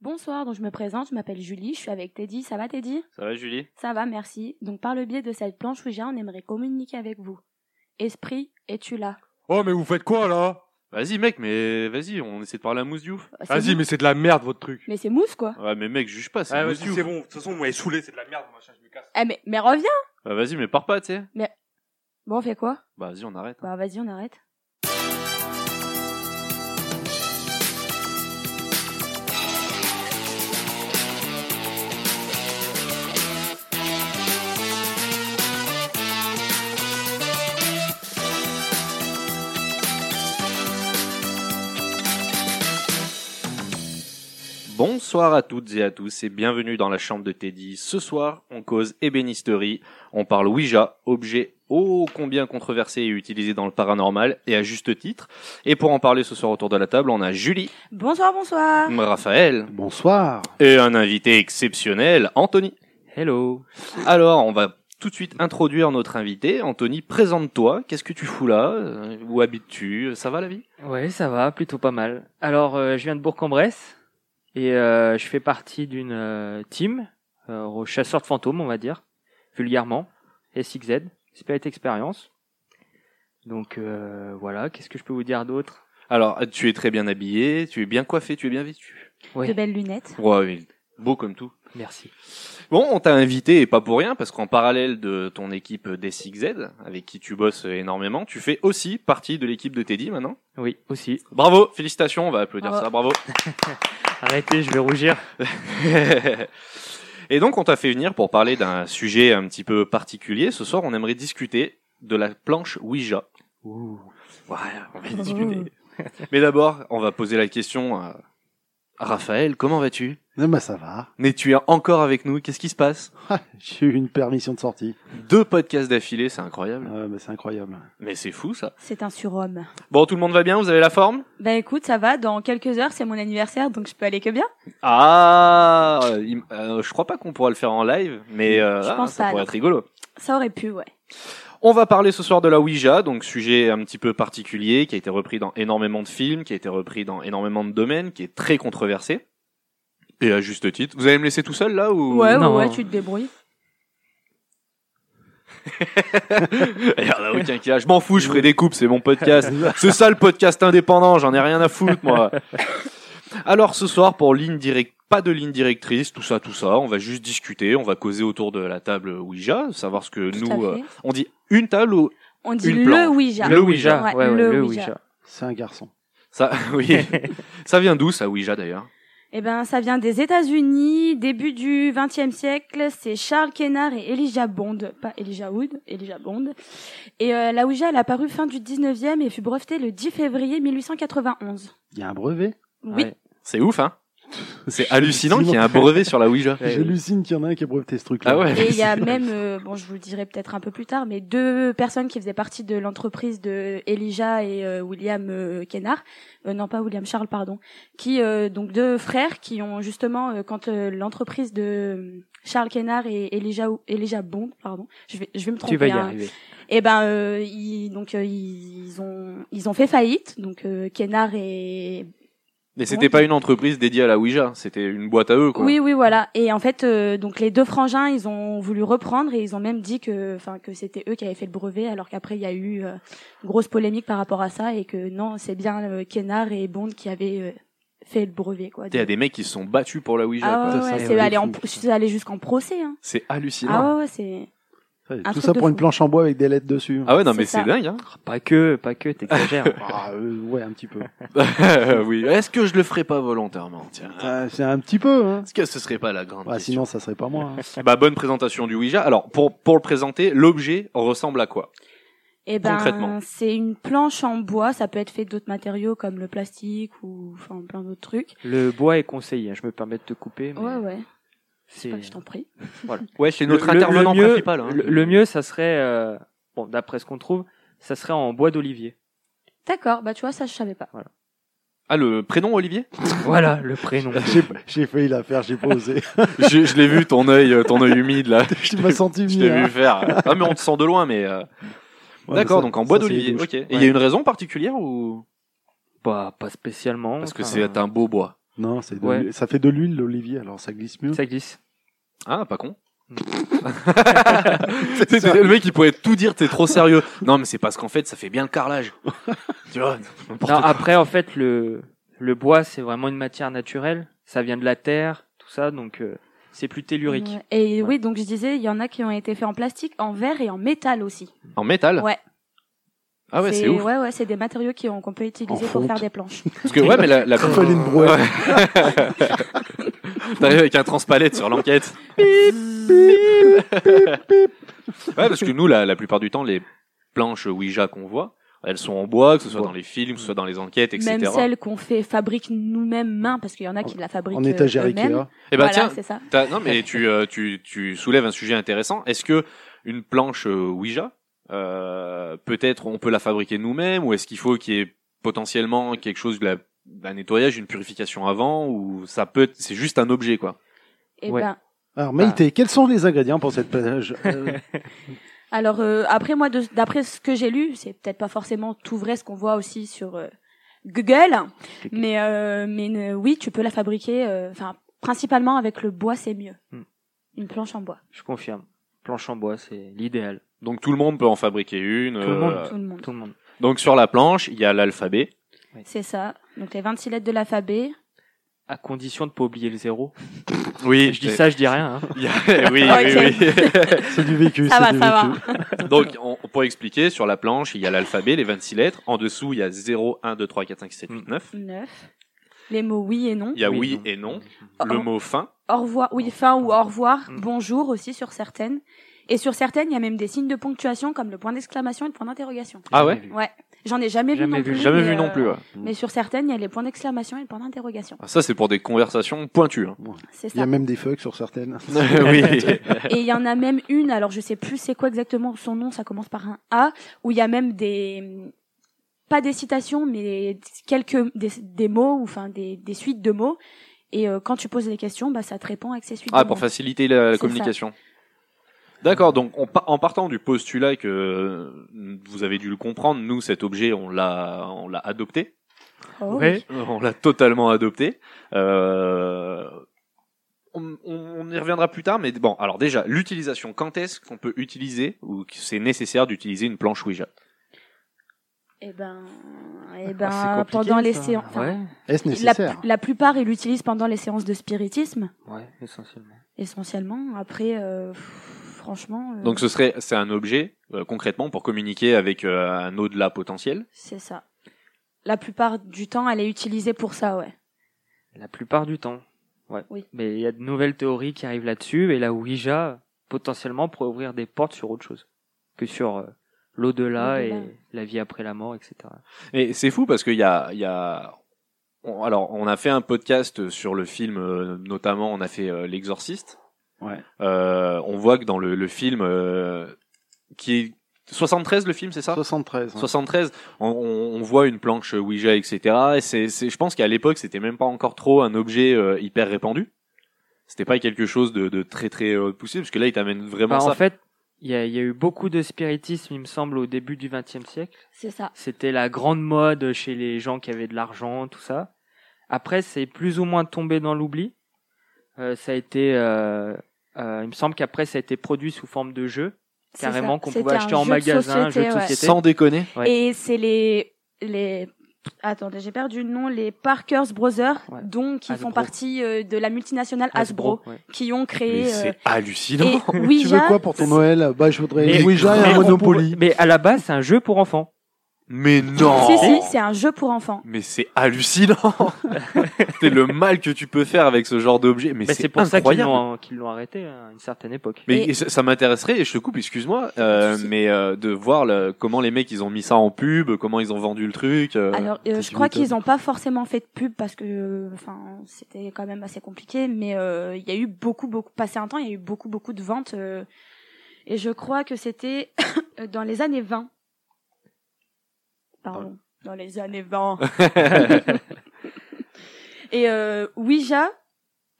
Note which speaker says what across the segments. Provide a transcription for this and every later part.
Speaker 1: Bonsoir, donc je me présente, je m'appelle Julie, je suis avec Teddy. Ça va Teddy
Speaker 2: Ça va Julie
Speaker 1: Ça va, merci. Donc par le biais de cette planche Ouija, on aimerait communiquer avec vous. Esprit, es-tu là
Speaker 3: Oh, mais vous faites quoi là
Speaker 2: Vas-y mec, mais vas-y, on essaie de parler à Mousse Diouf.
Speaker 1: Euh, c'est
Speaker 3: Vas-y,
Speaker 1: mou-
Speaker 3: mais c'est de la merde votre truc.
Speaker 1: Mais c'est mousse quoi.
Speaker 2: Ouais mais mec, juge pas, c'est
Speaker 3: Ah,
Speaker 2: Mousse
Speaker 3: vas-y,
Speaker 2: Diouf.
Speaker 3: c'est bon. De toute façon, vous m'avez saoulé, c'est de la merde, machin, je me casse.
Speaker 1: Eh mais, mais reviens
Speaker 2: Bah, vas-y mais pars pas, tu sais.
Speaker 1: Bon, on fait quoi
Speaker 2: Bah vas-y, on arrête.
Speaker 1: Bah vas-y, on arrête.
Speaker 2: Bonsoir à toutes et à tous et bienvenue dans la chambre de Teddy. Ce soir, on cause ébénisterie, on parle Ouija, objet ô combien controversé et utilisé dans le paranormal et à juste titre. Et pour en parler ce soir autour de la table, on a Julie,
Speaker 1: Bonsoir, bonsoir
Speaker 2: Mm. Raphaël
Speaker 4: Bonsoir.
Speaker 2: et un invité exceptionnel, Anthony.
Speaker 4: Hello.
Speaker 2: Alors, on va tout de suite introduire notre invité. Anthony, présente-toi. Qu'est-ce que tu fous là Euh, Où habites-tu Ça va la vie
Speaker 4: Ouais, ça va, plutôt pas mal. Alors, euh, je viens de Bourg-en-Bresse et euh, je fais partie d'une euh, team euh, aux chasseurs de fantômes, on va dire, vulgairement, SXZ, Spirit Experience. Donc euh, voilà, qu'est-ce que je peux vous dire d'autre
Speaker 2: Alors, tu es très bien habillé, tu es bien coiffé, tu es bien vêtu.
Speaker 4: Ouais.
Speaker 1: De belles lunettes.
Speaker 2: Ouais, mais beau comme tout.
Speaker 4: Merci.
Speaker 2: Bon, on t'a invité et pas pour rien parce qu'en parallèle de ton équipe des 6Z avec qui tu bosses énormément, tu fais aussi partie de l'équipe de Teddy maintenant.
Speaker 4: Oui, aussi.
Speaker 2: Bravo, félicitations, on va applaudir ça, bravo.
Speaker 4: Arrêtez, je vais rougir.
Speaker 2: et donc, on t'a fait venir pour parler d'un sujet un petit peu particulier. Ce soir, on aimerait discuter de la planche Ouija.
Speaker 4: Ouh.
Speaker 2: Voilà, on va discuter. Mais d'abord, on va poser la question à à Raphaël. Comment vas-tu
Speaker 5: Non, bah ça va.
Speaker 2: N'es-tu encore avec nous Qu'est-ce qui se passe
Speaker 5: J'ai eu une permission de sortie.
Speaker 2: Deux podcasts d'affilée, c'est incroyable.
Speaker 5: Ouais, bah, c'est incroyable.
Speaker 2: Mais c'est fou ça.
Speaker 1: C'est un surhomme.
Speaker 2: Bon, tout le monde va bien Vous avez la forme
Speaker 1: Bah écoute, ça va, dans quelques heures, c'est mon anniversaire, donc je peux aller que bien.
Speaker 2: Ah, euh, il- euh, je crois pas qu'on pourra le faire en live, mais euh,
Speaker 1: Je
Speaker 2: ah,
Speaker 1: pense
Speaker 2: ça
Speaker 1: pas,
Speaker 2: pourrait
Speaker 1: non.
Speaker 2: être rigolo.
Speaker 1: Ça aurait pu, ouais.
Speaker 2: On va parler ce soir de la Ouija, donc sujet un petit peu particulier qui a été repris dans énormément de films, qui a été repris dans énormément de domaines, qui est très controversé. Et à juste titre. Vous allez me laisser tout seul là ou
Speaker 1: Ouais, ouais,
Speaker 4: Non.
Speaker 1: ouais, tu te débrouilles.
Speaker 2: Il y en a aucun qui a. Je m'en fous, je ferai des coupes, c'est mon podcast. C'est ça le podcast indépendant, j'en ai rien à foutre, moi. Alors ce soir, pour ligne directe, pas de ligne directrice, tout ça, tout ça, on va juste discuter, on va causer autour de la table Ouija, savoir ce que
Speaker 1: Tout à
Speaker 2: nous.
Speaker 1: fait.
Speaker 2: euh, on dit une table ou.
Speaker 1: On dit
Speaker 2: une
Speaker 1: le
Speaker 2: planche.
Speaker 1: Ouija.
Speaker 2: Le Ouija,
Speaker 1: Ouais,
Speaker 4: ouais, ouais,
Speaker 1: le,
Speaker 4: le
Speaker 1: Ouija.
Speaker 4: Ouija.
Speaker 5: C'est un garçon.
Speaker 2: Ça, oui. ça vient d'où, ça, Ouija d'ailleurs
Speaker 1: Eh ben, ça vient des États-Unis, début du XXe siècle. C'est Charles Kennard et Elijah Bond, pas Elijah Wood, Elijah Bond. Et euh, la Ouija, elle a paru fin du XIXe et fut brevetée le 10 février 1891.
Speaker 5: Il y a un brevet.
Speaker 1: Oui,
Speaker 4: Ouais.
Speaker 2: C'est ouf, hein C'est hallucinant qu'il y ait un brevet sur la Ouija.
Speaker 4: Ouais,
Speaker 5: J'hallucine qu'il y en a un qui a breveté ce truc-là.
Speaker 2: Eh Ah ouais.
Speaker 1: et il y a même, euh, bon, je vous le dirai peut-être un peu plus tard, mais deux personnes qui faisaient partie de l'entreprise de Elijah et euh, William euh, Kennard, Euh, non pas William Charles, pardon, qui euh, donc deux frères qui ont justement euh, quand euh, l'entreprise de euh, Charles Kennard et Elijah Elijah Bond, pardon, je vais je vais me tromper.
Speaker 4: Tu vas y
Speaker 1: hein.
Speaker 4: arriver.
Speaker 1: Et ben euh, ils, donc euh, ils ont ils ont fait faillite, donc euh, Kennard et
Speaker 2: Mais c'était pas une entreprise dédiée à la Ouija, c'était une boîte à eux, quoi.
Speaker 1: Oui, oui, voilà. Et en fait, euh, donc les deux frangins, ils ont voulu reprendre et ils ont même dit que, enfin, que c'était eux qui avaient fait le brevet, alors qu'après il y a eu euh, une grosse polémique par rapport à ça et que non, c'est bien euh, Kennard et Bond qui avaient euh, fait le brevet, quoi.
Speaker 2: Il y a des mecs qui se sont battus pour la Ouija.
Speaker 1: ah
Speaker 2: quoi.
Speaker 1: ouais,
Speaker 5: ça,
Speaker 1: ouais,
Speaker 5: c'est
Speaker 1: c'est
Speaker 5: un
Speaker 1: allé, en,
Speaker 5: truc, ça.
Speaker 1: c'est allé jusqu'en procès. Hein.
Speaker 2: C'est hallucinant.
Speaker 1: Ah ouais, ouais, c'est.
Speaker 5: Ouais,
Speaker 1: Un
Speaker 5: Tout
Speaker 1: truc
Speaker 5: ça
Speaker 1: de fou.
Speaker 5: pour une planche en bois avec des lettres dessus.
Speaker 2: Ah ouais, non,
Speaker 1: C'est
Speaker 2: mais
Speaker 1: ça.
Speaker 2: c'est dingue, hein.
Speaker 4: Pas que, pas que, t'exagères.
Speaker 5: Ah, euh, ouais, un petit peu.
Speaker 2: oui. Est-ce que je le ferais pas volontairement, tiens
Speaker 5: Ah, c'est un petit peu. Hein.
Speaker 2: Est-ce que ce serait pas la grande
Speaker 5: Bah,
Speaker 2: question
Speaker 5: sinon, ça serait pas moi. hein.
Speaker 2: Bah, bonne présentation du Ouija. Alors, pour, pour le présenter, l'objet ressemble à quoi
Speaker 1: Et ben,
Speaker 2: Concrètement.
Speaker 1: c'est une planche en bois. Ça peut être fait d'autres matériaux comme le plastique ou enfin plein d'autres trucs.
Speaker 4: Le bois est conseillé, hein, je me permets de te couper. Mais
Speaker 1: Ouais, ouais.
Speaker 4: c'est-
Speaker 1: Ouais, je t'en prie.
Speaker 2: Ouais, c'est
Speaker 4: Le-
Speaker 2: notre
Speaker 4: le-
Speaker 2: intervenant
Speaker 4: le mieux,
Speaker 2: principal. hein.
Speaker 4: Le, le mieux, ça serait, euh, bon, d'après ce qu'on trouve, ça serait en bois d'olivier.
Speaker 1: D'accord. Bah tu vois, ça je savais pas.
Speaker 2: Ah, le prénom, Olivier
Speaker 4: voilà le prénom.
Speaker 5: J'ai- J'ai failli la faire, j'ai pas osé.
Speaker 2: je, je l'ai vu, ton œil, euh, ton œil humide, là.
Speaker 5: je m'ai senti
Speaker 2: Je t'ai
Speaker 5: venir.
Speaker 2: vu faire. Ah, mais on te sent de loin, mais. euh, D'accord, donc en bois d'olivier. Ok. Et il y a une raison particulière ou
Speaker 4: Pas, pas spécialement.
Speaker 2: Parce que
Speaker 4: enfin,
Speaker 2: c'est un beau bois.
Speaker 5: Non, c'est de
Speaker 4: Ouais.
Speaker 5: l'huile- ça fait de l'huile l'olivier, alors ça glisse mieux.
Speaker 4: Ça glisse.
Speaker 2: Ah, pas con.
Speaker 4: Mm.
Speaker 2: C'est
Speaker 5: ça.
Speaker 2: le mec il pourrait tout dire, t'es trop sérieux. Non, mais c'est parce qu'en fait, ça fait bien le carrelage. tu vois, n'importe
Speaker 4: Non,
Speaker 2: quoi.
Speaker 4: après, en fait, le, le bois, c'est vraiment une matière naturelle. Ça vient de la terre, tout ça, donc euh, c'est plus tellurique.
Speaker 1: Ouais. Et
Speaker 4: Ouais.
Speaker 1: oui, donc je disais, il y en a qui ont été faits en plastique, en verre et en métal aussi.
Speaker 2: En métal
Speaker 1: Ouais.
Speaker 2: Ah ouais, c'est ouf.
Speaker 1: Ouais, ouais, c'est des matériaux qui ont- qu'on peut utiliser
Speaker 5: En
Speaker 1: pour
Speaker 5: fonte.
Speaker 1: faire des planches.
Speaker 2: Parce que, ouais, mais la. la...
Speaker 5: Il fallait une brouette.
Speaker 2: T'arrives avec un transpalette sur l'enquête. Ouais, parce que nous, la, la plupart du temps, les planches Ouija qu'on voit, elles sont en bois, que ce soit
Speaker 5: Bois.
Speaker 2: dans les films, que ce soit dans les enquêtes, etc.
Speaker 1: Même celles qu'on fait fabrique nous-mêmes main, parce qu'il y en a qui la fabriquent.
Speaker 5: En
Speaker 1: euh,
Speaker 5: étagère
Speaker 1: eux-mêmes.
Speaker 5: Ikea.
Speaker 2: Eh ben,
Speaker 1: voilà,
Speaker 2: tiens,
Speaker 1: c'est ça.
Speaker 2: T'as- non, mais tu, euh, tu, tu soulèves un sujet intéressant. Est-ce que une planche euh, Ouija, euh, peut-être on peut la fabriquer nous-mêmes, ou est-ce qu'il faut qu'il y ait potentiellement quelque chose de la- d'un nettoyage, une purification avant, ou ça peut, être- c'est juste un objet quoi.
Speaker 1: Et
Speaker 4: Ouais.
Speaker 1: ben,
Speaker 5: Alors
Speaker 2: Ah.
Speaker 5: Maïté, quels sont les ingrédients pour cette plage Euh,
Speaker 1: alors euh, après moi, de- d'après ce que j'ai lu, c'est peut-être pas forcément tout vrai ce qu'on voit aussi sur euh, Google, mais euh, mais ne- oui, tu peux la fabriquer. euh, Enfin, principalement avec le bois, c'est mieux.
Speaker 4: Hmm.
Speaker 1: Une planche en bois,
Speaker 4: Je confirme. Planche en bois, c'est l'idéal.
Speaker 2: Donc tout le monde peut en fabriquer une.
Speaker 4: Tout le monde.
Speaker 2: euh,
Speaker 1: tout le monde.
Speaker 4: Tout le monde.
Speaker 2: donc sur la planche, il y a l'alphabet.
Speaker 1: C'est ça. Donc les 26 lettres de l'alphabet.
Speaker 4: À condition de pas oublier le zéro.
Speaker 2: Oui,
Speaker 4: Je dis ça, je dis rien. hein.
Speaker 2: oui, oui, oui.
Speaker 5: C'est du vécu.
Speaker 1: Ça
Speaker 5: c'est
Speaker 1: va,
Speaker 5: du
Speaker 1: ça va.
Speaker 5: vécu.
Speaker 2: Donc, on, on peut expliquer, sur la planche, il y a l'alphabet, les 26 lettres. En dessous, il y a 0, 1, 2, 3, 4, 5, 6, 7, 8, 9.
Speaker 1: 9. Les mots oui et non.
Speaker 2: Il y a oui et non. Le
Speaker 4: Ah,
Speaker 1: Au-
Speaker 2: mot fin.
Speaker 1: Au revoir, oui, fin ou au revoir,
Speaker 4: Mm.
Speaker 1: bonjour aussi sur certaines. Et sur certaines, il y a même des signes de ponctuation comme le point d'exclamation et le point d'interrogation.
Speaker 2: Ah ouais
Speaker 1: Ouais, j'en ai jamais,
Speaker 4: Jamais
Speaker 1: vu non
Speaker 4: vu,
Speaker 1: plus.
Speaker 2: Jamais
Speaker 1: mais,
Speaker 2: vu
Speaker 1: euh,
Speaker 2: non plus. ouais.
Speaker 1: Mais sur certaines, il y a les points d'exclamation et le point d'interrogation.
Speaker 2: Ah, Ça, c'est pour des conversations pointues. hein.
Speaker 1: C'est
Speaker 5: Il y a
Speaker 1: ça.
Speaker 5: même des fucks sur certaines.
Speaker 2: oui.
Speaker 1: Et il y en a même une, alors je sais plus c'est quoi exactement son nom, ça commence par un A, où il y a même des pas des citations, mais quelques des, des mots ou enfin des, des suites de mots. Et euh, quand tu poses les questions, bah ça te répond avec ces suites.
Speaker 2: Ah,
Speaker 1: de
Speaker 2: pour
Speaker 1: mots.
Speaker 2: faciliter la, la
Speaker 1: C'est
Speaker 2: communication. D'accord, donc on pa- en partant du postulat que euh, vous avez dû le comprendre, nous cet objet on l'a on l'a adopté, Euh,
Speaker 1: Oh,
Speaker 4: Ouais.
Speaker 1: oui.
Speaker 2: on l'a totalement adopté. Euh, on, on- on y reviendra plus tard, mais bon, alors déjà l'utilisation, quand est-ce qu'on peut utiliser ou que c'est nécessaire d'utiliser une planche Ouija
Speaker 1: Eh ben, eh
Speaker 4: Ah, c'est
Speaker 1: ben
Speaker 4: compliqué,
Speaker 1: pendant les
Speaker 4: ça.
Speaker 1: séances. enfin,
Speaker 4: Ouais,
Speaker 5: Est-ce
Speaker 1: la,
Speaker 5: nécessaire
Speaker 1: la plupart, ils l'utilisent pendant les séances de spiritisme,
Speaker 4: ouais, essentiellement.
Speaker 1: essentiellement. Après, euh, pff, franchement, euh,
Speaker 2: Donc ce serait c'est un objet euh, concrètement pour communiquer avec euh, un au-delà potentiel.
Speaker 1: c'est ça. La plupart du temps, elle est utilisée pour ça, ouais.
Speaker 4: La plupart du temps. Ouais.
Speaker 1: Oui.
Speaker 4: Mais il y a de nouvelles théories qui arrivent là-dessus et la Ouija potentiellement pourrait ouvrir des portes sur autre chose que sur euh, l'au-delà
Speaker 1: L'au-delà.
Speaker 4: et la vie après la mort, etc.
Speaker 2: Et c'est fou parce qu'il y a, il y a, on- alors on a fait un podcast sur le film, euh, notamment on a fait euh, l'Exorciste.
Speaker 5: Ouais.
Speaker 2: Euh, on voit que dans le, le film euh, qui est 73 le film, c'est ça
Speaker 5: 73. hein.
Speaker 2: 73, on, on- on voit une planche Ouija, etc. Et c'est, c'est- je pense qu'à l'époque, c'était même pas encore trop un objet euh, hyper répandu. C'était pas quelque chose de, de très très euh, poussé, parce que là, il t'amène vraiment
Speaker 4: Bah,
Speaker 2: ça.
Speaker 4: en fait, il y a, il y a eu beaucoup de spiritisme, il me semble, au début du XXe siècle.
Speaker 1: C'est ça.
Speaker 4: C'était la grande mode chez les gens qui avaient de l'argent, tout ça. Après, c'est plus ou moins tombé dans l'oubli. Euh, ça a été, euh, euh, il me semble qu'après, ça a été produit sous forme de jeu,
Speaker 1: C'est
Speaker 4: carrément
Speaker 1: ça.
Speaker 4: qu'on
Speaker 1: C'était
Speaker 4: pouvait
Speaker 1: un
Speaker 4: acheter en
Speaker 1: jeu de
Speaker 4: magasin, un jeu
Speaker 1: société,
Speaker 4: de
Speaker 1: ouais.
Speaker 4: société.
Speaker 2: Sans déconner.
Speaker 4: Ouais.
Speaker 1: Et c'est les les Attendez, j'ai perdu le nom, les Parker's Brothers,
Speaker 4: Ouais.
Speaker 1: donc qui
Speaker 4: Hasbro.
Speaker 1: font partie euh, de la multinationale Hasbro,
Speaker 4: ouais.
Speaker 1: qui ont
Speaker 2: Mais
Speaker 1: créé euh,
Speaker 2: c'est hallucinant.
Speaker 1: et
Speaker 5: Tu veux
Speaker 1: Ouija.
Speaker 5: quoi pour ton Noël Bah, je voudrais
Speaker 4: Mais-
Speaker 5: une Ouija et
Speaker 4: mais
Speaker 5: un
Speaker 4: on
Speaker 5: Monopoly.
Speaker 4: pourrait- mais à la base, c'est un jeu pour enfants.
Speaker 2: Mais non.
Speaker 1: Si si, c'est un jeu pour enfants.
Speaker 2: Mais c'est hallucinant C'est le mal que tu peux faire avec ce genre d'objet. Mais
Speaker 4: Bah,
Speaker 2: c'est
Speaker 4: c'est pour ça qu'ils
Speaker 2: incroyable.
Speaker 4: l'ont qu'ils l'ont arrêté à une certaine époque.
Speaker 2: Mais
Speaker 1: Et-
Speaker 2: ça, ça m'intéresserait, et je te coupe, excuse-moi, euh,
Speaker 1: Souci.
Speaker 2: mais euh, de voir le- comment les mecs ils ont mis ça en pub, comment ils ont vendu le truc. euh.
Speaker 1: Alors, euh,
Speaker 5: c'est
Speaker 1: je crois
Speaker 5: écoutable.
Speaker 1: qu'ils n'ont pas forcément fait de pub parce que, euh, enfin, c'était quand même assez compliqué. Mais euh, il y a eu beaucoup, beaucoup. Passé un temps, il y a eu beaucoup, beaucoup de ventes. euh, et je crois que c'était dans les années 20. Pardon, dans les années 20. et euh, Ouija,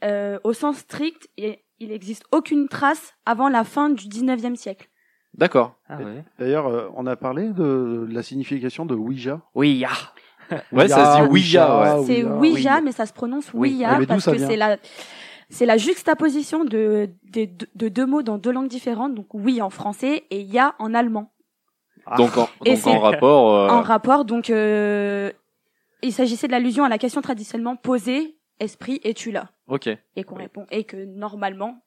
Speaker 1: euh, au sens strict, il il n'existe aucune trace avant la fin du 19e siècle.
Speaker 2: D'accord.
Speaker 4: Ah ouais.
Speaker 5: D'ailleurs, euh, on a parlé de, de la signification de Ouija.
Speaker 4: Oui, ah.
Speaker 2: Ouais, ça se dit Ouija, ouais.
Speaker 1: c'est
Speaker 5: Ouija.
Speaker 1: Ouija, mais ça se prononce
Speaker 4: Oui.
Speaker 1: Ouija
Speaker 5: Ah, mais d'où
Speaker 1: parce
Speaker 5: ça
Speaker 1: que
Speaker 5: vient
Speaker 1: c'est la c'est la juxtaposition de, des- de deux mots dans deux langues différentes, donc oui en français et ya en allemand.
Speaker 2: Donc en,
Speaker 1: Et
Speaker 2: donc en
Speaker 1: c'est-
Speaker 2: rapport. euh,
Speaker 1: En rapport, donc euh, il s'agissait de l'allusion à la question traditionnellement posée esprit es-tu là
Speaker 2: Ok.
Speaker 1: et qu'on répond et que normalement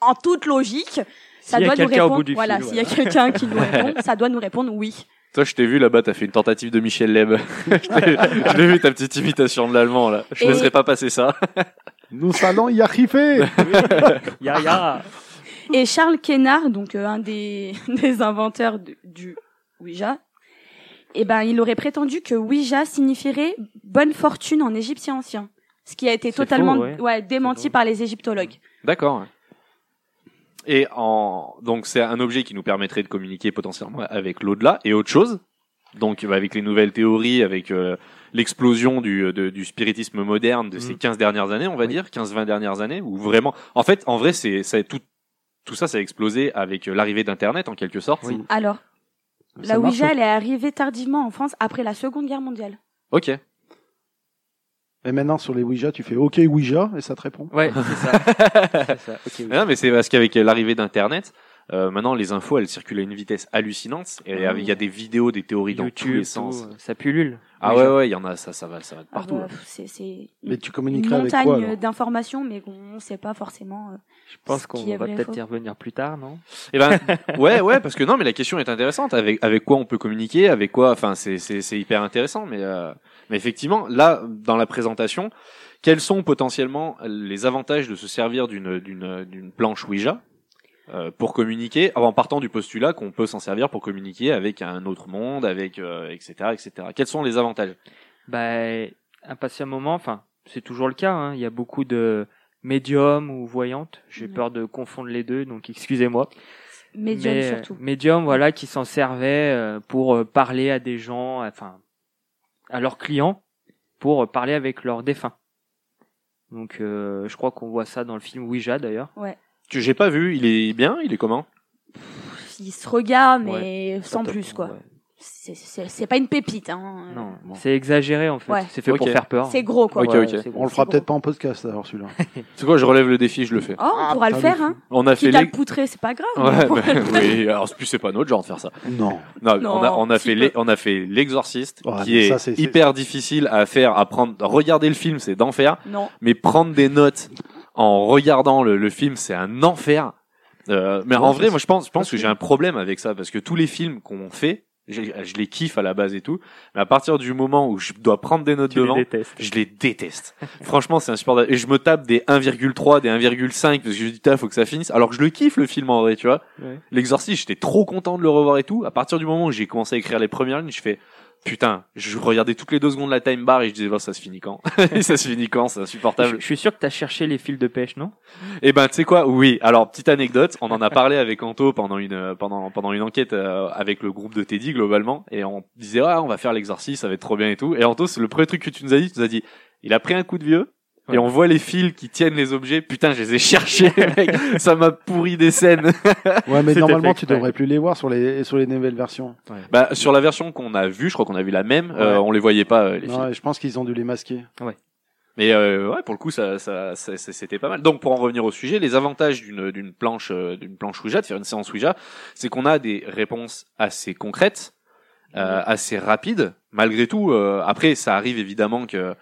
Speaker 1: en toute logique, ça
Speaker 4: S'il y a
Speaker 1: doit nous
Speaker 4: quelqu'un au
Speaker 1: répondre.
Speaker 4: bout du
Speaker 1: voilà,
Speaker 4: fil,
Speaker 1: s'il y a quelqu'un qui nous répond, ça doit nous répondre oui.
Speaker 2: Toi, je t'ai vu là-bas, t'as fait une tentative de Michel Leb. je l'ai- je l'ai vu ta petite imitation de l'allemand là. Je
Speaker 1: Et-
Speaker 2: ne laisserai pas passer ça.
Speaker 5: Nous allons y arriver.
Speaker 4: Ya, ya.
Speaker 1: Et Charles Quénard, donc euh, un des, des inventeurs de- du Ouija, eh ben, il aurait prétendu que Ouija signifierait bonne fortune en égyptien ancien. Ce qui a été
Speaker 4: C'est
Speaker 1: totalement
Speaker 4: faux, ouais. C'est
Speaker 1: démenti
Speaker 4: faux.
Speaker 1: par les égyptologues.
Speaker 2: D'accord. Et en donc c'est un objet qui nous permettrait de communiquer potentiellement avec l'au-delà et autre chose. Donc bah, avec les nouvelles théories, avec euh, l'explosion du, euh, de- du spiritisme moderne de ces
Speaker 4: Mm.
Speaker 2: 15 dernières années, on va dire 15-20 dernières années, où vraiment, en fait, en vrai, c'est ça tout tout ça, ça a explosé avec euh, l'arrivée d'Internet en quelque sorte.
Speaker 4: Oui.
Speaker 1: Alors,
Speaker 5: Ça
Speaker 1: la
Speaker 5: marche,
Speaker 4: hein.
Speaker 1: Ouija,
Speaker 5: hein.
Speaker 1: elle est arrivée tardivement en France après la Seconde Guerre mondiale.
Speaker 2: Ok. Ah
Speaker 5: Et maintenant, sur les Ouija, tu fais OK Ouija et ça te répond.
Speaker 4: Ouais, c'est ça. C'est ça. Ok, oui.
Speaker 2: Mais Non, mais c'est parce qu'avec l'arrivée d'Internet, euh, maintenant les infos elles circulent à une vitesse hallucinante et
Speaker 4: Ah
Speaker 2: euh,
Speaker 4: oui.
Speaker 2: il y a des vidéos, des théories dans tous les
Speaker 4: tout,
Speaker 2: sens.
Speaker 4: euh, ça pullule.
Speaker 2: Ah
Speaker 4: Ouija.
Speaker 2: ouais ouais, il y en a ça ça va ça va de
Speaker 1: Ah
Speaker 4: hein.
Speaker 2: partout.
Speaker 1: bah, pff, c'est- C'est
Speaker 5: Mais
Speaker 1: une
Speaker 5: tu
Speaker 1: une
Speaker 5: communiquerais avec quoi alors
Speaker 1: montagne d'informations, mais qu'on ne sait pas forcément. euh.
Speaker 4: Je pense
Speaker 1: Ce
Speaker 4: qu'on
Speaker 1: qui est
Speaker 4: va
Speaker 1: vrai et
Speaker 4: peut-être
Speaker 1: faux.
Speaker 4: y revenir plus tard, non
Speaker 2: Et ben ouais ouais parce que non mais la question est intéressante avec avec quoi on peut communiquer, avec quoi enfin c'est c'est c'est hyper intéressant mais euh, mais effectivement là dans la présentation, quels sont potentiellement les avantages de se servir d'une d'une d'une planche Ouija euh, pour communiquer en partant du postulat qu'on peut s'en servir pour communiquer avec un autre monde avec euh, etc etc quels sont les avantages
Speaker 4: Bah, à passer un moment, enfin, c'est toujours le cas. hein, Il y a beaucoup de médiums ou voyantes. J'ai
Speaker 1: Ouais.
Speaker 4: peur de confondre les deux, donc excusez-moi.
Speaker 1: Médium
Speaker 4: Mais, euh,
Speaker 1: surtout.
Speaker 4: médiums, voilà, qui s'en servaient euh, pour euh, parler à des gens, enfin, à leurs clients, pour euh, parler avec leurs défunts. Donc, euh, je crois qu'on voit ça dans le film Ouija d'ailleurs.
Speaker 2: Tu j'ai pas vu, il est bien, il est comment
Speaker 1: Ils se regardent, mais sans
Speaker 4: Top.
Speaker 1: plus, quoi.
Speaker 4: Ouais.
Speaker 1: C'est- C'est c'est pas une pépite, hein.
Speaker 4: Non,
Speaker 5: bon.
Speaker 4: c'est exagéré en fait.
Speaker 1: Ouais.
Speaker 4: C'est fait pour
Speaker 2: Ok.
Speaker 4: faire peur.
Speaker 1: C'est gros, quoi.
Speaker 2: Ok,
Speaker 4: Ouais,
Speaker 2: ok.
Speaker 4: c'est
Speaker 5: On
Speaker 4: gros.
Speaker 5: le fera
Speaker 1: bon.
Speaker 5: peut-être pas en podcast alors celui-là.
Speaker 2: C'est quoi, je relève le défi, je le fais.
Speaker 1: Oh, on pourra le
Speaker 5: putain,
Speaker 1: faire, hein.
Speaker 2: On a fait
Speaker 1: Quitte à
Speaker 2: les
Speaker 1: le poutrer, c'est pas grave.
Speaker 2: Ouais, bah, oui, alors c'est plus c'est pas notre genre de faire ça.
Speaker 5: non.
Speaker 2: Non,
Speaker 1: Non,
Speaker 2: on a on a
Speaker 1: si
Speaker 2: fait
Speaker 1: peu.
Speaker 2: les, on a fait l'exorciste
Speaker 5: Ouais,
Speaker 2: qui
Speaker 5: mais
Speaker 2: est,
Speaker 5: ça, c'est- c'est-
Speaker 2: hyper difficile à faire, à prendre regarder le film, c'est d'enfer,
Speaker 1: Non.
Speaker 2: mais prendre des notes en regardant le, le film, c'est un enfer. Euh, mais en
Speaker 5: Ouais,
Speaker 2: vrai,
Speaker 5: c'est-
Speaker 2: moi je pense je pense que j'ai un problème avec ça parce que tous les films qu'on fait, j'ai- je les kiffe à la base et tout, mais à partir du moment où je dois prendre des notes
Speaker 4: Tu les
Speaker 2: devant,
Speaker 4: détestes.
Speaker 2: Je les déteste. Franchement, c'est insupportable. Et je me tape des 1,3, des 1,5 parce que je me dis, putain, faut que ça finisse. Alors que je le kiffe, le film, en vrai, tu vois.
Speaker 4: Ouais.
Speaker 2: L'exorciste, j'étais trop content de le revoir et tout. À partir du moment où j'ai commencé à écrire les premières lignes, je fais, putain, je regardais toutes les deux secondes la time bar et je disais, bon, ça se finit quand? Et ça se finit quand? C'est
Speaker 4: Je,
Speaker 2: insupportable.
Speaker 4: je suis sûr que t'as cherché les fils de pêche, non
Speaker 2: Et ben, tu sais quoi? Oui. Alors, petite anecdote. On en a parlé avec Anto pendant une, euh, pendant, pendant une enquête euh, avec le groupe de Teddy, globalement. Et on disait, ah, on va faire l'exorciste, ça va être trop bien et tout. Et Anto, c'est le premier truc que tu nous as dit. Tu nous as dit, il a pris un coup de vieux. Et
Speaker 4: Ouais.
Speaker 2: on voit les fils qui tiennent les objets. Putain, je les ai cherchés, mec. Ça m'a pourri des scènes.
Speaker 5: Ouais, mais
Speaker 4: C'était
Speaker 5: normalement
Speaker 4: fait
Speaker 5: tu
Speaker 4: exprès.
Speaker 5: devrais plus les voir sur les sur les nouvelles versions.
Speaker 2: bah, sur la version qu'on a vue, je crois qu'on a vu la même. euh, on les voyait pas, euh, les fils.
Speaker 5: Ouais, je pense qu'ils ont dû les masquer.
Speaker 2: Mais euh, ouais, pour le coup, ça, ça, ça- ça- c'était pas mal. Donc, pour en revenir au sujet, les avantages d'une d'une planche euh, d'une planche Ouija, de faire une séance Ouija, c'est qu'on a des réponses assez concrètes, euh, assez rapides. Malgré tout, euh, après, ça arrive évidemment que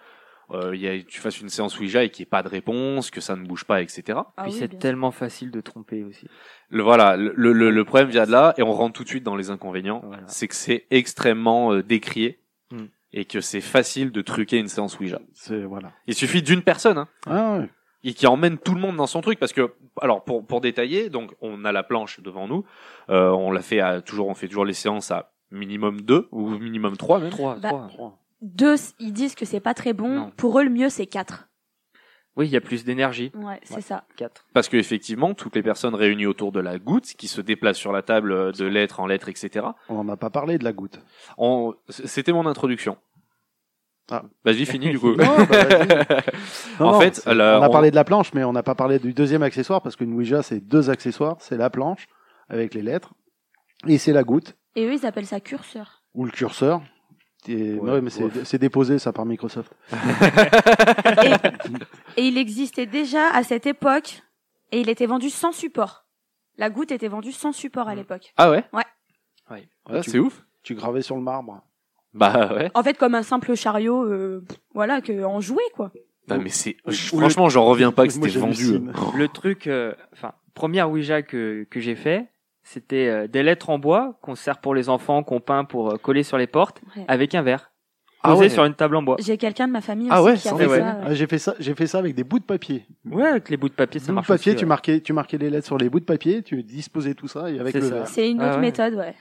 Speaker 2: euh, il y a, tu fasses une séance Ouija et qu'il n'y ait pas de réponse, que ça ne bouge pas, etc.
Speaker 1: Ah
Speaker 4: Puis
Speaker 1: oui,
Speaker 4: c'est
Speaker 1: bien
Speaker 4: tellement facile de tromper aussi.
Speaker 2: Le, voilà, le, le, le problème vient de là, et on rentre tout de suite dans les inconvénients.
Speaker 4: Voilà.
Speaker 2: C'est que c'est extrêmement euh, décrié
Speaker 4: Mm.
Speaker 2: et que c'est facile de truquer une séance Ouija.
Speaker 5: C'est voilà.
Speaker 2: Il suffit d'une personne. hein.
Speaker 5: Ah, ouais.
Speaker 2: et qui emmène tout le monde dans son truc parce que alors pour pour détailler donc on a la planche devant nous euh, on la fait à, toujours on fait toujours les séances à minimum 2 ou minimum 3 même
Speaker 4: Trois,
Speaker 1: Bah,
Speaker 4: trois.
Speaker 1: Deux, ils disent que c'est pas très bon.
Speaker 4: Non.
Speaker 1: Pour eux, le mieux, c'est quatre.
Speaker 4: Oui, il y a plus d'énergie.
Speaker 1: Ouais, c'est
Speaker 4: Ouais.
Speaker 1: ça.
Speaker 4: Quatre.
Speaker 2: parce que effectivement toutes les personnes réunies autour de la goutte qui se déplacent sur la table euh, de lettre en lettre etc
Speaker 5: on n'en a pas parlé de la goutte.
Speaker 2: on c'était mon introduction
Speaker 5: Ah.
Speaker 2: vas-y fini du coup
Speaker 5: Non, bah, vas-y. Non,
Speaker 2: En
Speaker 5: non,
Speaker 2: fait,
Speaker 5: c'est-
Speaker 2: la-
Speaker 5: on a
Speaker 2: Euh, on-
Speaker 5: parlé de la planche, mais on n'a pas parlé du deuxième accessoire parce qu'une Ouija, c'est deux accessoires. C'est la planche avec les lettres et c'est la goutte
Speaker 1: Et eux, ils appellent ça curseur.
Speaker 5: ou le curseur. Et-
Speaker 2: Ouais,
Speaker 5: ouais, mais c'est- c'est déposé ça par Microsoft.
Speaker 1: Et, et il existait déjà à cette époque et il était vendu sans support. La goutte était vendue sans support à
Speaker 4: Mm.
Speaker 1: l'époque.
Speaker 2: Ah ouais
Speaker 1: Ouais.
Speaker 4: Ouais.
Speaker 2: Ah,
Speaker 5: Tu-
Speaker 2: c'est ouf.
Speaker 5: Tu gravais sur le marbre.
Speaker 2: Bah ouais.
Speaker 1: En fait, comme un simple chariot, euh, pff, voilà, que en jouet quoi.
Speaker 2: Non, mais c'est.
Speaker 5: Ou-
Speaker 2: je-
Speaker 5: ou
Speaker 2: Franchement, j'en reviens pas que
Speaker 5: Moi,
Speaker 2: c'était vendu.
Speaker 5: j'hallucine.
Speaker 4: Le truc, euh, enfin, première Ouija que, que j'ai fait, c'était euh, des lettres en bois qu'on sert pour les enfants, qu'on peint pour euh, coller sur les portes,
Speaker 1: Ouais.
Speaker 4: avec un verre.
Speaker 2: Ah
Speaker 4: posé
Speaker 2: ouais.
Speaker 4: sur une table en bois.
Speaker 1: J'ai quelqu'un de ma famille
Speaker 2: Ah
Speaker 1: aussi
Speaker 2: ouais,
Speaker 1: qui a
Speaker 2: sans
Speaker 1: fait
Speaker 4: déconner.
Speaker 1: ça.
Speaker 5: Ah, j'ai fait ça, j'ai fait ça avec des bouts de papier.
Speaker 4: Ouais, avec les bouts de papier, ça
Speaker 5: bouts de
Speaker 4: marche.
Speaker 5: papier,
Speaker 4: aussi,
Speaker 5: tu
Speaker 4: ouais.
Speaker 5: marquais, tu marquais les lettres sur les bouts de papier, tu disposais tout ça et avec
Speaker 4: C'est
Speaker 5: le
Speaker 4: ça.
Speaker 5: verre.
Speaker 1: C'est une
Speaker 4: Ah
Speaker 1: autre
Speaker 4: ouais.
Speaker 1: méthode, ouais.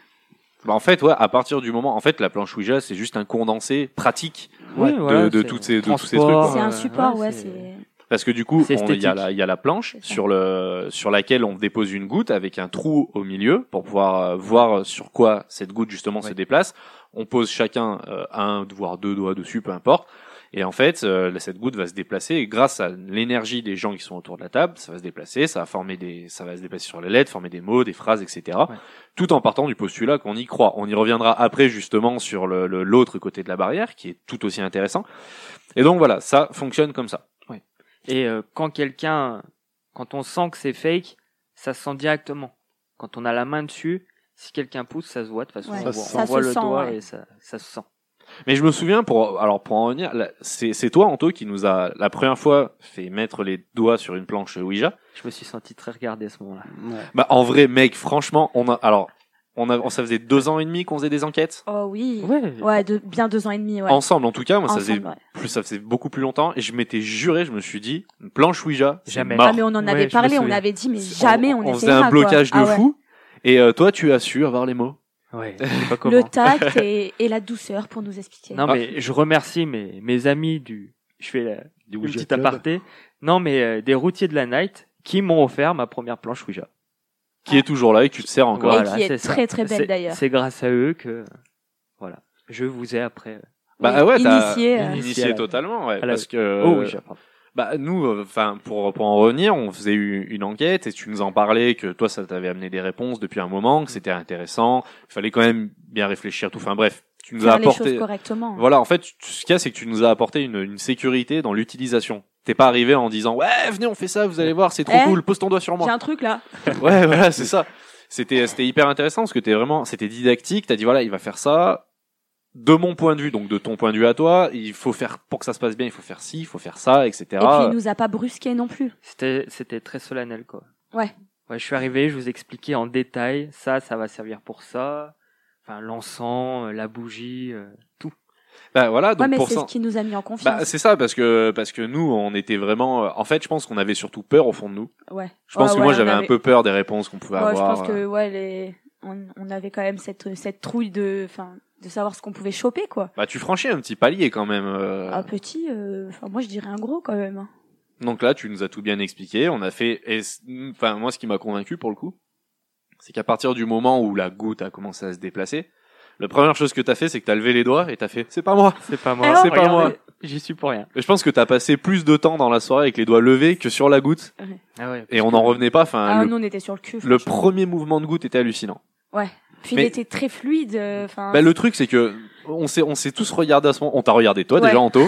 Speaker 2: Bah en fait, ouais, à partir du moment, en fait, la planche Ouija, c'est juste un condensé pratique
Speaker 4: Oui,
Speaker 2: de,
Speaker 4: voilà,
Speaker 2: de
Speaker 4: c'est-
Speaker 2: toutes ces, de tous ces trucs.
Speaker 4: transport,
Speaker 2: quoi.
Speaker 1: C'est
Speaker 4: ouais,
Speaker 1: un support,
Speaker 4: ouais,
Speaker 1: ouais.
Speaker 4: Oh. Ah, c'est-
Speaker 1: c'est
Speaker 2: Parce que du coup, on-
Speaker 4: C'est
Speaker 2: il y, a
Speaker 4: esthétique.
Speaker 2: la- il y a la planche
Speaker 1: C'est ça.
Speaker 2: sur, le, sur laquelle on dépose une goutte avec un trou au milieu pour pouvoir euh, voir sur quoi cette goutte justement se
Speaker 4: Ouais.
Speaker 2: déplace. On pose chacun euh, un, voire deux doigts dessus, peu importe. Et en fait, euh, cette goutte va se déplacer et grâce à l'énergie des gens qui sont autour de la table, ça va se déplacer, ça va former des, ça va se déplacer sur les lettres, former des mots, des phrases, etc.
Speaker 4: Ouais.
Speaker 2: Tout en partant du postulat qu'on y croit. On y reviendra après justement sur le- le- l'autre côté de la barrière qui est tout aussi intéressant. Et donc voilà, ça fonctionne comme ça.
Speaker 4: Et euh, quand quelqu'un, quand on sent que c'est fake, ça se sent directement. Quand on a la main dessus, si quelqu'un pousse, ça se voit de toute façon.
Speaker 1: Ouais.
Speaker 4: on
Speaker 5: Ça
Speaker 4: voit,
Speaker 5: se
Speaker 4: on
Speaker 1: sent.
Speaker 4: voit
Speaker 1: Ça se
Speaker 4: le
Speaker 1: sent,
Speaker 4: doigt
Speaker 1: ouais.
Speaker 4: et ça, ça se sent.
Speaker 2: Mais je me souviens pour alors pour en revenir, là, c'est c'est toi Anto qui nous a la première fois fait mettre les doigts sur une planche Ouija.
Speaker 4: Je me suis senti très regardé à ce moment-là.
Speaker 5: Ouais.
Speaker 2: Bah en vrai mec, franchement, on a alors on a ça faisait deux ans et demi qu'on faisait des enquêtes
Speaker 1: Oh oui. Ouais,
Speaker 4: Ouais.
Speaker 1: de, bien deux ans et demi, ouais.
Speaker 2: ensemble en tout cas. Moi ça faisait
Speaker 1: Ensemble, ouais.
Speaker 2: plus ça faisait beaucoup plus longtemps et je m'étais juré, je me suis dit une planche Ouija, c'est
Speaker 4: Jamais.
Speaker 2: mort.
Speaker 1: Ah, mais on en
Speaker 4: Ouais, je
Speaker 1: avait
Speaker 4: me
Speaker 1: parlé, on
Speaker 4: souviens.
Speaker 1: avait dit, mais jamais on,
Speaker 2: on faisait
Speaker 1: essayera,
Speaker 2: un blocage
Speaker 1: quoi.
Speaker 2: de
Speaker 1: Ah ouais.
Speaker 2: fou. Et euh, toi tu as su avoir les mots.
Speaker 4: Ouais, je sais pas comment.
Speaker 1: Le tact et, et la douceur pour nous expliquer.
Speaker 4: Non,
Speaker 2: Ah.
Speaker 4: mais je remercie mes, mes amis du. Je fais la,
Speaker 5: Du
Speaker 4: une
Speaker 5: Ouija
Speaker 4: petite
Speaker 5: Club.
Speaker 4: aparté. Non, mais euh, des routiers de la night qui m'ont offert ma première planche Ouija.
Speaker 2: Qui
Speaker 1: Ah.
Speaker 2: est toujours là et que tu te sers encore.
Speaker 1: Ouais. qui est
Speaker 4: c'est ça.
Speaker 1: très, très belle,
Speaker 4: C'est-
Speaker 1: d'ailleurs.
Speaker 4: C'est grâce à eux que. Voilà. Je vous ai après. euh,
Speaker 2: Bah
Speaker 1: Oui,
Speaker 2: ah ouais, t'as
Speaker 1: initié, euh,
Speaker 4: à
Speaker 2: initié
Speaker 4: la-
Speaker 2: totalement, ouais,
Speaker 4: à la-
Speaker 2: parce que
Speaker 4: Oh, Ouija, pardon.
Speaker 2: Bah nous, enfin pour pour en revenir, on faisait eu- une enquête et tu nous en parlais que toi ça t'avait amené des réponses depuis un
Speaker 1: Mm.
Speaker 2: moment, que c'était intéressant, il fallait quand même bien réfléchir tout. Enfin bref, tu nous as
Speaker 1: faire les
Speaker 2: apporté.
Speaker 1: choses correctement.
Speaker 2: Voilà, en fait, tu- ce qu'il y a, c'est que tu nous as apporté une, une sécurité dans l'utilisation. T'es pas arrivé en disant ouais venez on fait ça, vous allez voir c'est trop
Speaker 1: Eh
Speaker 2: cool, pose ton doigt sur
Speaker 1: J'ai
Speaker 2: moi.
Speaker 1: un truc là.
Speaker 2: Ouais voilà c'est ça. C'était c'était hyper intéressant parce que t'es vraiment c'était didactique. T'as dit voilà il va faire ça. De mon point de vue, donc de ton point de vue à toi, il faut faire pour que ça se passe bien, il faut faire ci, il faut faire ça, etc.
Speaker 1: Et puis il nous a pas brusqué non plus.
Speaker 4: C'était, c'était très solennel, quoi.
Speaker 1: Ouais.
Speaker 4: Ouais, je suis arrivé, je vous expliquais en détail, ça, ça va servir pour ça. Enfin, l'encens, euh, la bougie, euh,
Speaker 2: Bah voilà,
Speaker 1: Ouais,
Speaker 2: donc
Speaker 1: mais
Speaker 2: pour
Speaker 1: c'est
Speaker 2: ça-
Speaker 1: ce qui nous a mis en confiance.
Speaker 2: Bah, c'est ça parce que parce que nous on était vraiment euh, en fait je pense qu'on avait surtout peur au fond de nous.
Speaker 1: ouais.
Speaker 2: bah, Je pense
Speaker 1: Ouais,
Speaker 2: que moi
Speaker 1: ouais, on
Speaker 2: j'avais un
Speaker 1: avait-
Speaker 2: peu peur des réponses qu'on pouvait
Speaker 1: Ouais, je
Speaker 2: avoir.
Speaker 1: pense
Speaker 2: euh.
Speaker 1: que ouais, les... on, on avait quand même cette, cette trouille de, enfin, de savoir ce qu'on pouvait choper quoi.
Speaker 2: Bah tu franchis un petit palier quand même. euh.
Speaker 1: Un petit, euh, enfin moi je dirais un gros quand même. hein.
Speaker 2: Donc là tu nous as tout bien expliqué, on a fait et c- mm, enfin moi ce qui m'a convaincu pour le coup, c'est qu'à partir du moment où la goutte a commencé à se déplacer, la première chose que t'as fait c'est que t'as levé les doigts et t'as fait c'est pas moi.
Speaker 4: c'est pas moi.
Speaker 1: Alors
Speaker 2: C'est pas moi.
Speaker 4: J'y suis pour rien.
Speaker 2: Et je pense que t'as passé plus de temps dans la soirée avec les doigts levés que sur la goutte
Speaker 4: Ah ouais.
Speaker 2: et on n'en revenait pas. Enfin
Speaker 1: Ah,
Speaker 2: le,
Speaker 1: nous on était sur le cul.
Speaker 2: le
Speaker 1: franchement.
Speaker 2: premier mouvement de goutte était hallucinant.
Speaker 1: Puis
Speaker 2: mais-
Speaker 1: il était très fluide. euh, Enfin.
Speaker 2: Bah, le truc, c'est que on s'est, on s'est tous regardé à ce moment. On t'a regardé, toi,
Speaker 1: Ouais.
Speaker 2: déjà, Anto.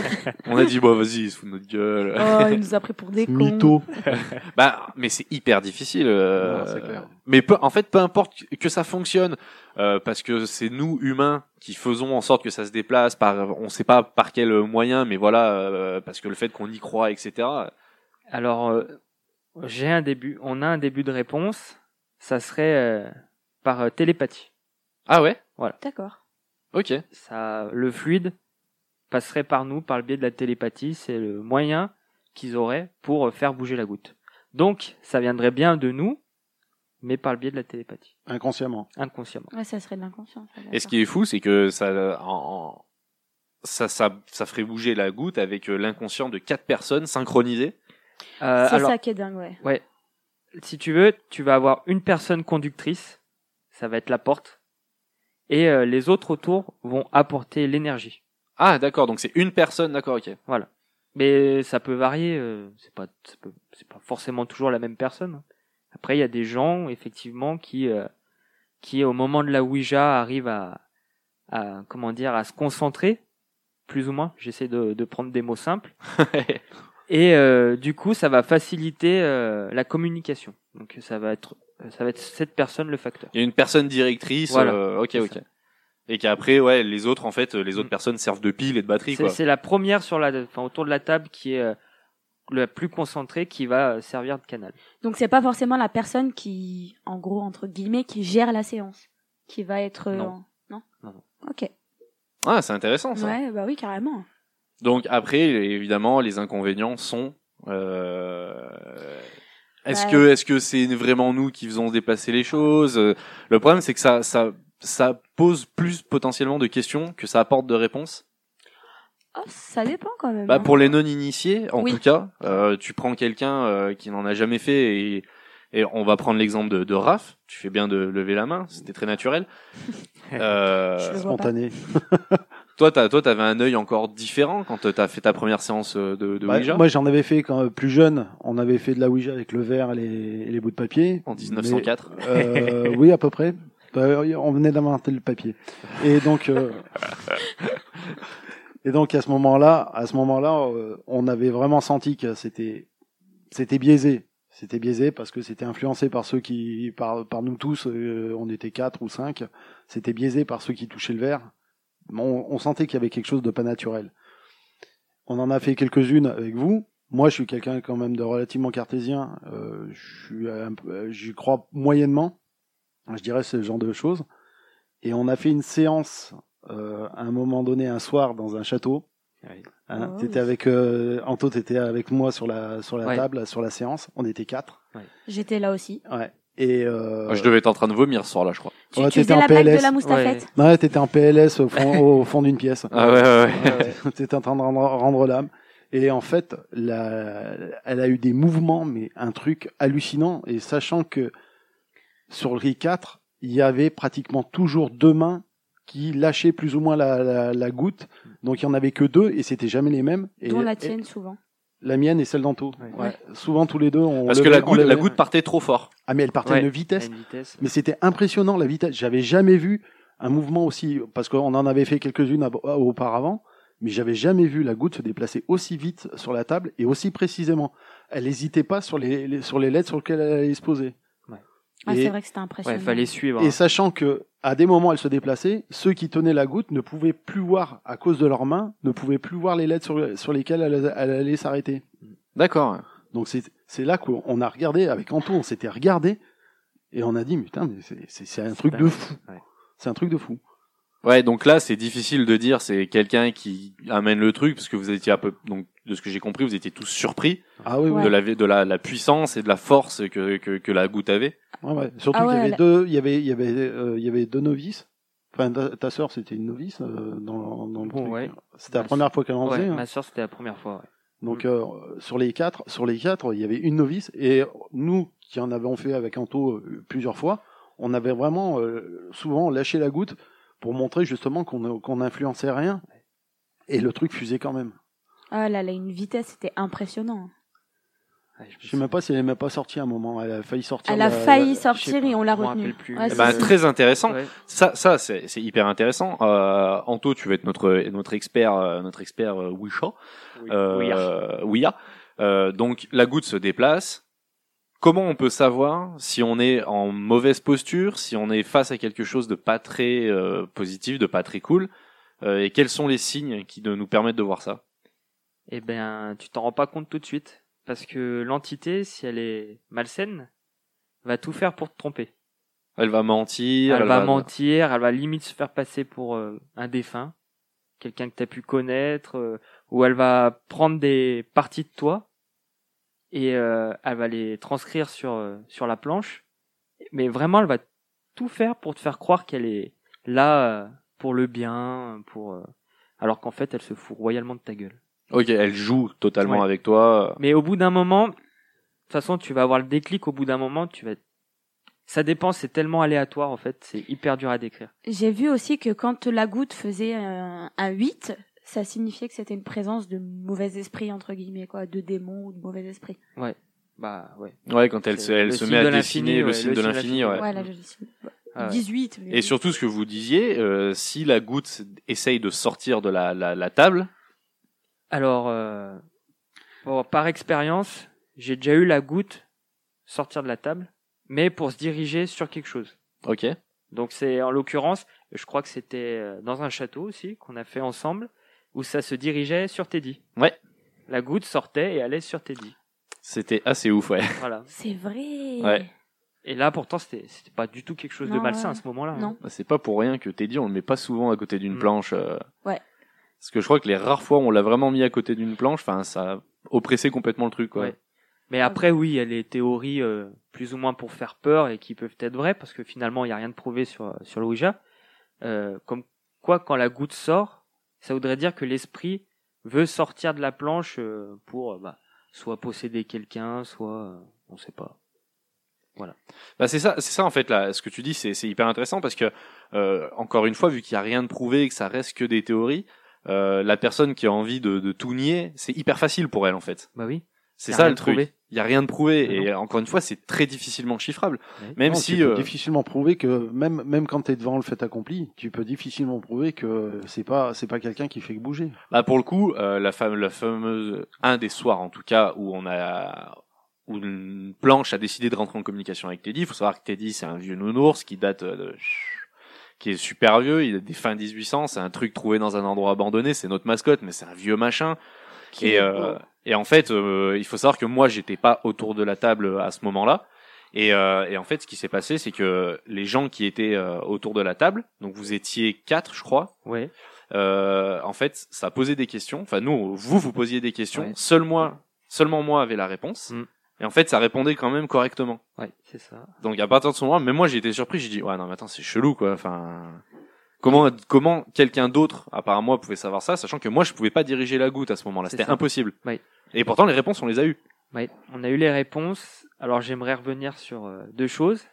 Speaker 2: on a dit, bon, vas-y, il se fout de notre gueule.
Speaker 1: Oh, il nous a pris pour des cons.
Speaker 5: Mytho.
Speaker 2: bah, mais c'est hyper difficile. euh,
Speaker 5: Non, c'est clair.
Speaker 2: Mais peu, en fait, peu importe que ça fonctionne, euh, parce que c'est nous, humains, qui faisons en sorte que ça se déplace par, on sait pas par quel moyen, mais voilà, euh, parce que le fait qu'on y croit, etc.
Speaker 4: Alors, euh, j'ai un début. On a un début de réponse. Ça serait euh, par euh, télépathie.
Speaker 2: Ah ouais?
Speaker 1: D'accord.
Speaker 2: Ok.
Speaker 4: Ça, le fluide passerait par nous, par le biais de la télépathie. C'est le moyen qu'ils auraient pour euh, faire bouger la goutte. Donc, ça viendrait bien de nous, mais par le biais de la télépathie,
Speaker 5: Inconsciemment.
Speaker 4: inconsciemment.
Speaker 1: Ouais, ça serait de l'inconscient. ça,
Speaker 2: Et ce qui est fou, c'est que ça, en- en- ça, ça, ça ferait bouger la goutte avec euh, l'inconscient de quatre personnes synchronisées.
Speaker 1: d'accord.
Speaker 4: Euh,
Speaker 1: C'est
Speaker 4: alors,
Speaker 1: ça qui est dingue, ouais.
Speaker 4: si tu veux, tu vas avoir une personne conductrice, ça va être la porte, et euh, les autres autour vont apporter l'énergie.
Speaker 2: Ah, d'accord, donc c'est une personne, d'accord, ok.
Speaker 4: Mais ça peut varier, euh, c'est pas, ça peut- c'est pas forcément toujours la même personne. Après, il y a des gens effectivement qui, euh, qui au moment de la Ouija arrivent à, à comment dire à se concentrer, plus ou moins. J'essaie de, de prendre des mots simples. Et euh, du coup, ça va faciliter euh, la communication. Donc ça va être ça va être cette personne le facteur.
Speaker 2: Il y a une personne directrice.
Speaker 4: Voilà.
Speaker 2: euh, ok,
Speaker 4: C'est
Speaker 2: ok.
Speaker 4: ça.
Speaker 2: Et qu'après, ouais, les autres, en fait, les autres
Speaker 4: Mm.
Speaker 2: personnes servent de pile et de batterie,
Speaker 4: C'est
Speaker 2: quoi.
Speaker 4: c'est la première sur la enfin, autour de la table qui est euh, la plus concentrée qui va euh, servir de canal.
Speaker 1: Donc c'est pas forcément la personne qui, en gros entre guillemets, qui gère la séance, qui va être euh,
Speaker 4: Non.
Speaker 1: en- non,
Speaker 4: Non, non.
Speaker 1: Ok.
Speaker 2: Ah, c'est intéressant, ça.
Speaker 1: Ouais, bah oui, carrément.
Speaker 2: Donc après, évidemment, les inconvénients sont. euh, Est-ce
Speaker 1: Ouais.
Speaker 2: que est-ce que c'est vraiment nous qui faisons se déplacer les choses Euh, Le problème, c'est que ça ça ça pose plus potentiellement de questions que ça apporte de réponses.
Speaker 1: Oh, ça dépend quand même.
Speaker 2: Bah
Speaker 1: hein.
Speaker 2: pour les non initiés, en
Speaker 1: Oui.
Speaker 2: tout cas, euh, tu prends quelqu'un euh, qui n'en a jamais fait et et on va prendre l'exemple de, de Raph. Tu fais bien de lever la main, c'était très naturel. Euh,
Speaker 1: Je le vois pas.
Speaker 5: Spontané.
Speaker 2: toi, t'as, toi, t'avais un œil encore différent quand t'as fait ta première séance euh, de, de
Speaker 5: Bah,
Speaker 2: Ouija.
Speaker 5: moi, j'en avais fait quand euh, plus jeune. On avait fait de la Ouija avec le verre et les, et les bouts de papier.
Speaker 2: En
Speaker 5: Mais,
Speaker 2: 1904.
Speaker 5: euh, oui, à peu près. Bah, on venait d'inventer le papier. Et donc, euh, et donc à ce moment-là, à ce moment-là, euh, on avait vraiment senti que c'était, c'était biaisé. C'était biaisé parce que c'était influencé par ceux qui, par, par nous tous, euh, on était quatre ou cinq. C'était biaisé par ceux qui touchaient le verre. Mais On, on sentait qu'il y avait quelque chose de pas naturel. On en a fait quelques-unes avec vous. Moi, je suis quelqu'un quand même de relativement cartésien. Euh, je suis un peu- euh, j'y crois moyennement. Je dirais ce genre de choses. Et on a fait une séance euh, à un moment donné, un soir, dans un château.
Speaker 4: Oui.
Speaker 5: Hein,
Speaker 1: Oh.
Speaker 5: t'étais avec euh, Anto, t'étais avec moi sur la sur la
Speaker 4: Ouais.
Speaker 5: table, sur la séance. On était quatre.
Speaker 1: J'étais là aussi.
Speaker 5: Ouais. Et euh,
Speaker 2: Ah, Je devais être en train de vomir ce soir-là, je crois.
Speaker 1: Tu,
Speaker 5: Ouais,
Speaker 1: tu
Speaker 5: t'étais
Speaker 1: faisais
Speaker 5: en
Speaker 1: la blague
Speaker 5: PLS.
Speaker 1: de la moustafette.
Speaker 4: Ouais.
Speaker 5: ouais, t'étais en PLS au fond, au fond d'une pièce.
Speaker 2: Ah ouais, ouais.
Speaker 5: T'étais en train de rendre, rendre l'âme. Et en fait, la, elle a eu des mouvements, mais un truc hallucinant. Et sachant que sur le RI4, il y avait pratiquement toujours deux mains qui lâchaient plus ou moins la, la- la goutte. Donc il y en avait que deux et c'était jamais les mêmes. Et,
Speaker 1: dont la
Speaker 5: et-
Speaker 1: tienne souvent.
Speaker 5: la mienne et celle d'Anto.
Speaker 4: Ouais.
Speaker 5: Ouais. Souvent tous les deux, on.
Speaker 2: Parce que
Speaker 5: levait-
Speaker 2: la
Speaker 5: on
Speaker 2: goutte, la
Speaker 5: levait.
Speaker 2: goutte partait trop fort.
Speaker 5: Ah mais elle partait
Speaker 4: Ouais.
Speaker 5: à une
Speaker 4: À
Speaker 5: vitesse.
Speaker 4: une vitesse.
Speaker 5: Mais c'était impressionnant la vitesse. J'avais jamais vu un mouvement aussi, parce qu'on en avait fait quelques-unes ab- euh, auparavant, mais j'avais jamais vu la goutte se déplacer aussi vite sur la table et aussi précisément. Elle n'hésitait pas sur les, les- sur les lettres sur lesquelles elle allait se poser.
Speaker 1: Ah,
Speaker 5: Et-
Speaker 1: c'est vrai que c'était
Speaker 4: Ouais,
Speaker 1: impressionnant.
Speaker 4: fallait suivre. hein.
Speaker 5: Et sachant que à des moments elle se déplaçait, ceux qui tenaient la goutte ne pouvaient plus voir à cause de leurs mains, ne pouvaient plus voir les lettres sur, sur lesquelles elle, elle allait s'arrêter.
Speaker 2: D'accord.
Speaker 5: Donc c'est c'est là qu'on a regardé avec Anto, on s'était regardé et on a dit putain mais c'est- c'est c'est un truc de fou.
Speaker 4: Ouais.
Speaker 5: C'est un truc de fou.
Speaker 2: Ouais, donc là, c'est difficile de dire, c'est quelqu'un qui amène le truc, parce que vous étiez un peu, donc, de ce que j'ai compris, vous étiez tous surpris
Speaker 5: Ah oui, oui.
Speaker 2: de la, de la, la puissance et de la force que, que, que la goutte avait.
Speaker 5: Ouais, ouais. Surtout
Speaker 1: Ah
Speaker 5: qu'il y
Speaker 1: ouais,
Speaker 5: avait
Speaker 1: la-
Speaker 5: deux, il y avait, il y avait, euh, il y avait deux novices. Enfin, ta, ta sœur, c'était une novice euh, dans, dans le
Speaker 4: Bon,
Speaker 5: truc.
Speaker 4: ouais.
Speaker 5: C'était la
Speaker 4: Ma
Speaker 5: première fois qu'elle en
Speaker 4: Ouais,
Speaker 5: faisait. hein.
Speaker 4: ma soeur, c'était la première fois. ouais.
Speaker 5: Donc
Speaker 2: Mm.
Speaker 5: euh, sur les quatre, sur les quatre, il y avait une novice et nous qui en avons fait avec Anto euh, plusieurs fois, on avait vraiment euh, souvent lâché la goutte pour montrer justement qu'on qu'on n'influençait rien. Et le truc fusait quand même.
Speaker 1: Ah là là, une vitesse, c'était impressionnant.
Speaker 4: Ouais, me
Speaker 5: Je sais même pas si elle n'est même pas sortie à un moment. Elle a failli sortir.
Speaker 1: Elle a
Speaker 5: la-
Speaker 1: failli
Speaker 5: la-
Speaker 1: sortir
Speaker 4: pas,
Speaker 1: et on l'a
Speaker 4: je m'en
Speaker 1: retenue.
Speaker 4: rappelle plus.
Speaker 1: Ouais,
Speaker 4: Eh
Speaker 2: Eh
Speaker 1: Ah, c'est
Speaker 2: ben,
Speaker 1: ça.
Speaker 2: très intéressant.
Speaker 4: Ouais.
Speaker 2: Ça, ça, c'est c'est hyper intéressant. Euh, Anto, tu vas être notre notre expert, euh, notre expert euh, Wisha.
Speaker 3: Oui.
Speaker 4: ah.
Speaker 2: Euh, Ouija. Euh, donc la goutte se déplace. Comment on peut savoir si on est en mauvaise posture, si on est face à quelque chose de pas très euh, positif, de pas très cool, euh, et quels sont les signes qui de- nous permettent de voir ça
Speaker 4: Eh ben, tu t'en rends pas compte tout de suite. Parce que l'entité, si elle est malsaine, va tout faire pour te tromper.
Speaker 2: Elle va mentir.
Speaker 4: elle va mentir, elle va limite se faire passer pour euh, un défunt, quelqu'un que t'as pu connaître, euh, ou elle va prendre des parties de toi et euh, elle va les transcrire sur euh, sur la planche. Mais vraiment, elle va tout faire pour te faire croire qu'elle est là euh, pour le bien, pour euh, alors qu'en fait, elle se fout royalement de ta gueule.
Speaker 2: Ok, elle joue totalement
Speaker 4: Ouais.
Speaker 2: avec toi.
Speaker 4: Mais au bout d'un moment, de toute façon, tu vas avoir le déclic. Au bout d'un moment, tu vas. Ça dépend, c'est tellement aléatoire en fait, c'est hyper dur à décrire.
Speaker 1: J'ai vu aussi que quand la goutte faisait un, un 8, ça signifiait que c'était une présence de mauvais esprit, entre guillemets, quoi, de démons ou de mauvais esprit.
Speaker 4: Bah ouais.
Speaker 2: Ouais, quand elle,
Speaker 4: C'est
Speaker 2: se- elle
Speaker 4: le
Speaker 2: se
Speaker 4: signe
Speaker 2: met
Speaker 4: de
Speaker 2: à
Speaker 4: l'infini,
Speaker 2: dessiner le
Speaker 4: ouais,
Speaker 2: signe
Speaker 4: le
Speaker 2: de
Speaker 4: signe de
Speaker 2: l'infini.
Speaker 4: l'infini,
Speaker 2: Ouais.
Speaker 1: Ouais, là, je le suis.
Speaker 4: Ah ouais.
Speaker 1: 18. mais-
Speaker 2: Et surtout, ce que vous disiez, euh, si la goutte s- essaye de sortir de la, la, la table,
Speaker 4: Alors, euh, bon, par expérience, j'ai déjà eu la goutte sortir de la table, mais pour se diriger sur quelque chose.
Speaker 2: ok.
Speaker 4: Donc c'est en l'occurrence, je crois que c'était euh, dans un château aussi qu'on a fait ensemble, où ça se dirigeait sur Teddy.
Speaker 2: Ouais.
Speaker 4: La goutte sortait et allait sur Teddy.
Speaker 2: C'était assez ouf, ouais.
Speaker 4: Voilà.
Speaker 1: C'est vrai.
Speaker 2: Ouais.
Speaker 4: Et là, pourtant, c'était c'était pas du tout quelque chose de
Speaker 1: Non,
Speaker 4: malsain
Speaker 1: ouais.
Speaker 4: à ce moment-là. hein.
Speaker 1: Non.
Speaker 2: C'est pas pour rien que Teddy, on le met pas souvent à côté d'une
Speaker 4: Mm.
Speaker 2: planche. euh,
Speaker 1: Ouais.
Speaker 2: Parce que je crois que les rares fois où on l'a vraiment mis à côté d'une planche, enfin, ça a oppressé complètement le truc, quoi.
Speaker 4: Ouais. Mais après, oui, il y a les théories euh, plus ou moins pour faire peur et qui peuvent être vraies parce que finalement, il n'y a rien de prouvé sur, sur le Ouija. Euh, comme quoi, quand la goutte sort, ça voudrait dire que l'esprit veut sortir de la planche euh, pour euh, bah, soit posséder quelqu'un, soit euh, on sait pas.
Speaker 2: Bah c'est ça, c'est ça en fait là. Ce que tu dis, c'est c'est hyper intéressant parce que euh, encore une fois, vu qu'il y a rien de prouvé et que ça reste que des théories, euh, la personne qui a envie de, de tout nier, c'est hyper facile pour elle en fait.
Speaker 4: Bah oui.
Speaker 2: C'est
Speaker 4: Y a
Speaker 2: ça
Speaker 4: rien
Speaker 2: le
Speaker 4: de
Speaker 2: truc.
Speaker 4: prouvé. Ah
Speaker 2: Il y a rien de prouvé
Speaker 4: Non,
Speaker 2: et encore une fois, c'est très difficilement chiffrable.
Speaker 4: Oui.
Speaker 2: Même
Speaker 5: Non, tu
Speaker 2: si
Speaker 5: peux
Speaker 2: euh,
Speaker 5: difficilement prouver que même même quand t'es devant le fait accompli, tu peux difficilement prouver que c'est pas c'est pas quelqu'un qui fait que bouger.
Speaker 2: Bah pour le coup, euh, la, fame- la fameuse un des soirs en tout cas où on a où une planche a décidé de rentrer en communication avec Teddy. Il faut savoir que Teddy c'est un vieux nounours qui date euh, de qui est super vieux, il est des fins 1800, c'est un truc trouvé dans un endroit abandonné, c'est notre mascotte, mais c'est un vieux machin.
Speaker 1: Qui
Speaker 2: Et,
Speaker 1: est
Speaker 2: euh,
Speaker 1: beau.
Speaker 2: et en fait, euh, il faut savoir que moi, j'étais pas autour de la table à ce moment-là. Et, euh, et en fait, ce qui s'est passé, c'est que les gens qui étaient euh, autour de la table, donc vous étiez quatre, je crois,
Speaker 4: Ouais.
Speaker 2: euh, en fait, ça posait des questions. Enfin, nous, vous, vous posiez des questions.
Speaker 4: Ouais.
Speaker 2: Seul moi, seulement moi avait la réponse.
Speaker 4: Mm.
Speaker 2: Et en fait, ça répondait quand même correctement.
Speaker 4: Ouais, c'est ça.
Speaker 2: Donc, à partir de ce moment, même moi, j'ai été surpris. J'ai dit, ouais, non, mais attends, c'est chelou, quoi. Enfin, comment, comment quelqu'un d'autre, à part moi, pouvait savoir ça, sachant que moi, je pouvais pas diriger la goutte à ce moment-là.
Speaker 4: C'est
Speaker 2: C'était
Speaker 4: ça.
Speaker 2: impossible.
Speaker 4: Ouais.
Speaker 2: Et pourtant, les réponses, on les a eues.
Speaker 4: Ouais, on a eu les réponses. Alors j'aimerais revenir sur euh, deux choses.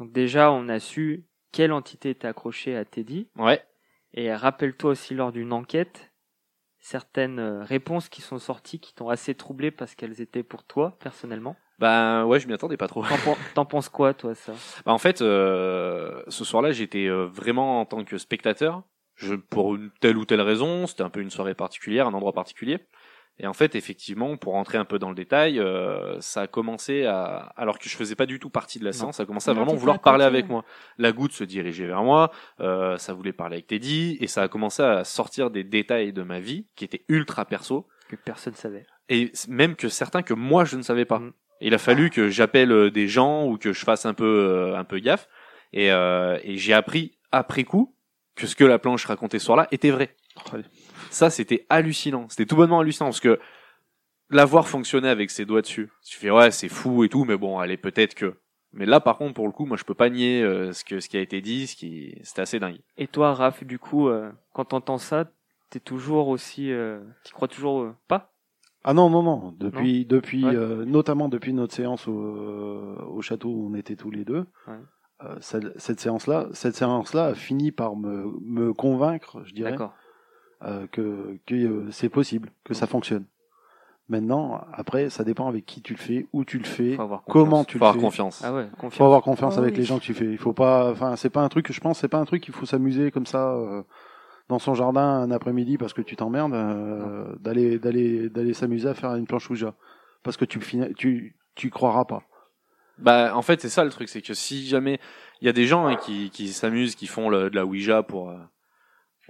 Speaker 4: Donc déjà, on a su quelle entité était accrochée à Teddy.
Speaker 2: Ouais.
Speaker 4: Et rappelle-toi aussi lors d'une enquête, certaines euh, réponses qui sont sorties qui t'ont assez troublé parce qu'elles étaient pour toi personnellement.
Speaker 2: Ben, ouais, je m'y attendais pas trop.
Speaker 4: T'en pen- T'en penses quoi toi ça
Speaker 2: Bah, en fait, euh, ce soir-là, j'étais euh, vraiment en tant que spectateur. Je, pour une telle ou telle raison, c'était un peu une soirée particulière, un endroit particulier. Et en fait, effectivement, pour rentrer un peu dans le détail, euh, ça a commencé à, alors que je faisais pas du tout partie de la
Speaker 4: Non.
Speaker 2: séance, ça a commencé à
Speaker 1: Non,
Speaker 2: vraiment
Speaker 1: t'étais à
Speaker 2: vouloir
Speaker 1: côté,
Speaker 2: parler avec
Speaker 1: ouais.
Speaker 2: moi. La goutte se dirigeait vers moi, euh, ça voulait parler avec Teddy, et ça a commencé à sortir des détails de ma vie qui étaient ultra perso
Speaker 4: Que personne savait.
Speaker 2: et c- même que certains que moi je ne savais pas.
Speaker 4: Mm.
Speaker 2: Il a fallu que j'appelle euh, des gens ou que je fasse un peu euh, un peu gaffe et, euh, et j'ai appris après coup que ce que la planche racontait ce soir-là était vrai. Ça c'était hallucinant, c'était tout bonnement hallucinant parce que l'avoir fonctionné avec ses doigts dessus. Tu fais ouais, c'est fou et tout mais bon, allez peut-être que mais là par contre pour le coup, moi je peux pas nier euh, ce que ce qui a été dit, ce qui c'était assez dingue.
Speaker 4: Et toi Raph, du coup, euh, quand t'entends ça, t'es toujours aussi, euh, t'y crois toujours euh, pas
Speaker 5: Ah non non non depuis depuis
Speaker 4: Ouais.
Speaker 5: euh, notamment depuis notre séance au, euh, au château où on était tous les deux.
Speaker 4: Ouais.
Speaker 5: euh, celle- cette séance là cette séance là a fini par me me convaincre je dirais
Speaker 4: D'accord.
Speaker 5: euh, que, que euh, c'est possible, que
Speaker 4: Mmh.
Speaker 5: ça fonctionne. Maintenant, après, ça dépend avec qui tu le fais, où tu le fais,
Speaker 4: Faut avoir confiance.
Speaker 5: comment tu
Speaker 2: Faut
Speaker 5: le
Speaker 2: avoir
Speaker 5: fais.
Speaker 2: confiance.
Speaker 4: Ah ouais,
Speaker 5: Faut
Speaker 4: confiance.
Speaker 5: avoir confiance
Speaker 1: Ah
Speaker 5: avec
Speaker 1: oui.
Speaker 5: les gens que tu fais. Il faut pas, enfin, c'est pas un truc, je pense, c'est pas un truc qu'il faut s'amuser comme ça euh, dans son jardin un après-midi parce que tu t'emmerdes euh, d'aller d'aller d'aller s'amuser à faire une planche Ouija parce que tu finis- tu tu y croiras pas.
Speaker 2: Bah, en fait, c'est ça le truc, c'est que si jamais il y a des gens hein, qui, qui s'amusent, qui font le- de la Ouija pour euh,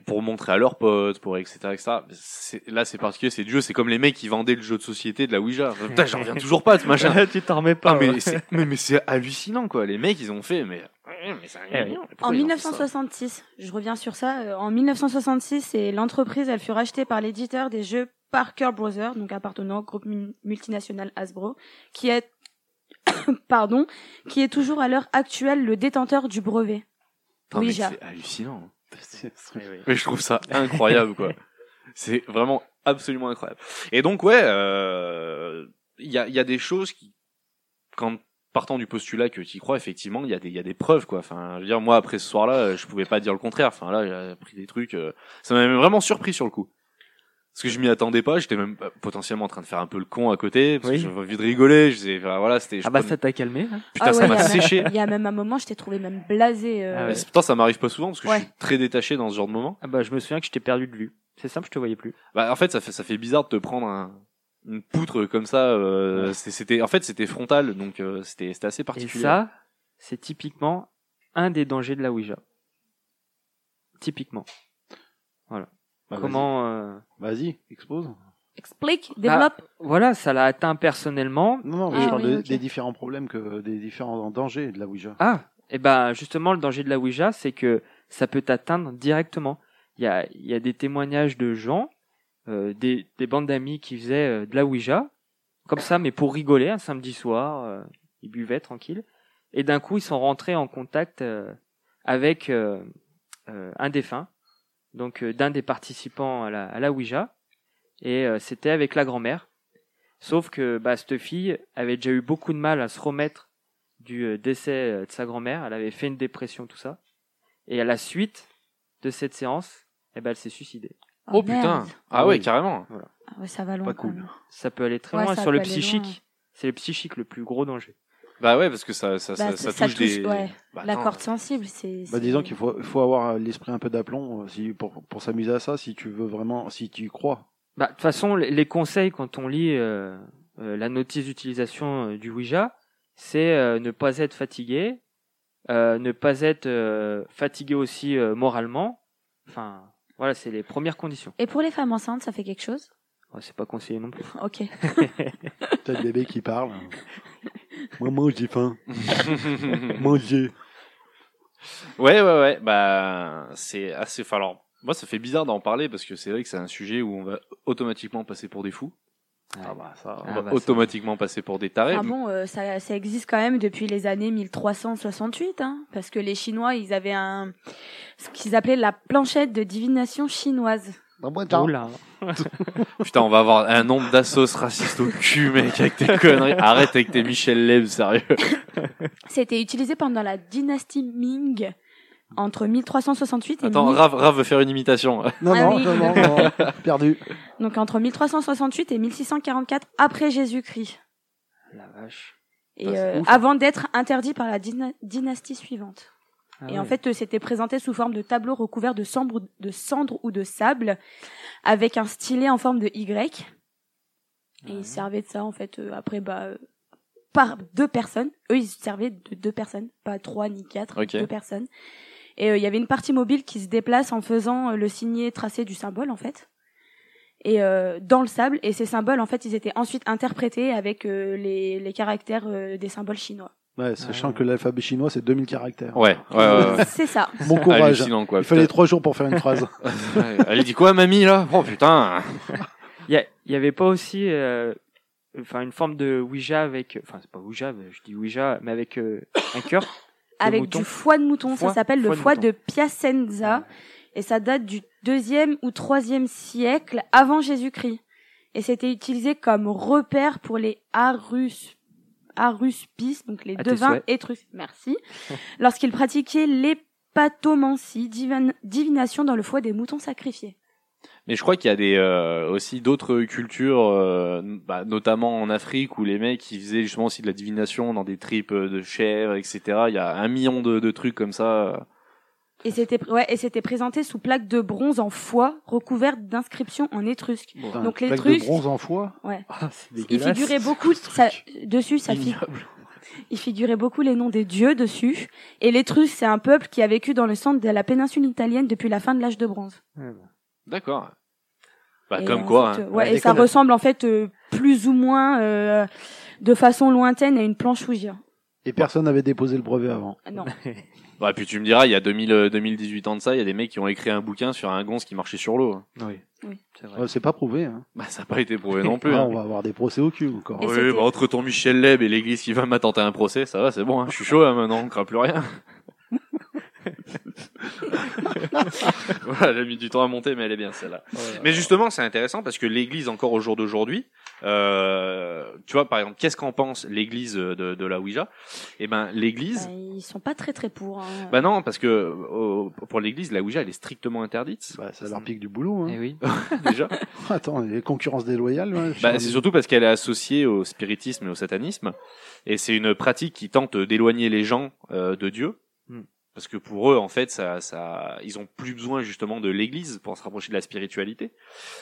Speaker 2: pour montrer à leurs potes, pour etc. etc. c'est- Là, c'est particulier, c'est du jeu. C'est comme les mecs qui vendaient le jeu de société de la Ouija. Enfin, Putain, j'en reviens toujours pas, de ce machin.
Speaker 4: tu t'en remets pas.
Speaker 2: Ah, mais
Speaker 4: ouais.
Speaker 2: c'est mais, mais c'est hallucinant quoi. Les mecs, ils ont fait, mais mais ça rien. à
Speaker 3: Eh,
Speaker 2: dire. Pourquoi
Speaker 1: En
Speaker 2: ils ont fait ça
Speaker 1: 1966, je reviens sur ça, euh, en 1966, et l'entreprise, elle fut rachetée par l'éditeur des jeux Parker Brothers, donc appartenant au groupe mu- multinational Hasbro, qui est, pardon, qui est toujours à l'heure actuelle le détenteur du brevet.
Speaker 2: Putain, mais
Speaker 1: Ouija.
Speaker 2: C'est hallucinant.
Speaker 4: Ouais, ouais.
Speaker 2: Mais je trouve ça incroyable, quoi. C'est vraiment absolument incroyable. Et donc, ouais, euh, il y, a, il y a des choses qui, quand partant du postulat que tu y crois, effectivement, il y, a des- il y a des preuves, quoi. Enfin, je veux dire, moi, après ce soir-là, euh, je pouvais pas dire le contraire. Enfin, là, j'ai appris des trucs. euh, ça m'a même vraiment surpris sur le coup. Parce que je m'y attendais pas, j'étais même euh, potentiellement en train de faire un peu le con à côté, parce
Speaker 4: Oui.
Speaker 2: que j'avais envie de rigoler, je disais, enfin, voilà, c'était, je
Speaker 4: Ah bah
Speaker 2: prenais-
Speaker 4: ça t'a calmé. hein.
Speaker 2: putain, ça
Speaker 1: Ah ouais,
Speaker 2: m'a
Speaker 1: il y a même-
Speaker 2: séché.
Speaker 1: Il y a même un moment, je t'ai trouvé même blasé. euh,
Speaker 4: Ah
Speaker 2: Mais c'est- Pourtant, ça m'arrive pas souvent, parce que
Speaker 1: Ouais.
Speaker 2: je suis très détaché dans ce genre de moment.
Speaker 4: Ah bah je me souviens que je t'ai perdu de vue. C'est simple, je te voyais plus.
Speaker 2: Bah, en fait, ça fait, ça fait bizarre de te prendre un- une poutre comme ça, euh, c'est- c'était, en fait, c'était frontal, donc, euh, c'était, c'était assez
Speaker 4: Et
Speaker 2: particulier.
Speaker 4: ça, c'est typiquement un des dangers de la Ouija. Typiquement.
Speaker 2: Bah, vas-y.
Speaker 4: Comment euh,
Speaker 5: Vas-y, expose.
Speaker 1: Explique,
Speaker 2: Bah,
Speaker 1: développe.
Speaker 4: Voilà, ça l'a atteint personnellement.
Speaker 5: Non, non, mais
Speaker 1: Ah,
Speaker 5: je parle
Speaker 1: oui,
Speaker 5: de-
Speaker 1: ok.
Speaker 5: des différents problèmes, que, des différents dangers de la Ouija.
Speaker 4: Ah, et ben justement le danger de la Ouija, c'est que ça peut t'atteindre directement. Il y a, il y a des témoignages de gens, euh, des, des bandes d'amis qui faisaient euh, de la Ouija, comme ça, mais pour rigoler un samedi soir, euh, ils buvaient tranquille, et d'un coup ils sont rentrés en contact euh, avec euh, euh, un défunt, donc euh, d'un des participants à la, à la Ouija, et euh, c'était avec la grand-mère. Sauf que bah, cette fille avait déjà eu beaucoup de mal à se remettre du euh, décès euh, de sa grand-mère. Elle avait fait une dépression, tout ça. Et à la suite de cette séance, eh ben, elle s'est suicidée.
Speaker 2: Oh putain!
Speaker 1: merde.
Speaker 2: Ah ouais,
Speaker 4: Oui.
Speaker 2: carrément!
Speaker 1: Ah ouais, ça va loin.
Speaker 5: Pas
Speaker 1: quand
Speaker 5: cool.
Speaker 1: même.
Speaker 4: Ça peut aller très
Speaker 1: Ouais,
Speaker 4: loin.
Speaker 1: ça
Speaker 4: Sur
Speaker 1: peut
Speaker 4: le
Speaker 1: aller loin.
Speaker 4: psychique, c'est le psychique le plus gros danger.
Speaker 2: Bah ouais, parce que ça, ça,
Speaker 1: Bah,
Speaker 2: ça, ça
Speaker 1: ça
Speaker 2: touche,
Speaker 1: touche,
Speaker 2: des.
Speaker 1: ouais.
Speaker 2: Bah,
Speaker 1: La
Speaker 2: attends,
Speaker 1: corde sensible, c'est.
Speaker 5: Bah,
Speaker 1: c'est-
Speaker 5: disons qu'il faut, faut avoir l'esprit un peu d'aplomb euh, si, pour, pour s'amuser à ça, si tu veux vraiment, si tu y crois.
Speaker 4: Bah, De toute façon, les- les conseils, quand on lit euh, euh, la notice d'utilisation euh, du Ouija, c'est euh, ne pas être fatigué, euh, ne pas être euh, fatigué aussi euh, moralement. Enfin, voilà, c'est les premières conditions.
Speaker 1: Et pour les femmes enceintes, ça fait quelque chose
Speaker 4: Ouais, c'est pas conseillé non plus.
Speaker 1: Ok.
Speaker 5: T'as le bébé qui parle. Moi, moi, j'ai faim. Manger.
Speaker 2: Ouais, ouais, ouais. Bah, c'est assez. Enfin, alors, moi, ça fait bizarre d'en parler parce que c'est vrai que c'est un sujet où on va automatiquement passer pour des fous.
Speaker 5: Ah bah, ça.
Speaker 2: On
Speaker 4: Ah
Speaker 2: va
Speaker 4: bah, ça-
Speaker 2: automatiquement passer pour des tarés.
Speaker 1: Ah bon, euh, ça, ça existe quand même depuis les années 1368, hein, parce que les Chinois, ils avaient un ce qu'ils appelaient la planchette de divination chinoise.
Speaker 4: Oula.
Speaker 2: Putain, on va avoir un nombre d'assos racistes au cul, mec, avec tes conneries. Arrête avec tes Michel Leb, sérieux.
Speaker 1: C'était utilisé pendant la dynastie Ming entre 1368 et
Speaker 2: Attends,
Speaker 1: 1000
Speaker 2: Rav, Rav veut faire une imitation.
Speaker 5: Non,
Speaker 1: Ah
Speaker 5: non,
Speaker 1: oui.
Speaker 5: non, non, non, perdu.
Speaker 1: donc entre 1368 et 1644 après Jésus-Christ
Speaker 4: La vache.
Speaker 1: et
Speaker 2: Ah, c'est
Speaker 1: euh,
Speaker 2: ouf.
Speaker 1: avant d'être interdit par la dyna- dynastie suivante.
Speaker 4: Ah
Speaker 1: et
Speaker 4: ouais.
Speaker 1: en fait, euh, c'était présenté sous forme de tableau recouvert de cendres, de cendres ou de sable, avec un stylet en forme de Y. Et
Speaker 4: Ouais.
Speaker 1: ils servaient de ça, en fait, euh, après, bah, euh, par deux personnes. Eux, ils se servaient de deux personnes, pas trois ni quatre,
Speaker 2: Ok.
Speaker 1: deux personnes. Et euh, il y avait une partie mobile qui se déplace en faisant euh, le signet tracé du symbole, en fait. Et euh, dans le sable, et ces symboles, en fait, ils étaient ensuite interprétés avec euh, les, les caractères euh, des symboles chinois.
Speaker 5: Ouais, sachant
Speaker 4: Ah.
Speaker 5: que l'alphabet chinois, c'est 2000 caractères.
Speaker 2: Ouais, ouais, ouais. ouais.
Speaker 1: C'est ça.
Speaker 5: Bon courage.
Speaker 2: Oh, Hallucinant, quoi.
Speaker 5: Il fallait trois jours pour faire une phrase.
Speaker 2: Ouais. Elle dit quoi, mamie, là? Oh, putain.
Speaker 4: Il y, a- il y avait pas aussi euh, enfin une forme de Ouija avec enfin c'est pas Ouija mais je dis Ouija mais avec euh, un cœur.
Speaker 1: avec
Speaker 4: mouton.
Speaker 1: du foie de mouton.
Speaker 4: Foie-
Speaker 1: ça s'appelle le
Speaker 4: foie de
Speaker 1: foie
Speaker 4: mouton.
Speaker 1: de Piacenza et ça date du deuxième ou troisième siècle avant Jésus-Christ. Et c'était utilisé comme repère pour les Arus, Aruspis, donc les
Speaker 4: À tes
Speaker 1: devins
Speaker 4: souhaits.
Speaker 1: étrusques. Merci. Lorsqu'ils pratiquaient l'hépatomancie, divin- divination dans le foie des moutons sacrifiés.
Speaker 2: Mais je crois qu'il y a des euh, aussi d'autres cultures, euh, n- bah, notamment en Afrique, où les mecs ils faisaient justement aussi de la divination dans des tripes euh, de chèvres, etc. Il y a un million de, de trucs comme ça.
Speaker 1: Et c'était, ouais, et c'était présenté sous plaque de bronze en foie recouverte d'inscriptions en étrusque.
Speaker 5: Putain,
Speaker 1: Donc les
Speaker 5: plaque
Speaker 1: trucs-
Speaker 5: de bronze en foie.
Speaker 4: Ah, c'est
Speaker 1: Il
Speaker 4: dégueulasse.
Speaker 1: figurait beaucoup ça- dessus, ça, fi-
Speaker 2: Ignoble.
Speaker 1: Il figurait beaucoup les noms des dieux dessus. Et l'Étrusque, c'est un peuple qui a vécu dans le centre de la péninsule italienne depuis la fin de l'âge de bronze.
Speaker 2: D'accord. Bah,
Speaker 1: Et,
Speaker 2: comme
Speaker 1: euh,
Speaker 2: quoi.
Speaker 1: en fait,
Speaker 2: hein.
Speaker 1: euh, ouais,
Speaker 5: Ouais,
Speaker 1: et ça
Speaker 5: déconne.
Speaker 1: ressemble en fait euh, plus ou moins euh, de façon lointaine à une planche Ouija.
Speaker 5: Et personne n'avait déposé le brevet avant.
Speaker 1: Ah, Non.
Speaker 2: Bah, puis tu me diras, il y a 2000, euh, 2018 ans de ça, il y a des mecs qui ont écrit un bouquin sur un gonze qui marchait sur l'eau. hein.
Speaker 4: Oui.
Speaker 1: Oui.
Speaker 4: C'est vrai.
Speaker 5: Euh, c'est pas prouvé. Hein.
Speaker 2: Bah, ça n'a pas été prouvé non plus.
Speaker 5: Ah,
Speaker 2: hein.
Speaker 5: on va avoir des procès au cul encore.
Speaker 1: Et
Speaker 2: Oui,
Speaker 1: c'était-
Speaker 2: bah, entre ton Michel Leb et l'église qui va m'attenter un procès, ça va, c'est bon, hein. je suis chaud hein, maintenant, on craint plus rien. Voilà, elle a mis du temps à monter, mais elle est bien celle-là. Mais justement, c'est intéressant parce que l'Église, encore au jour d'aujourd'hui, euh, tu vois, par exemple, qu'est-ce qu'en pense l'Église de, de la Ouija Eh ben, l'Église,
Speaker 1: Bah, ils sont pas très très pour. hein.
Speaker 2: bah non, parce que euh, pour l'Église, la Ouija, elle est strictement interdite
Speaker 5: Bah, ça leur pique du boulot. Hein.
Speaker 4: Eh oui.
Speaker 2: déjà.
Speaker 5: Attends, les concurrences déloyales. ouais, je
Speaker 2: Bah,
Speaker 5: suis-
Speaker 2: c'est surtout parce qu'elle est associée au spiritisme et au satanisme, et c'est une pratique qui tente d'éloigner les gens euh, de Dieu,
Speaker 4: Hmm.
Speaker 2: parce que pour eux, en fait, ça, ça, ils ont plus besoin justement de l'Église pour se rapprocher de la spiritualité.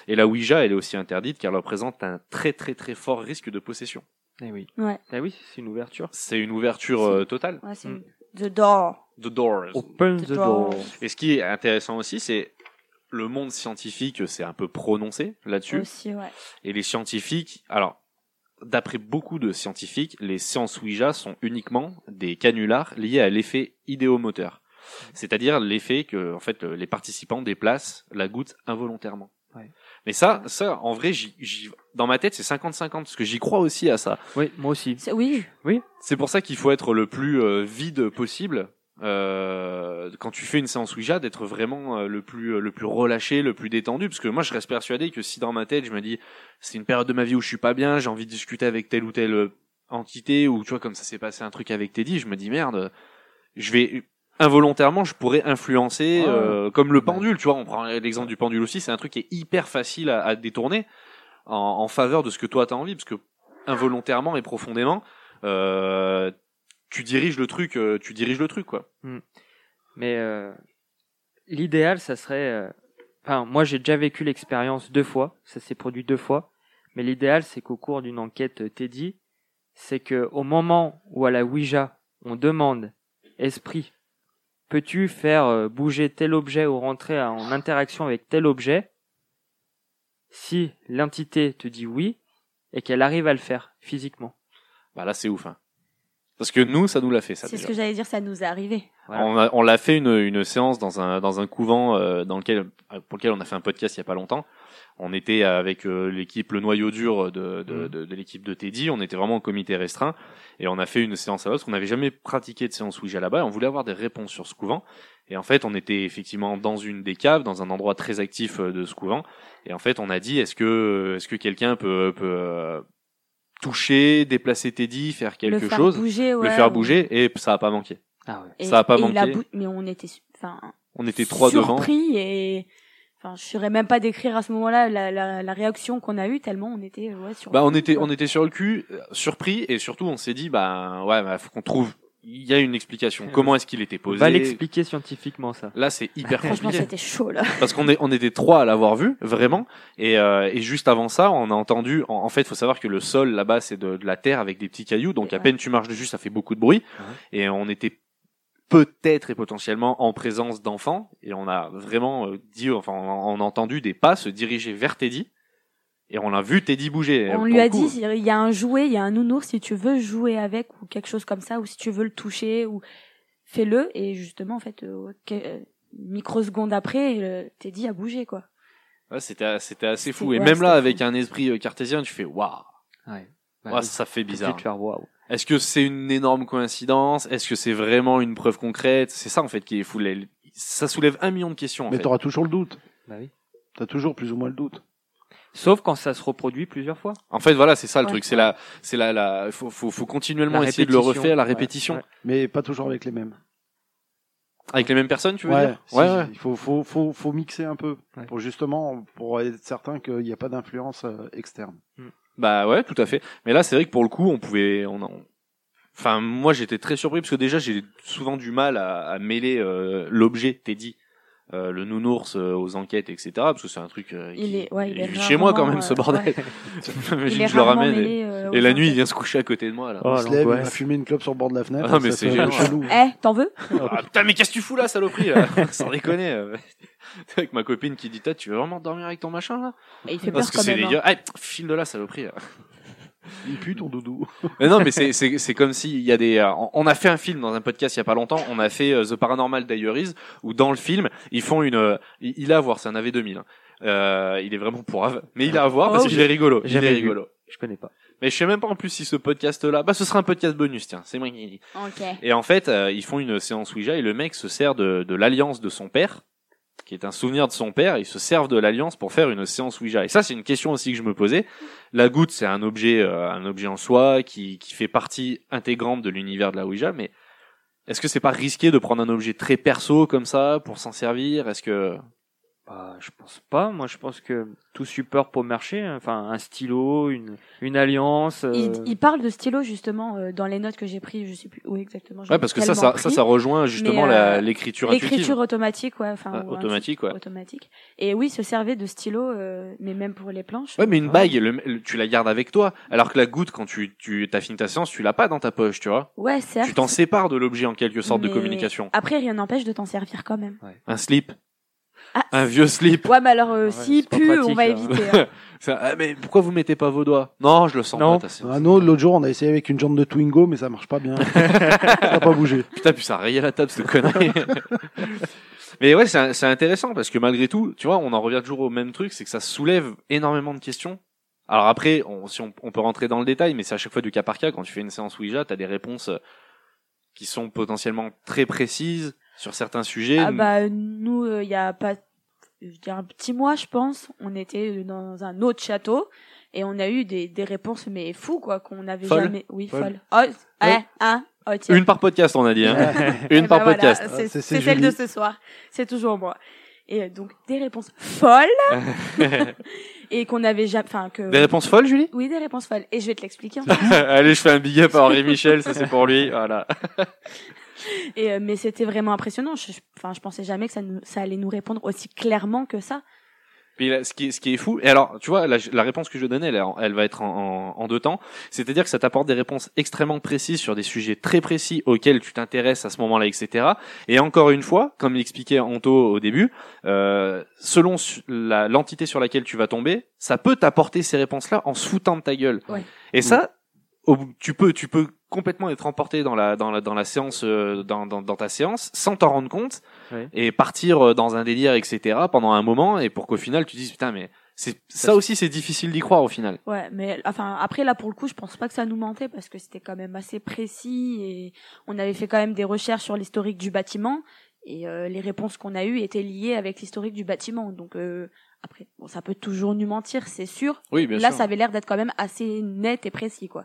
Speaker 2: Et la Ouija, elle est aussi interdite car elle représente un très très très fort risque de possession.
Speaker 4: Eh oui.
Speaker 1: Ouais.
Speaker 4: Eh oui, c'est une ouverture.
Speaker 2: C'est une ouverture euh, totale.
Speaker 1: Ouais, c'est
Speaker 4: Mm.
Speaker 1: The Door.
Speaker 2: The doors.
Speaker 4: Open the door.
Speaker 2: Et ce qui est intéressant aussi, c'est le monde scientifique, c'est un peu prononcé là-dessus.
Speaker 1: Aussi, ouais.
Speaker 2: Et les scientifiques, alors, d'après beaucoup de scientifiques, les séances Ouija sont uniquement des canulars liés à l'effet idéomoteur. C'est-à-dire l'effet que, en fait, le- les participants déplacent la goutte involontairement.
Speaker 4: Ouais.
Speaker 2: Mais ça, ça, en vrai, j'y- j'y- dans ma tête, c'est 50-50, parce que j'y crois aussi à ça.
Speaker 4: Oui, moi aussi.
Speaker 1: C'est- Oui,
Speaker 2: C'est pour ça qu'il faut être le plus euh, vide possible. euh, quand tu fais une séance Ouija, d'être vraiment euh, le plus euh, le plus relâché, le plus détendu, parce que moi je reste persuadé que si dans ma tête je me dis c'est une période de ma vie où je suis pas bien, j'ai envie de discuter avec telle ou telle euh, entité ou tu vois comme ça s'est passé un truc avec Teddy, je me dis merde, je vais involontairement je pourrais influencer
Speaker 4: Ouais.
Speaker 2: euh, comme le pendule, tu vois, on prend l'exemple du pendule aussi, c'est un truc qui est hyper facile à, à détourner en, en faveur de ce que toi t'as envie, parce que involontairement et profondément euh, tu diriges le truc, euh, tu diriges le truc quoi.
Speaker 4: Mais euh, l'idéal, ça serait. euh, Enfin, moi, j'ai déjà vécu l'expérience deux fois. Ça s'est produit deux fois. Mais l'idéal, c'est qu'au cours d'une enquête euh, Teddy, c'est que au moment où à la Ouija, on demande esprit, peux-tu faire euh, bouger tel objet ou rentrer en interaction avec tel objet Si l'entité te dit oui et qu'elle arrive à le faire physiquement.
Speaker 2: Bah là c'est ouf. Hein. Parce que nous ça nous l'a fait ça.
Speaker 1: c'est ce
Speaker 2: Déjà.
Speaker 1: que j'allais dire, ça nous est arrivé.
Speaker 4: Voilà.
Speaker 2: On a- on l'a fait une, une séance dans un dans un couvent euh, dans lequel pour lequel on a fait un podcast il y a pas longtemps. On était avec euh, l'équipe le noyau dur de de,
Speaker 4: Mm.
Speaker 2: de- de l'équipe de Teddy. On était vraiment en comité restreint et on a fait une séance là-bas parce qu'on n'avait jamais pratiqué de séance Ouija là-bas. et On voulait avoir des réponses sur ce couvent. Et en fait, on était effectivement dans une des caves, dans un endroit très actif euh, de ce couvent. Et en fait, on a dit est-ce que est-ce que quelqu'un peut peut euh, toucher, déplacer Teddy, faire quelque
Speaker 1: le faire
Speaker 2: chose,
Speaker 1: bouger, ouais,
Speaker 2: le faire
Speaker 1: ou-
Speaker 2: bouger Et ça a pas manqué.
Speaker 4: Ah ouais.
Speaker 1: Et-
Speaker 2: ça a pas
Speaker 1: et il
Speaker 2: manqué.
Speaker 1: bou- Mais on était, su- enfin,
Speaker 2: On était trois devant.
Speaker 1: surpris et, enfin, je saurais même pas décrire à ce moment-là la, la, la réaction qu'on a eue tellement on était, euh, ouais, sur.
Speaker 2: Bah, on était, on était sur le cul, euh, surpris, et surtout, on s'est dit, bah, ouais, bah, faut qu'on trouve. Il y a une explication. Comment est-ce qu'il était
Speaker 4: On
Speaker 2: posé
Speaker 4: va l'expliquer scientifiquement ça.
Speaker 2: Là, c'est hyper
Speaker 1: Franchement,
Speaker 2: compliqué.
Speaker 1: c'était chaud là.
Speaker 2: Parce qu'on est, on était trois à l'avoir vu, vraiment. Et, euh, et juste avant ça, on a entendu. En, en fait, faut savoir que le sol là-bas, c'est de, de la terre avec des petits cailloux. Donc, à
Speaker 1: Ouais.
Speaker 2: peine tu marches dessus, ça fait beaucoup de bruit. Et on était peut-être et potentiellement en présence d'enfants. Et on a vraiment euh, dit, enfin, on a, on a entendu des pas se diriger vers Teddy. Et on a vu Teddy bouger.
Speaker 1: On
Speaker 2: Pour
Speaker 1: lui
Speaker 2: le
Speaker 1: a
Speaker 2: coup,
Speaker 1: dit, il y a un jouet, il y a un nounours, si tu veux jouer avec ou quelque chose comme ça, ou si tu veux le toucher, ou fais-le. Et justement, en fait, euh, que- euh, microseconde après, euh, Teddy a bougé, quoi.
Speaker 2: Ouais, c'était c'était assez fou.
Speaker 1: C'est- ouais,
Speaker 2: Et même
Speaker 1: c'était
Speaker 2: là,
Speaker 1: fou. Bah
Speaker 2: avec un esprit euh, cartésien, tu fais waouh,
Speaker 4: Ouais.
Speaker 2: Ouah, ça fait bizarre.
Speaker 4: Tu te fais, waouh.
Speaker 2: Est-ce que c'est une énorme coïncidence Est-ce que c'est vraiment une preuve concrète C'est ça en fait qui est fou. Les- Ça soulève un million de questions. En
Speaker 5: Mais
Speaker 2: fait.
Speaker 5: t'auras toujours le doute.
Speaker 4: Bah oui.
Speaker 5: T'as toujours plus ou moins le doute.
Speaker 4: Sauf quand ça se reproduit plusieurs fois.
Speaker 2: En fait, voilà, c'est ça le
Speaker 1: Ouais.
Speaker 2: truc. C'est la, c'est la, la, faut, faut, faut continuellement
Speaker 4: La
Speaker 2: essayer de le
Speaker 4: répétition.
Speaker 2: refaire, la
Speaker 4: Ouais,
Speaker 2: répétition,
Speaker 4: ouais.
Speaker 5: Mais pas toujours avec les mêmes.
Speaker 2: avec les mêmes personnes, tu veux
Speaker 5: ouais,
Speaker 2: dire
Speaker 5: si, Il faut, faut, faut, faut mixer un peu.
Speaker 4: Ouais.
Speaker 5: Pour justement, pour être certain qu'il n'y a pas d'influence euh, externe.
Speaker 2: Bah ouais, tout à fait. Mais là, c'est vrai que pour le coup, on pouvait, on, on- enfin, moi, j'étais très surpris parce que déjà, j'ai souvent du mal à, à mêler euh, l'objet Teddy, euh, le nounours euh, aux enquêtes, etc. Parce que c'est un truc. euh,
Speaker 1: Il
Speaker 2: qui-
Speaker 1: est- ouais, il est
Speaker 2: vit chez moi quand
Speaker 1: rarement,
Speaker 2: même ce
Speaker 1: euh,
Speaker 2: bordel.
Speaker 1: ouais.
Speaker 2: J'imagine
Speaker 1: Il
Speaker 2: que
Speaker 1: est
Speaker 2: je le
Speaker 1: rarement
Speaker 2: ramène. et-
Speaker 1: mêlé, euh,
Speaker 2: Et
Speaker 1: aux
Speaker 2: la nuit, il
Speaker 1: enquêtes.
Speaker 2: vient se coucher à côté de moi là.
Speaker 5: On se lève, il va fumer une clope sur le bord de la fenêtre.
Speaker 2: Ah, mais
Speaker 5: ça
Speaker 2: c'est
Speaker 5: fait
Speaker 2: génial.
Speaker 5: chelou.
Speaker 1: Eh, t'en veux
Speaker 2: Ah, putain, mais qu'est-ce que tu fous là, saloperie là Sans déconner. euh. Avec ma copine qui dit, T'as, tu veux vraiment dormir avec ton machin là
Speaker 1: Et il fait peur
Speaker 2: Parce que
Speaker 1: quand
Speaker 2: c'est
Speaker 1: même.
Speaker 2: les
Speaker 1: hein.
Speaker 2: gars. Ah, file de là, saloperie. là.
Speaker 5: Il pue ton doudou.
Speaker 2: Mais non, mais c'est c'est c'est comme s'il y a des. euh, on- on a fait un film dans un podcast il y a pas longtemps. On a fait euh, The Paranormal Diaries où dans le film ils font une. euh, il il a à voir, c'est un AV 2000. hein. Euh, il est vraiment pourrave, mais il a à voir parce
Speaker 4: Oh,
Speaker 2: qu'il est rigolo. Il
Speaker 4: jamais
Speaker 2: est
Speaker 4: vu.
Speaker 2: rigolo.
Speaker 4: Je connais pas.
Speaker 2: Mais je sais même pas en plus si ce podcast-là, bah ce sera un podcast bonus, tiens, c'est moi qui dis.
Speaker 1: Ok.
Speaker 2: Et en fait, euh, ils font une séance Ouija et le mec se sert de, de l'alliance de son père, qui est un souvenir de son père, ils se servent de l'alliance pour faire une séance Ouija. Et ça, c'est une question aussi que je me posais. La goutte, c'est un objet, euh, un objet en soi qui, qui fait partie intégrante de l'univers de la Ouija, mais est-ce que c'est pas risqué de prendre un objet très perso comme ça pour s'en servir Est-ce que
Speaker 4: Bah, je pense pas. Moi, je pense que tout support pour marcher, hein. enfin, un stylo, une, une alliance. euh,
Speaker 1: Il, il parle de stylo justement euh, dans les notes que j'ai prises, je sais plus où exactement. j'en
Speaker 2: ouais,
Speaker 1: ai
Speaker 2: parce que ça,
Speaker 1: tellement
Speaker 2: ça, ça,
Speaker 1: pris.
Speaker 2: ça rejoint justement
Speaker 1: Mais,
Speaker 2: la-
Speaker 1: euh,
Speaker 2: l'écriture intuitive.
Speaker 1: L'écriture automatique, ouais, enfin
Speaker 2: Ah,
Speaker 1: ou un
Speaker 2: automatique, ouais.
Speaker 1: truc automatique. Et oui, se servait de stylo, euh, mais même pour les planches.
Speaker 2: Ouais, mais une
Speaker 1: Ouais.
Speaker 2: bague, le- le- tu la gardes avec toi. Alors que la goutte, quand tu, tu as fini ta séance, tu l'as pas dans ta poche, tu vois.
Speaker 1: Ouais, certes.
Speaker 2: Tu t'en sépares de l'objet en quelque sorte de
Speaker 1: mais
Speaker 2: communication.
Speaker 1: Après, rien n'empêche de t'en servir quand même.
Speaker 2: Un slip,
Speaker 1: Ah,
Speaker 2: un vieux slip.
Speaker 1: Ouais, mais alors euh,
Speaker 4: Ouais,
Speaker 1: si
Speaker 4: c'est pas
Speaker 1: pue,
Speaker 4: pratique,
Speaker 1: on va
Speaker 4: hein.
Speaker 1: éviter. hein.
Speaker 2: Ça, ah, mais pourquoi vous mettez pas vos doigts Non, je le sens
Speaker 4: Non.
Speaker 2: pas. ta séance.
Speaker 5: Ah non, l'autre jour, on a essayé avec une jambe de Twingo, mais ça marche pas bien. ça a pas bougé.
Speaker 2: Putain, puis ça a rayé la table, ce connerie. Mais ouais, c'est c'est intéressant parce que malgré tout, tu vois, on en revient toujours au même truc, c'est que ça soulève énormément de questions. Alors après, on, si on, on peut rentrer dans le détail, mais c'est à chaque fois du cas par cas. Quand tu fais une séance Ouija, t'as des réponses euh, qui sont potentiellement très précises sur certains sujets.
Speaker 1: ah bah nous, euh, il y a pas, je dirais un petit mois, je pense, on était euh, dans un autre château et on a eu des, des réponses mais fous quoi qu'on n'avait
Speaker 2: Folle.
Speaker 1: jamais. Oui,
Speaker 5: Folle.
Speaker 1: folle. Oh, ouais, hein, oh, tiens.
Speaker 2: Une par podcast, on a dit. Hein. Une
Speaker 1: Eh
Speaker 2: par
Speaker 1: ben voilà,
Speaker 2: podcast.
Speaker 5: Ah,
Speaker 1: c'est-
Speaker 5: c'est- c'est
Speaker 1: c'est celle de
Speaker 5: Julie.
Speaker 1: ce soir. C'est toujours moi. Et euh, donc des réponses folles et qu'on n'avait jamais, enfin que.
Speaker 2: Des réponses folles, Julie
Speaker 1: Oui, des réponses folles. Et je vais te l'expliquer. en fait.
Speaker 2: Allez, je fais un big up à Henri Michel, ça c'est pour lui. Voilà.
Speaker 1: Et euh, mais c'était vraiment impressionnant. Je- je- Enfin, je, pensais jamais que ça, nous- ça allait nous répondre aussi clairement que ça.
Speaker 2: Puis là, ce qui, est- ce qui est fou, et alors, tu vois, la, la réponse que je donnais, elle, est en- elle va être en, en- en deux temps. C'est-à-dire que ça t'apporte des réponses extrêmement précises sur des sujets très précis auxquels tu t'intéresses à ce moment-là, etc. Et encore une fois, comme l'expliquait Anto au début, euh, selon su- la- l'entité sur laquelle tu vas tomber, ça peut t'apporter ces réponses-là en se foutant de ta gueule.
Speaker 1: Ouais.
Speaker 2: Et ça, au bout- tu peux, tu peux complètement être emporté dans la, dans la, dans la séance, euh, dans, dans, dans ta séance, sans t'en rendre compte,
Speaker 4: Ouais.
Speaker 2: et partir euh, dans un délire, etc. pendant un moment, et pour qu'au final tu dises putain mais c'est ça aussi c'est difficile d'y croire au final.
Speaker 1: Ouais, mais enfin après là pour le coup, je pense pas que ça nous mentait parce que c'était quand même assez précis et on avait fait quand même des recherches sur l'historique du bâtiment et euh, les réponses qu'on a eues étaient liées avec l'historique du bâtiment. Donc euh, après, bon, ça peut toujours nous mentir, c'est sûr.
Speaker 2: Oui bien
Speaker 1: là, ça avait l'air d'être quand même assez net et précis, quoi.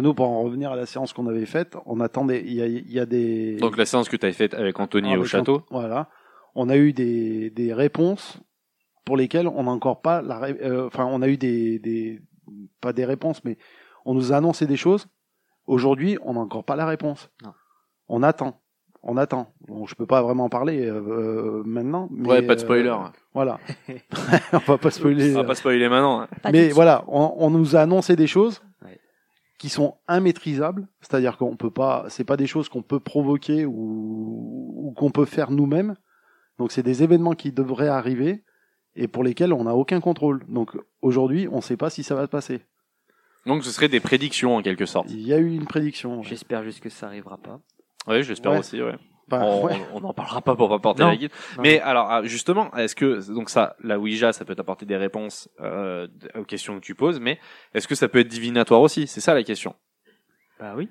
Speaker 5: Nous, pour en revenir à la séance qu'on avait faite, on attendait. Il y a, il y a des.
Speaker 2: Donc la séance que tu avais faite avec Anthony
Speaker 5: Ah,
Speaker 2: au
Speaker 5: mais
Speaker 2: château.
Speaker 5: quand- Voilà. On a eu des, des réponses pour lesquelles on n'a encore pas la. ré- euh, Enfin, on a eu des, des. Pas des réponses, mais on nous a annoncé des choses. Aujourd'hui, on n'a encore pas la réponse.
Speaker 4: Non.
Speaker 5: On attend. On attend. Bon, je peux pas vraiment en parler euh, euh, maintenant. Mais,
Speaker 2: ouais pas de
Speaker 5: euh,
Speaker 2: spoiler.
Speaker 5: voilà. on va pas spoiler.
Speaker 2: On va pas spoiler maintenant. hein.
Speaker 1: Pas tout de
Speaker 5: Mais
Speaker 1: suite.
Speaker 5: voilà, on, on nous a annoncé des choses
Speaker 4: Ouais.
Speaker 5: qui sont immaîtrisables, c'est-à-dire qu'on peut pas, c'est pas des choses qu'on peut provoquer ou, ou qu'on peut faire nous-mêmes. Donc c'est des événements qui devraient arriver et pour lesquels on n'a aucun contrôle. Donc aujourd'hui, on ne sait pas si ça va se passer.
Speaker 2: Donc ce serait des prédictions en quelque sorte.
Speaker 5: Il y a eu une prédiction. ouais.
Speaker 4: J'espère juste que ça arrivera pas.
Speaker 2: Oui j'espère
Speaker 5: Ouais.
Speaker 2: aussi ouais.
Speaker 5: Enfin,
Speaker 2: on,
Speaker 5: Bah, ouais.
Speaker 2: on- on en parlera pas pour pas porter
Speaker 4: Non.
Speaker 2: la guide.
Speaker 4: Non.
Speaker 2: Mais alors ah, justement, est-ce que donc ça, la Ouija, ça peut t'apporter des réponses euh, d- aux questions que tu poses, mais est-ce que ça peut être divinatoire aussi C'est ça la question.
Speaker 4: Bah oui.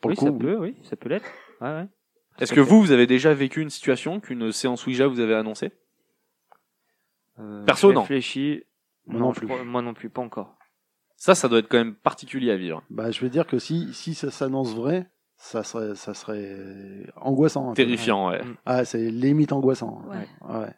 Speaker 5: Pour
Speaker 4: oui,
Speaker 5: le coup,
Speaker 4: ça
Speaker 5: oui.
Speaker 4: peut, oui, ça peut l'être. Ouais, ouais.
Speaker 2: Est-ce
Speaker 4: Tout
Speaker 2: que
Speaker 4: à fait.
Speaker 2: vous, vous avez déjà vécu une situation qu'une séance Ouija vous avez annoncée
Speaker 4: Euh,
Speaker 2: Perso,
Speaker 4: je
Speaker 2: non.
Speaker 4: réfléchis.
Speaker 5: Moi non
Speaker 4: je
Speaker 5: plus.
Speaker 4: crois- moi non plus, pas encore.
Speaker 2: Ça, ça doit être quand même particulier à vivre.
Speaker 5: bah, je veux dire que si, si ça s'annonce vrai, ça serait, ça serait angoissant. un peu.
Speaker 2: Terrifiant, ouais.
Speaker 5: Ah, c'est limite angoissant.
Speaker 1: Ouais.
Speaker 5: Ouais.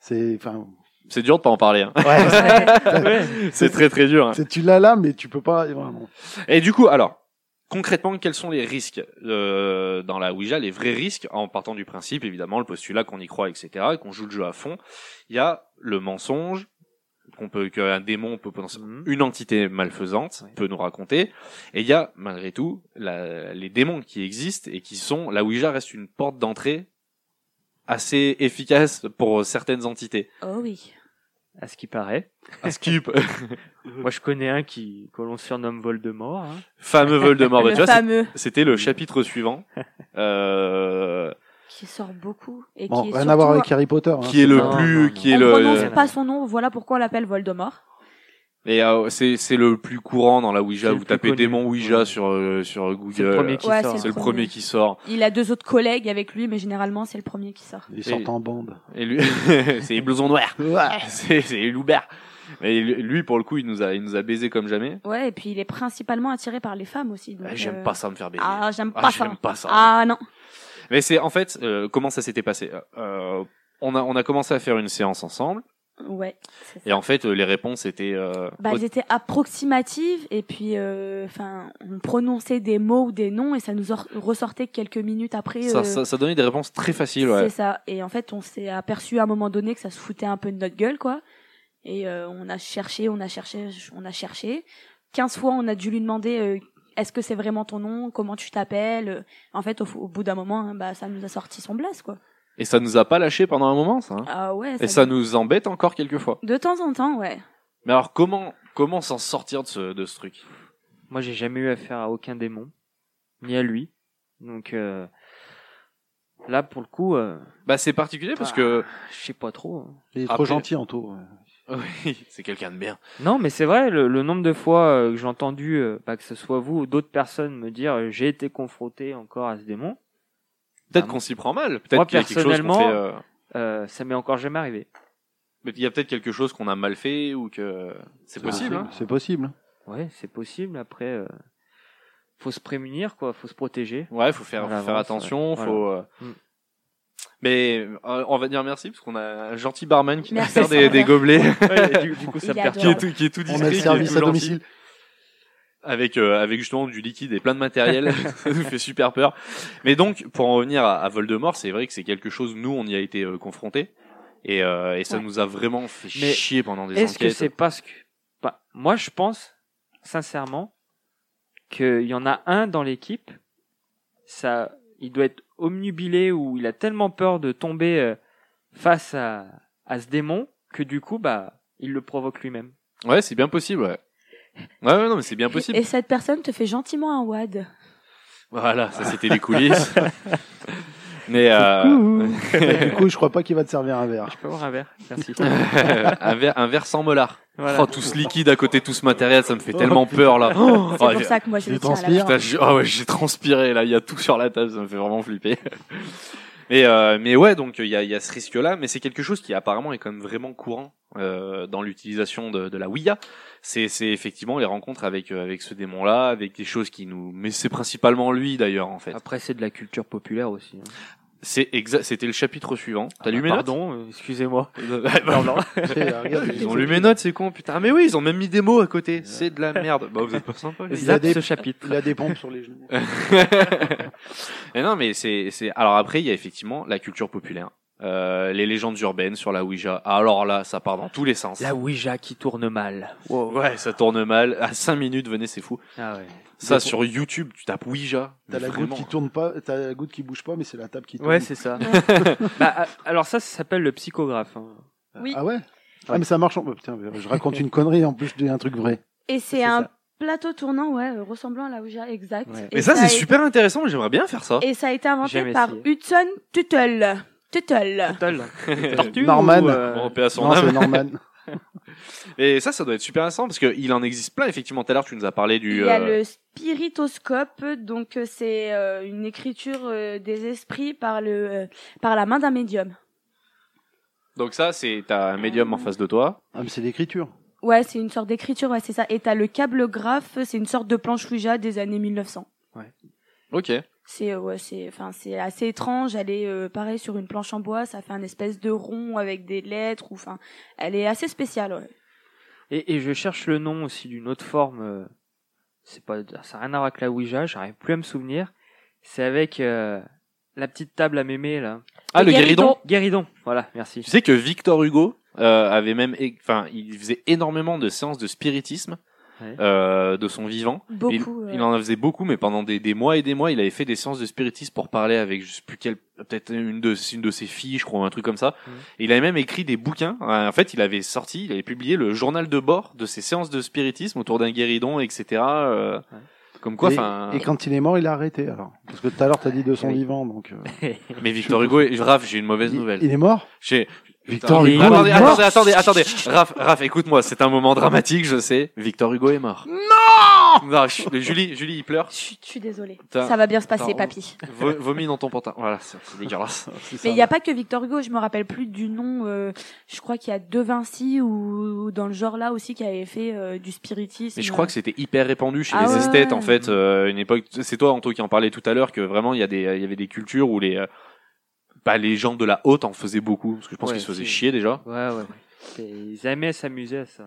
Speaker 5: C'est, enfin,
Speaker 2: C'est dur de pas en parler. hein.
Speaker 1: Ouais.
Speaker 2: C'est très très dur. hein.
Speaker 5: c'est- tu l'as là, mais tu peux pas vraiment.
Speaker 2: Et du coup, alors, concrètement, quels sont les risques euh, dans la Ouija, les vrais risques, en partant du principe, évidemment, le postulat qu'on y croit, etc., qu'on joue le jeu à fond. Il y a le mensonge, qu'on peut, qu'un démon peut potentiellement,
Speaker 4: Mhm.
Speaker 2: une entité malfaisante
Speaker 4: Oui.
Speaker 2: peut nous raconter. Et il y a, malgré tout, la- les démons qui existent et qui sont, la Ouija reste une porte d'entrée assez efficace pour certaines entités.
Speaker 1: Oh oui.
Speaker 4: À ce qui paraît.
Speaker 2: À skip.
Speaker 4: Moi, je connais un qui, que l'on surnomme Voldemort. Hein.
Speaker 2: fameux Voldemort. Bah, tu
Speaker 1: le
Speaker 2: vois, c'est-
Speaker 1: fameux
Speaker 2: C'était le chapitre suivant, euh,
Speaker 1: qui sort beaucoup et
Speaker 5: Bon,
Speaker 1: qui est
Speaker 5: rien à voir
Speaker 1: surtout-
Speaker 5: avec Harry Potter. hein.
Speaker 2: qui est le
Speaker 4: Oh, Non,
Speaker 2: plus,
Speaker 4: non, non.
Speaker 2: qui est
Speaker 1: on
Speaker 2: le.
Speaker 1: prononce pas son nom, voilà pourquoi on l'appelle Voldemort.
Speaker 2: Et euh, c'est c'est le plus courant dans la Ouija.
Speaker 4: C'est le
Speaker 2: Vous
Speaker 4: plus
Speaker 2: tapez
Speaker 4: connu.
Speaker 2: démon Ouija
Speaker 4: Ouais.
Speaker 2: sur euh, sur Google.
Speaker 4: C'est le premier qui
Speaker 1: Ouais,
Speaker 4: sort. hein.
Speaker 2: C'est le premier qui sort.
Speaker 1: Il a deux autres collègues avec lui, mais généralement, c'est le premier qui sort.
Speaker 5: Ils sortent
Speaker 2: Et-
Speaker 5: en bande.
Speaker 2: Et lui, c'est les blousons noirs. C'est c'est Loubert. Et lui- lui, pour le coup, il nous a il nous a baisé comme jamais.
Speaker 1: Ouais, et puis il est principalement attiré par les femmes aussi. donc,
Speaker 2: Ah, J'aime
Speaker 1: euh,
Speaker 2: pas ça me faire baiser.
Speaker 1: Ah, j'aime
Speaker 2: Ah,
Speaker 1: pas ça.
Speaker 2: j'aime pas ça.
Speaker 1: Ah non.
Speaker 2: Mais c'est en fait euh, comment ça s'était passé. Euh, on a on a commencé à faire une séance ensemble
Speaker 1: Ouais. c'est ça.
Speaker 2: et en fait euh, les réponses étaient euh,
Speaker 1: Bah,
Speaker 2: au-
Speaker 1: elles étaient approximatives et puis, euh, enfin, on prononçait des mots ou des noms et ça nous or- ressortait quelques minutes après.
Speaker 2: ça,
Speaker 1: euh,
Speaker 2: ça ça donnait des réponses très faciles.
Speaker 1: C'est
Speaker 2: Ouais.
Speaker 1: ça. Et en fait, on s'est aperçu à un moment donné que ça se foutait un peu de notre gueule, quoi. Et euh, on a cherché, on a cherché, on a cherché. 15 fois, on a dû lui demander euh, est-ce que c'est vraiment ton nom Comment tu t'appelles Euh, En fait, au, au bout d'un moment, hein, bah, ça nous a sorti son blesse, quoi.
Speaker 2: Et ça nous a pas lâché pendant un moment ça. hein.
Speaker 1: Ah ouais.
Speaker 2: Et ça nous embête encore quelques fois.
Speaker 1: De temps en temps, ouais.
Speaker 2: Mais alors comment comment s'en sortir de ce de ce truc
Speaker 4: Moi, j'ai jamais eu affaire à aucun démon, ni à lui. Donc euh, là, pour le coup, euh,
Speaker 2: Bah c'est particulier parce
Speaker 4: Ah.
Speaker 2: que
Speaker 4: je sais pas trop. hein.
Speaker 5: Il est
Speaker 2: Après-
Speaker 5: trop gentil, Anto.
Speaker 2: oui, c'est quelqu'un de bien.
Speaker 4: Non, mais c'est vrai, le, le nombre de fois euh, que j'ai entendu, euh, bah, que ce soit vous ou d'autres personnes me dire euh, j'ai été confronté encore à ce démon,
Speaker 2: Peut-être
Speaker 4: Ah,
Speaker 2: qu'on s'y prend mal.
Speaker 4: moi,
Speaker 2: Peut-être qu'il y a quelque chose qu'on
Speaker 4: personnellement,
Speaker 2: fait. euh,
Speaker 4: euh, ça m'est encore jamais arrivé.
Speaker 2: mais Il y a peut-être quelque chose qu'on a mal fait ou que c'est possible. hein.
Speaker 5: C'est possible.
Speaker 4: Ouais, c'est possible. Après, euh, faut se prémunir, quoi, faut se protéger.
Speaker 2: Ouais, faut faire, faut
Speaker 4: À
Speaker 2: faire
Speaker 4: l'avance,
Speaker 2: attention,
Speaker 4: ouais.
Speaker 2: faut. euh,
Speaker 4: Mm.
Speaker 2: Mais euh, on va dire merci parce qu'on a un gentil barman qui nous
Speaker 1: Merci,
Speaker 2: sert des,
Speaker 1: Sandra.
Speaker 2: des gobelets,
Speaker 4: du, coup,
Speaker 1: ça
Speaker 4: ça
Speaker 1: Il me
Speaker 4: me
Speaker 1: adore.
Speaker 2: qui est
Speaker 4: perturbe.
Speaker 1: perturbe.
Speaker 2: tout, qui est tout
Speaker 5: On
Speaker 2: discret,
Speaker 5: a le
Speaker 2: qui est
Speaker 5: service
Speaker 2: tout
Speaker 5: à
Speaker 2: gentil,
Speaker 5: domicile.
Speaker 2: avec euh, avec justement du liquide et plein de matériel, ça nous fait super peur. Mais donc, pour en revenir à, à Voldemort, c'est vrai que c'est quelque chose. Nous, on y a été euh, confrontés et, euh, et ça
Speaker 1: Ouais.
Speaker 2: nous a vraiment fait
Speaker 4: Mais
Speaker 2: chier pendant des
Speaker 4: Est-ce que
Speaker 2: enquêtes.
Speaker 4: c'est parce que, bah, moi, je pense sincèrement qu'il y en a un dans l'équipe, ça, il doit être omnubilé ou il a tellement peur de tomber euh, face à, à ce démon que du coup, bah, il le provoque lui-même.
Speaker 2: Ouais, c'est bien possible. Ouais. Ouais, ouais, non, mais c'est bien possible.
Speaker 1: Et cette personne te fait gentiment un wad.
Speaker 2: Voilà, ça c'était les coulisses. mais euh...
Speaker 5: Et du coup, je crois pas qu'il va te servir un verre.
Speaker 4: Je peux avoir un verre, merci.
Speaker 2: un verre, un verre sans molar.
Speaker 4: Voilà.
Speaker 2: Oh, tout ce liquide à côté, tout ce matériel, ça me fait tellement peur là. Oh,
Speaker 1: C'est pour
Speaker 2: j'ai-
Speaker 1: ça que moi je
Speaker 5: Tu
Speaker 1: le tiens à la
Speaker 5: transpires.
Speaker 1: main.
Speaker 2: putain, j'ai- ah ouais, j'ai transpiré là, il y a tout sur la table, ça me fait vraiment flipper. Mais, euh, mais ouais, donc il y a, il y a ce risque-là, mais c'est quelque chose qui apparemment est quand même vraiment courant euh, dans l'utilisation de, de la Ouija. C'est c'est effectivement les rencontres avec, euh, avec ce démon-là, avec des choses qui nous... Mais c'est principalement lui d'ailleurs en fait.
Speaker 4: Après, c'est de la culture populaire aussi. hein.
Speaker 2: C'est exa- C'était le chapitre suivant. T'as lu mes notes
Speaker 4: Pardon, euh, excusez-moi.
Speaker 2: Non, non.
Speaker 5: C'est- euh, regarde,
Speaker 2: Ils ont lu mes notes, c'est con, putain. Mais oui, ils ont même mis des mots à côté. C'est de la merde. Bah, vous êtes pas sympa, les
Speaker 5: Il
Speaker 4: Zappe
Speaker 5: a des-
Speaker 4: ce chapitre.
Speaker 5: Il a des pompes sur les genoux.
Speaker 2: mais non, mais c'est, c'est. Alors après, il y a effectivement la culture populaire, euh, les légendes urbaines sur la Ouija. Ah, Alors là, ça part dans tous les sens.
Speaker 4: La Ouija qui tourne mal.
Speaker 2: Ouais, ça tourne mal. À 5 minutes, venez, c'est fou.
Speaker 4: Ah ouais.
Speaker 2: Ça,
Speaker 5: Des-
Speaker 2: sur YouTube, tu tapes Ouija.
Speaker 5: T'as la goutte
Speaker 2: Vraiment.
Speaker 5: qui tourne pas, t'as la goutte qui bouge pas, mais c'est la table qui tourne.
Speaker 4: Ouais, c'est ça. Bah, a- alors ça, ça s'appelle le psychographe. hein.
Speaker 1: Oui.
Speaker 5: Ah ouais Ah mais ça marche. en- oh, putain, mais je raconte une connerie en plus, je dis un truc vrai.
Speaker 1: Et
Speaker 4: C'est
Speaker 1: c'est un
Speaker 4: ça.
Speaker 1: plateau tournant, ouais, euh, ressemblant à la Ouija, exact.
Speaker 4: Ouais.
Speaker 1: Et
Speaker 2: Mais ça,
Speaker 1: a
Speaker 2: c'est
Speaker 1: été-
Speaker 2: super intéressant. J'aimerais bien faire ça.
Speaker 1: Et ça a été
Speaker 4: Jamais
Speaker 1: inventé par
Speaker 4: essayé.
Speaker 1: Hudson Tuttle. Tuttle.
Speaker 4: Total. Tortue
Speaker 5: Norman.
Speaker 4: ou, euh,
Speaker 2: Bon, paix à son
Speaker 5: non,
Speaker 2: âme.
Speaker 5: c'est Norman.
Speaker 2: Et ça, ça doit être super intéressant parce que il en existe plein. Effectivement, tout à l'heure, tu nous as parlé
Speaker 1: Il
Speaker 2: du.
Speaker 1: y a
Speaker 2: euh,
Speaker 1: le spiritoscope, donc euh, c'est euh, une écriture euh, des esprits par le euh, par la main d'un médium.
Speaker 2: Donc ça, c'est t'as un médium en face de toi.
Speaker 5: Ah mais c'est l'écriture.
Speaker 1: Ouais, c'est une sorte d'écriture, ouais, c'est ça. Et t'as le câblegraphe, c'est une sorte de planche Ouija des années 1900.
Speaker 2: Ok.
Speaker 1: C'est euh, ouais, c'est enfin c'est assez étrange. Elle est euh, pareil sur une planche en bois, ça fait un espèce de rond avec des lettres ou enfin, elle est assez spéciale. Ouais.
Speaker 4: Et, et je cherche le nom aussi d'une autre forme. euh, C'est pas, ça n'a rien à voir avec la Ouija. J'arrive plus à me souvenir. C'est avec euh, la petite table à mémé là.
Speaker 2: Ah, le guéridon.
Speaker 4: Guéridon. Voilà, merci.
Speaker 2: Tu sais que Victor Hugo euh, avait même, é- enfin, il faisait énormément de séances de spiritisme
Speaker 4: Ouais.
Speaker 2: euh, de son vivant.
Speaker 1: Beaucoup.
Speaker 2: il,
Speaker 1: euh,
Speaker 2: il en faisait beaucoup, mais pendant des, des mois et des mois, il avait fait des séances de spiritisme pour parler avec, je sais plus quelle, peut-être une de, une de ses filles, je crois, un truc comme ça.
Speaker 4: Mhm.
Speaker 2: Et il avait même écrit des bouquins. Euh, En fait, il avait sorti, il avait publié le journal de bord de ses séances de spiritisme autour d'un guéridon, etc. euh,
Speaker 4: Ouais.
Speaker 2: Comme quoi,
Speaker 5: et,
Speaker 2: enfin.
Speaker 5: et quand il est mort, il a arrêté alors. Parce que tout à l'heure t'as dit de son
Speaker 4: Oui.
Speaker 5: vivant, donc. euh,
Speaker 2: Mais Victor Hugo, et- Raph, j'ai une mauvaise
Speaker 5: il,
Speaker 2: nouvelle.
Speaker 5: il est mort
Speaker 2: J'ai-
Speaker 5: Victor
Speaker 4: Et-
Speaker 5: Hugo.
Speaker 2: Attendez,
Speaker 5: est mort.
Speaker 2: attendez, attendez, attendez. Raph, Raph, écoute-moi, c'est un moment dramatique, je sais. Victor Hugo est mort. Non! chut, Julie, Julie, il pleure.
Speaker 1: Je suis- je suis désolée.
Speaker 2: Putain.
Speaker 1: Ça va bien se passer,
Speaker 2: Attends,
Speaker 1: papy.
Speaker 2: Vo- Vomis dans ton pantin. Voilà, c'est c'est dégueulasse.
Speaker 5: C'est ça.
Speaker 1: Mais il n'y a pas que Victor Hugo, je me rappelle plus du nom. euh, je crois qu'il y a De Vinci ou dans le genre là aussi qui avait fait euh, du spiritisme.
Speaker 2: Mais je crois que c'était hyper répandu chez
Speaker 1: Ah
Speaker 2: les
Speaker 1: ouais,
Speaker 2: esthètes
Speaker 1: ouais.
Speaker 2: en fait. euh, une époque, c'est toi Anto qui en parlait tout à l'heure que vraiment il y a des, il y avait des cultures où les, euh, bah, les gens de la haute en faisaient beaucoup parce que je pense
Speaker 4: Ouais,
Speaker 2: qu'ils se faisaient
Speaker 4: si.
Speaker 2: chier déjà.
Speaker 4: Ouais, ouais. Et Ils aimaient s'amuser à ça.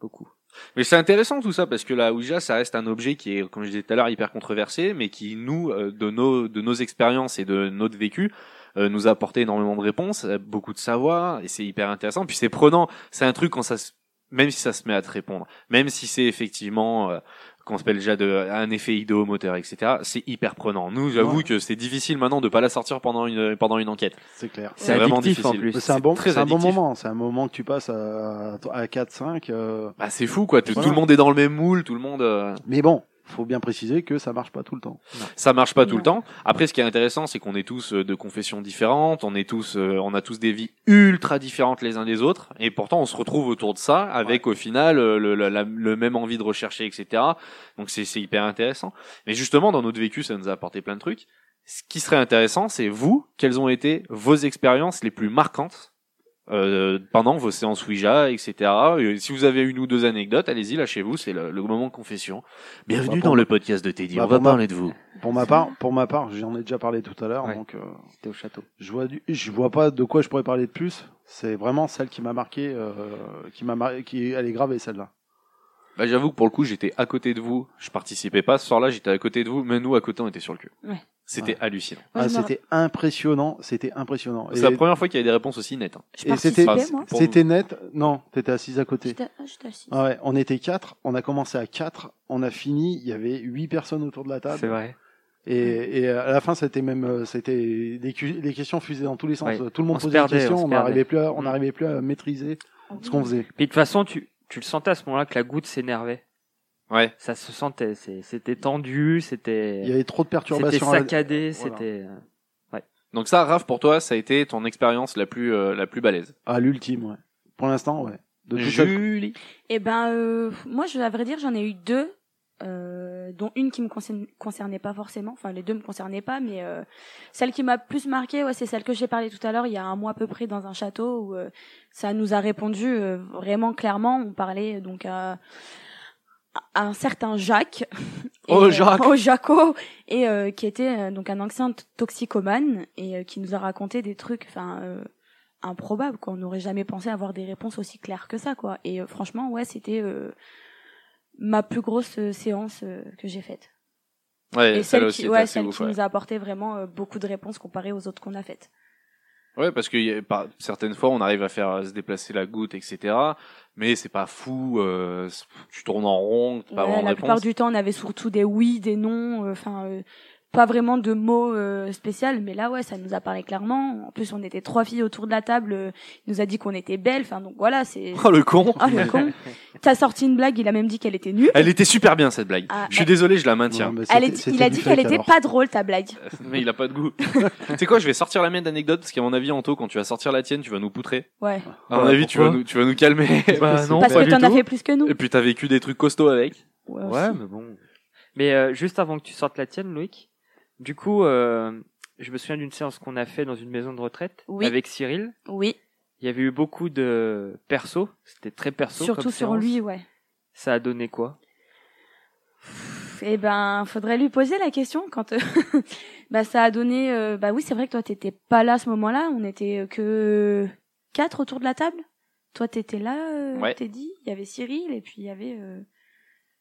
Speaker 4: Beaucoup.
Speaker 2: Mais c'est intéressant tout ça parce que la Ouija, ça reste un objet qui est, comme je disais tout à l'heure, hyper controversé, mais qui nous, euh, de nos, de nos expériences et de notre vécu, euh, nous a apporté énormément de réponses, euh, beaucoup de savoir, et c'est hyper intéressant. Puis c'est prenant, c'est un truc quand ça, se- même si ça se met à te répondre, même si c'est effectivement euh, qu'on s'appelle déjà de, un effet idéomoteur, etc. C'est hyper prenant. Nous, j'avoue
Speaker 5: Ouais.
Speaker 2: que c'est difficile maintenant de pas la sortir pendant une, pendant une enquête.
Speaker 5: C'est clair.
Speaker 2: C'est
Speaker 4: C'est
Speaker 2: vraiment
Speaker 4: addictif,
Speaker 2: difficile.
Speaker 4: en plus.
Speaker 5: Mais C'est un bon,
Speaker 2: très
Speaker 5: c'est un bon
Speaker 2: addictif.
Speaker 5: moment. C'est un moment que tu passes à, à 4-5. euh,
Speaker 2: Bah c'est fou quoi. Tout,
Speaker 5: Ouais.
Speaker 2: tout le monde est dans le même moule, tout le monde. euh,
Speaker 5: Mais bon, faut bien préciser que ça marche pas tout le temps.
Speaker 2: ça marche pas tout le
Speaker 1: Non.
Speaker 2: temps. Après, ce qui est intéressant, c'est qu'on est tous euh, de confessions différentes, on est tous, euh, on a tous des vies ultra différentes les uns des autres, et pourtant on se retrouve autour de ça avec au final euh, le, la- la- le même envie de rechercher, etc. Donc c'est c'est hyper intéressant. Mais justement, dans notre vécu, ça nous a apporté plein de trucs. Ce qui serait intéressant, c'est vous, quelles ont été vos expériences les plus marquantes euh, pendant vos séances Ouija, etc. Et si vous avez une ou deux anecdotes, allez-y, lâchez-vous, c'est le, le moment confession. Bienvenue
Speaker 5: Bah, pour
Speaker 2: dans
Speaker 5: ma-
Speaker 2: le podcast de Teddy,
Speaker 5: Bah,
Speaker 2: on va
Speaker 5: pour ma-
Speaker 2: parler de vous.
Speaker 5: Pour ma part, pour ma part, j'en ai déjà parlé tout à l'heure,
Speaker 4: Ouais.
Speaker 5: donc euh,
Speaker 4: C'était au château.
Speaker 5: je vois, du- je vois pas de quoi je pourrais parler de plus. C'est vraiment celle qui m'a marqué, euh, qui m'a marqué, qui elle est gravée celle-là.
Speaker 2: Bah, j'avoue que pour le coup, j'étais à côté de vous. Je participais pas ce soir-là, j'étais à côté de vous, mais nous, à côté, on était sur le cul.
Speaker 1: Ouais.
Speaker 2: C'était hallucinant.
Speaker 1: Moi,
Speaker 5: Ah,
Speaker 1: je me
Speaker 5: c'était impressionnant, c'était impressionnant.
Speaker 2: C'est la première fois qu'il y avait des réponses aussi nettes. hein.
Speaker 1: Je
Speaker 5: et c'était- Ah,
Speaker 1: participais,
Speaker 2: Enfin,
Speaker 1: moi.
Speaker 2: pour
Speaker 5: C'était net. Non, t'étais assise à côté.
Speaker 1: J'étais ah, j'étais assise.
Speaker 5: Ah ouais, on était quatre. On a commencé à quatre. On a fini. Il y avait huit personnes autour de la table.
Speaker 4: C'est vrai.
Speaker 5: Et, et à la fin, c'était même, euh, c'était des, cu- des questions fusées dans tous les sens.
Speaker 4: Ouais.
Speaker 5: Tout le monde
Speaker 4: On se
Speaker 5: posait
Speaker 4: perdait,
Speaker 5: des questions.
Speaker 4: on se
Speaker 5: On
Speaker 4: perdait.
Speaker 5: n'arrivait plus, à- on
Speaker 4: Mm.
Speaker 5: n'arrivait plus à maîtriser
Speaker 1: Ah
Speaker 5: ce qu'on faisait.
Speaker 4: Puis de toute façon, tu, tu le sentais à ce moment-là que la goutte s'énervait.
Speaker 2: Ouais.
Speaker 4: Ça se sentait. c'est- C'était tendu, c'était.
Speaker 5: Il y avait trop de
Speaker 4: C'était
Speaker 5: perturbations. à la-
Speaker 4: saccadé,
Speaker 2: Ah,
Speaker 5: Voilà.
Speaker 4: c'était. euh,
Speaker 2: Donc ça, Raph, pour toi, ça a été ton expérience la plus, euh, la plus balèze.
Speaker 5: À l'ultime, ouais. Pour l'instant, ouais. De toute façon-
Speaker 2: Julie.
Speaker 1: Eh ben, euh, moi, je, à vrai dire, j'en ai eu deux, euh, dont une qui me concerne- concernait pas forcément. Enfin, les deux me concernaient pas, mais euh, celle qui m'a plus marqué, ouais, c'est celle que j'ai parlé tout à l'heure, il y a un mois à peu près, dans un château où euh, ça nous a répondu euh, vraiment clairement. On parlait donc à, à un certain Jacques. Et,
Speaker 2: Oh,
Speaker 1: euh,
Speaker 2: Jacques.
Speaker 1: oh, Jaco Et euh, qui était euh, donc un ancien t- toxicomane et euh, qui nous a raconté des trucs, enfin. euh, improbable quoi on n'aurait jamais pensé avoir des réponses aussi claires que ça quoi et euh, franchement ouais c'était euh, ma plus grosse euh, séance euh, que j'ai faite
Speaker 2: Ouais,
Speaker 1: et
Speaker 2: celle,
Speaker 1: celle
Speaker 2: aussi
Speaker 1: qui
Speaker 2: était
Speaker 1: ouais
Speaker 2: assez
Speaker 1: celle
Speaker 2: ouf,
Speaker 1: qui
Speaker 2: ouais.
Speaker 1: nous a apporté vraiment euh, beaucoup de réponses comparées aux autres qu'on a faites
Speaker 2: Ouais, parce que y a- par- certaines fois, on arrive à faire euh, se déplacer la goutte, etc. Mais c'est pas fou, euh, c'est- tu tournes en rond, t'as pas
Speaker 1: Ouais,
Speaker 2: vraiment de
Speaker 1: Euh, la plupart
Speaker 2: réponse.
Speaker 1: du temps on avait surtout des oui des non euh, enfin euh, pas vraiment de mots euh, spéciaux mais là ouais ça nous a parlé clairement en plus on était trois filles autour de la table euh, il nous a dit qu'on était belles enfin donc voilà c'est
Speaker 2: Oh, le con
Speaker 1: ah le con t'as sorti une blague il a même dit qu'elle était nulle
Speaker 2: Elle était super bien, cette blague.
Speaker 1: Ah,
Speaker 2: je suis désolé, je la maintiens.
Speaker 5: Ouais, bah,
Speaker 1: Elle est-
Speaker 5: c'était-
Speaker 1: il a
Speaker 5: c'était
Speaker 1: dit
Speaker 5: du
Speaker 1: qu'elle
Speaker 5: fake,
Speaker 1: était
Speaker 5: alors.
Speaker 1: pas drôle ta blague
Speaker 2: Mais il a pas de goût. tu sais quoi, je vais sortir la mienne d'anecdote, parce qu'à mon avis, Anto, quand tu vas sortir la tienne, tu vas nous poutrer.
Speaker 1: ouais
Speaker 2: À mon
Speaker 4: Ouais,
Speaker 2: avis, tu vas,
Speaker 4: pourquoi
Speaker 2: nous, tu vas nous calmer.
Speaker 4: Bah non,
Speaker 1: Parce
Speaker 4: pas
Speaker 1: que
Speaker 4: du
Speaker 1: t'en as
Speaker 4: tout.
Speaker 1: fait plus que nous.
Speaker 2: Et puis t'as vécu des trucs costauds avec.
Speaker 1: Ouais,
Speaker 4: Ouais,
Speaker 1: aussi.
Speaker 4: mais bon. Mais euh, juste avant que tu sortes la tienne, Loïc, du coup, euh, je me souviens d'une séance qu'on a fait dans une maison de retraite
Speaker 1: Oui.
Speaker 4: avec Cyril.
Speaker 1: Oui,
Speaker 4: Il y avait eu beaucoup de perso, c'était très perso.
Speaker 1: surtout
Speaker 4: comme
Speaker 1: sur
Speaker 4: séance.
Speaker 1: lui, ouais.
Speaker 4: Ça a donné quoi
Speaker 1: Eh ben, faudrait lui poser la question quand. euh, bah, ça a donné. euh, Bah oui, c'est vrai que toi t'étais pas là à ce moment-là. On était euh, que quatre autour de la table. Toi t'étais là, euh,
Speaker 2: Ouais.
Speaker 1: Teddy. Il y avait Cyril et puis il y avait, euh,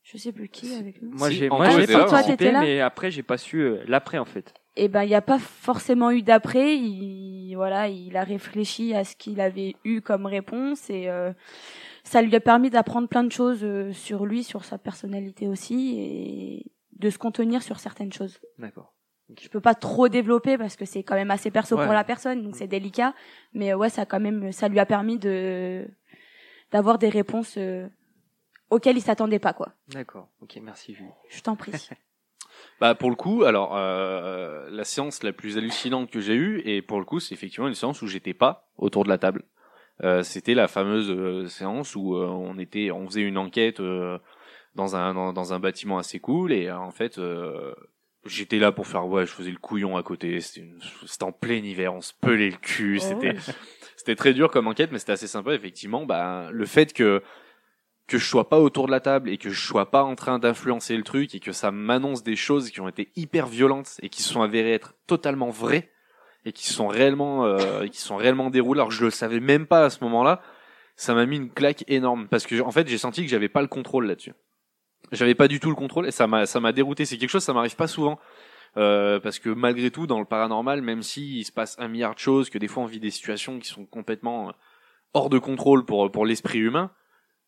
Speaker 1: je sais plus qui avec nous.
Speaker 4: Moi,
Speaker 2: Si,
Speaker 4: j'ai
Speaker 2: Anto
Speaker 4: moi, j'ai
Speaker 2: était là, hein.
Speaker 1: Toi,
Speaker 4: participé,
Speaker 1: t'étais là
Speaker 4: mais après, j'ai pas su euh, l'après en fait.
Speaker 1: Eh ben, il n'y a pas forcément eu d'après. Il, voilà, il a réfléchi à ce qu'il avait eu comme réponse et euh, ça lui a permis d'apprendre plein de choses euh, sur lui, sur sa personnalité aussi et de se contenir sur certaines choses.
Speaker 4: D'accord.
Speaker 1: Je peux pas trop développer parce que c'est quand même assez perso
Speaker 4: Ouais.
Speaker 1: pour la personne, donc c'est délicat. Mais euh, ouais, ça a quand même, ça lui a permis de d'avoir des réponses euh, auxquelles il s'attendait pas, quoi.
Speaker 4: D'accord. Ok, merci Julie.
Speaker 1: Je t'en prie.
Speaker 2: Bah pour le coup, alors euh, la séance la plus hallucinante que j'ai eue, et pour le coup, c'est effectivement une séance où j'étais pas autour de la table. euh, c'était la fameuse euh, séance où euh, on était, on faisait une enquête euh, dans un dans, dans un bâtiment assez cool et euh, en fait. euh, J'étais là pour faire ouais, je faisais le couillon à côté. C'était une- c'était en plein hiver, on se pelait le cul.
Speaker 1: Oh.
Speaker 2: C'était c'était très dur comme enquête, mais c'était assez sympa effectivement. Bah le fait que que je sois pas autour de la table et que je sois pas en train d'influencer le truc et que ça m'annonce des choses qui ont été hyper violentes et qui se sont avérées être totalement vraies et qui se sont réellement euh, et qui se sont réellement déroulées alors que je le savais même pas à ce moment-là, ça m'a mis une claque énorme parce que en fait, j'ai senti que j'avais pas le contrôle là-dessus. J'avais pas du tout le contrôle et ça m'a ça m'a dérouté, c'est quelque chose ça m'arrive pas souvent. Euh, parce que malgré tout, dans le paranormal, même si il se passe un milliard de choses, que des fois on vit des situations qui sont complètement euh, hors de contrôle pour pour l'esprit humain,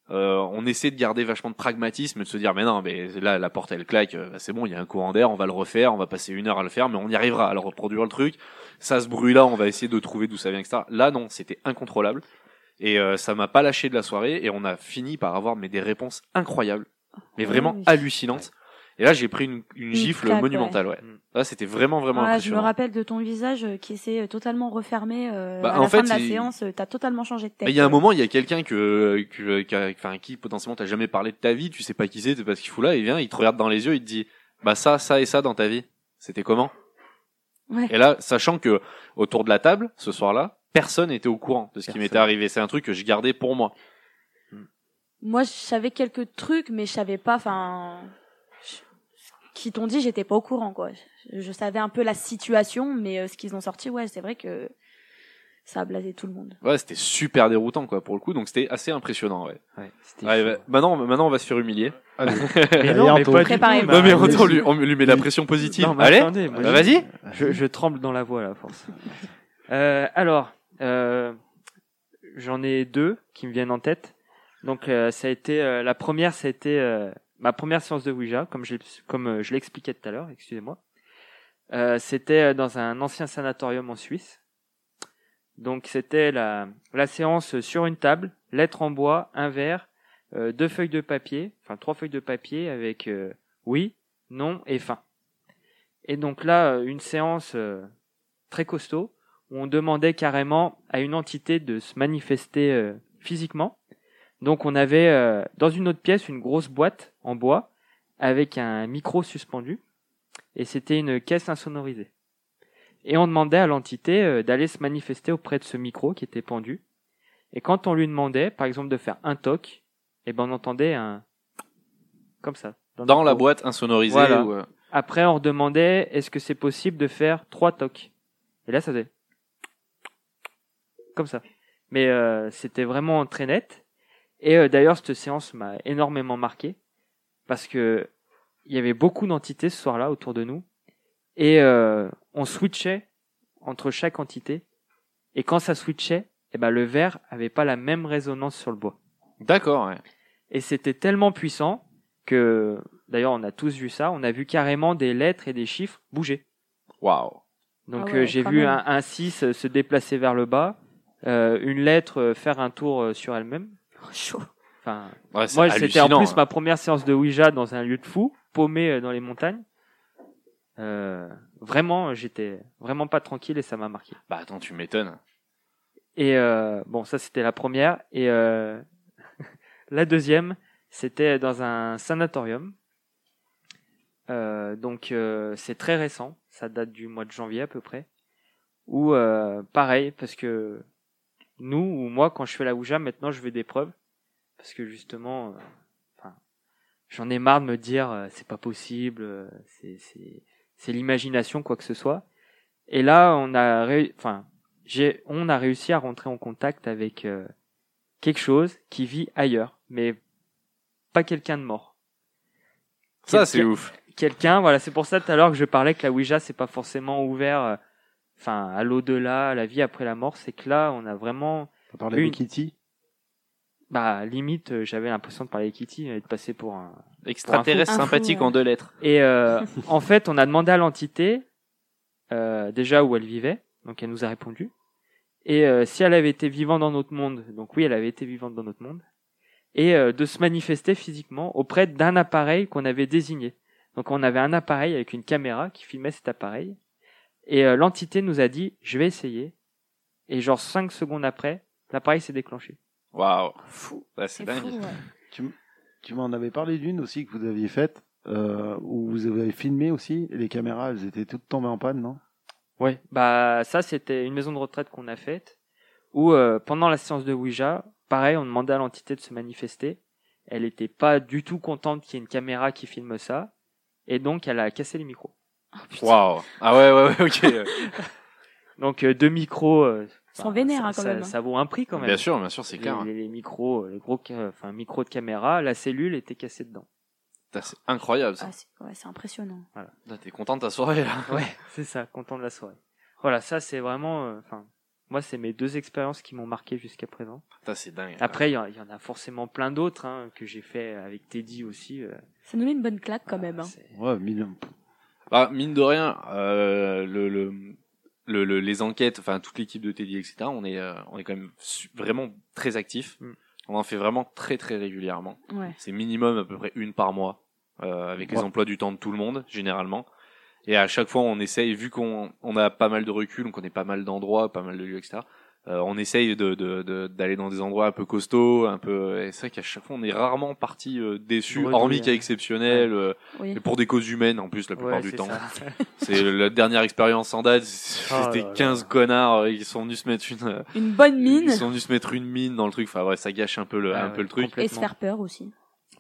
Speaker 2: euh, on essaie de garder vachement de pragmatisme, et de se dire mais non, mais là la porte elle claque, euh, bah, c'est bon, il y a un courant d'air, on va le refaire, on va passer une heure à le faire, mais on y arrivera à le reproduire le truc. Ça se brûle là, on va essayer de trouver d'où ça vient, etc. Là non, c'était incontrôlable et euh, ça m'a pas lâché de la soirée et on a fini par avoir mais des réponses incroyables, mais
Speaker 1: Ah
Speaker 2: vraiment
Speaker 1: oui.
Speaker 2: hallucinantes. Et là j'ai pris une, une
Speaker 1: Une
Speaker 2: gifle
Speaker 1: claque, ouais.
Speaker 2: monumentale, ouais. Là, c'était vraiment, vraiment
Speaker 1: Ah, je me
Speaker 2: impressionnant.
Speaker 1: rappelle de ton visage euh, qui s'est euh, totalement refermé euh,
Speaker 2: Bah,
Speaker 1: à
Speaker 2: en
Speaker 1: la
Speaker 2: fait,
Speaker 1: fin de la
Speaker 2: il-
Speaker 1: séance. euh, T'as totalement changé de tête.
Speaker 2: Mais il y a un moment, il y a quelqu'un que, que, qu'à- enfin, qui potentiellement t'as jamais parlé de ta vie, tu sais pas qui c'est, c'est parce qu'il fout là, il vient, il te regarde dans les yeux, il te dit, bah ça, ça et ça dans ta vie, c'était comment
Speaker 1: Ouais.
Speaker 2: Et là, sachant que autour de la table, ce soir-là, personne n'était au courant de ce qui
Speaker 4: Personne.
Speaker 2: m'était arrivé. C'est un truc que je gardais pour moi.
Speaker 1: Moi, je savais quelques trucs, mais je savais pas. Enfin, je- qui t'ont dit, j'étais pas au courant, quoi. Je, je savais un peu la situation, mais euh, ce qu'ils ont sorti, ouais, c'est vrai que ça a blasé tout le monde.
Speaker 2: Ouais, c'était super déroutant quoi pour le coup, donc c'était assez impressionnant. Ouais.
Speaker 4: Ouais, c'était
Speaker 2: Ouais,
Speaker 4: chaud.
Speaker 2: bah, maintenant, maintenant, on va se faire humilier.
Speaker 4: Mais
Speaker 5: Allez,
Speaker 4: non, mais
Speaker 5: Anto.
Speaker 4: pas du
Speaker 1: Préparez-vous.
Speaker 4: tout,
Speaker 1: Bah,
Speaker 2: non mais
Speaker 5: vas-y.
Speaker 2: on lui, on lui met la pression positive.
Speaker 4: Non, mais
Speaker 2: Allez,
Speaker 4: attendez, moi,
Speaker 2: bah,
Speaker 4: je-
Speaker 2: vas-y.
Speaker 4: Je, je tremble dans la voix, là, à force. Euh, alors, euh, j'en ai deux qui me viennent en tête. Donc, euh, ça a été euh, la première, ça a été euh, ma première séance de Ouija, comme je, comme euh, je l'expliquais tout à l'heure. Excusez-moi. Euh, c'était euh, dans un ancien sanatorium en Suisse. Donc, c'était la, la séance sur une table, lettres en bois, un verre, euh, deux feuilles de papier, enfin trois feuilles de papier avec euh, oui, non et fin. Et donc là, euh, une séance euh, très costaud où on demandait carrément à une entité de se manifester euh, physiquement. Donc on avait euh, dans une autre pièce une grosse boîte en bois avec un micro suspendu et c'était une caisse insonorisée. Et on demandait à l'entité euh, d'aller se manifester auprès de ce micro qui était pendu. Et quand on lui demandait, par exemple, de faire un toc, eh ben on entendait un comme ça. le
Speaker 2: Dans la
Speaker 4: micro.
Speaker 2: boîte insonorisée.
Speaker 4: Voilà.
Speaker 2: ou, euh,
Speaker 4: Après, on redemandait est-ce que c'est possible de faire trois tocs Et là, ça faisait comme ça. Mais euh, c'était vraiment très net. Et euh, d'ailleurs, cette séance m'a énormément marqué parce que il y avait beaucoup d'entités ce soir-là autour de nous et euh, on switchait entre chaque entité. Et quand ça switchait, eh ben le verre avait pas la même résonance sur le bois.
Speaker 2: D'accord. Ouais.
Speaker 4: Et c'était tellement puissant que, d'ailleurs, on a tous vu ça, on a vu carrément des lettres et des chiffres bouger.
Speaker 2: Waouh.
Speaker 4: Donc
Speaker 1: Ah ouais,
Speaker 4: euh, j'ai
Speaker 1: quand
Speaker 4: vu
Speaker 1: même.
Speaker 4: un, un 6 se déplacer vers le bas, euh, une lettre euh, faire un tour euh, sur elle-même.
Speaker 1: Chaud.
Speaker 4: Enfin,
Speaker 2: Ouais, c'est
Speaker 4: moi, c'était en
Speaker 2: hallucinant,
Speaker 4: plus
Speaker 2: hein.
Speaker 4: ma première séance de Ouija dans un lieu de fou, paumé euh, dans les montagnes. Euh, vraiment, euh, j'étais vraiment pas tranquille et ça m'a marqué.
Speaker 2: Bah attends, tu m'étonnes.
Speaker 4: Et euh, bon, ça c'était la première. Et euh, la deuxième, c'était dans un sanatorium. Euh, donc euh, c'est très récent, ça date du mois de janvier à peu près. Ou euh, pareil, parce que nous ou moi, quand je fais la Ouija, maintenant je veux des preuves, parce que justement, euh, enfin, j'en ai marre de me dire euh, c'est pas possible, euh, c'est c'est c'est l'imagination quoi que ce soit. Et là, on a réu- enfin j'ai, on a réussi à rentrer en contact avec euh, quelque chose qui vit ailleurs, mais pas quelqu'un de mort.
Speaker 2: Ça
Speaker 4: Quel-
Speaker 2: c'est
Speaker 4: quel-
Speaker 2: ouf.
Speaker 4: Quelqu'un, voilà, c'est pour ça tout à l'heure que je parlais que la Ouija c'est pas forcément ouvert, euh, enfin à l'au-delà, à la vie après la mort, c'est que là on a vraiment,
Speaker 5: On parlait de
Speaker 4: Une.
Speaker 5: Kitty.
Speaker 4: bah limite, euh, j'avais l'impression de parler avec Kitty et de passer pour un,
Speaker 2: Extraterrestre
Speaker 1: Pour info.
Speaker 2: sympathique
Speaker 1: Info,
Speaker 2: en deux lettres.
Speaker 4: Et euh, en fait, on a demandé à l'entité euh, déjà où elle vivait, donc elle nous a répondu. Et euh, si elle avait été vivante dans notre monde, donc oui, elle avait été vivante dans notre monde, et euh, de se manifester physiquement auprès d'un appareil qu'on avait désigné. Donc on avait un appareil avec une caméra qui filmait cet appareil, et euh, l'entité nous a dit, je vais essayer. Et genre cinq secondes après, L'appareil s'est déclenché.
Speaker 2: Waouh. Fou. Ouais, c'est
Speaker 1: C'est
Speaker 2: dingue.
Speaker 1: fou. ouais.
Speaker 5: Tu, m- tu m'en avais parlé d'une aussi que vous aviez faite, euh, où vous avez filmé aussi. et Les caméras, elles étaient toutes tombées en panne, non
Speaker 4: Ouais, bah ça c'était une maison de retraite qu'on a faite où euh, pendant la séance de Ouija, pareil, on demandait à l'entité de se manifester. Elle était pas du tout contente qu'il y ait une caméra qui filme ça et donc elle a cassé les micros.
Speaker 2: Waouh. Ah ouais, ouais, ouais, ok. Euh,
Speaker 4: Donc euh, deux micros. euh,
Speaker 1: Ils sont
Speaker 4: enfin,
Speaker 1: vénères, hein,
Speaker 4: ça,
Speaker 1: quand même.
Speaker 4: Ça, ça vaut un prix quand même.
Speaker 2: Bien sûr, bien sûr, c'est
Speaker 4: Les,
Speaker 2: clair. hein.
Speaker 4: les- les micros, euh, les gros, ca- enfin micro de caméra, la cellule était cassée dedans.
Speaker 2: Putain, C'est incroyable ça.
Speaker 1: Ah, c'est ouais, c'est impressionnant.
Speaker 2: Putain, T'es content de ta soirée là.
Speaker 4: Ouais, c'est ça, content de la soirée. Voilà, ça c'est vraiment, euh, enfin, moi c'est mes deux expériences qui m'ont marqué jusqu'à présent.
Speaker 2: Putain, c'est dingue.
Speaker 4: Après, il y, en- il y en a forcément plein d'autres hein, que j'ai fait avec Teddy aussi. euh,
Speaker 1: Ça nous met une bonne claque quand même. hein.
Speaker 2: Ah,
Speaker 4: c'est-
Speaker 5: Ouais, mille-
Speaker 2: Bah, mine de rien, euh, le, le, le- le- les enquêtes, enfin toute l'équipe de Teddy, etc. On est, euh, on est quand même su- vraiment très actifs.
Speaker 4: Mm.
Speaker 2: On en fait vraiment très très régulièrement.
Speaker 1: Ouais.
Speaker 2: C'est minimum à peu près une par mois euh, avec les
Speaker 5: Ouais.
Speaker 2: emplois du temps de tout le monde généralement. Et à chaque fois, on essaye, vu qu'on on a pas mal de recul, on connaît pas mal d'endroits, pas mal de lieux, etc. euh, on essaye de- de- de- d'aller dans des endroits un peu costauds, un peu. Et c'est vrai qu'à chaque fois, on est rarement parti euh, déçu,
Speaker 4: Bredouille,
Speaker 2: hormis cas
Speaker 4: ouais.
Speaker 2: exceptionnel. euh,
Speaker 1: Oui.
Speaker 2: et pour des causes humaines, en plus, la plupart
Speaker 4: Ouais,
Speaker 2: du
Speaker 4: c'est
Speaker 2: temps.
Speaker 4: ça.
Speaker 2: C'est la dernière expérience en date. C'était
Speaker 4: Ah là là.
Speaker 2: 15 connards euh, qui sont venus se mettre une, euh,
Speaker 1: Une bonne mine
Speaker 2: ils sont venus se mettre une mine dans le truc. Enfin, ouais, ça gâche un peu le,
Speaker 4: Ah
Speaker 2: un
Speaker 4: ouais,
Speaker 2: peu le truc.
Speaker 1: et se
Speaker 4: complètement.
Speaker 1: faire peur aussi.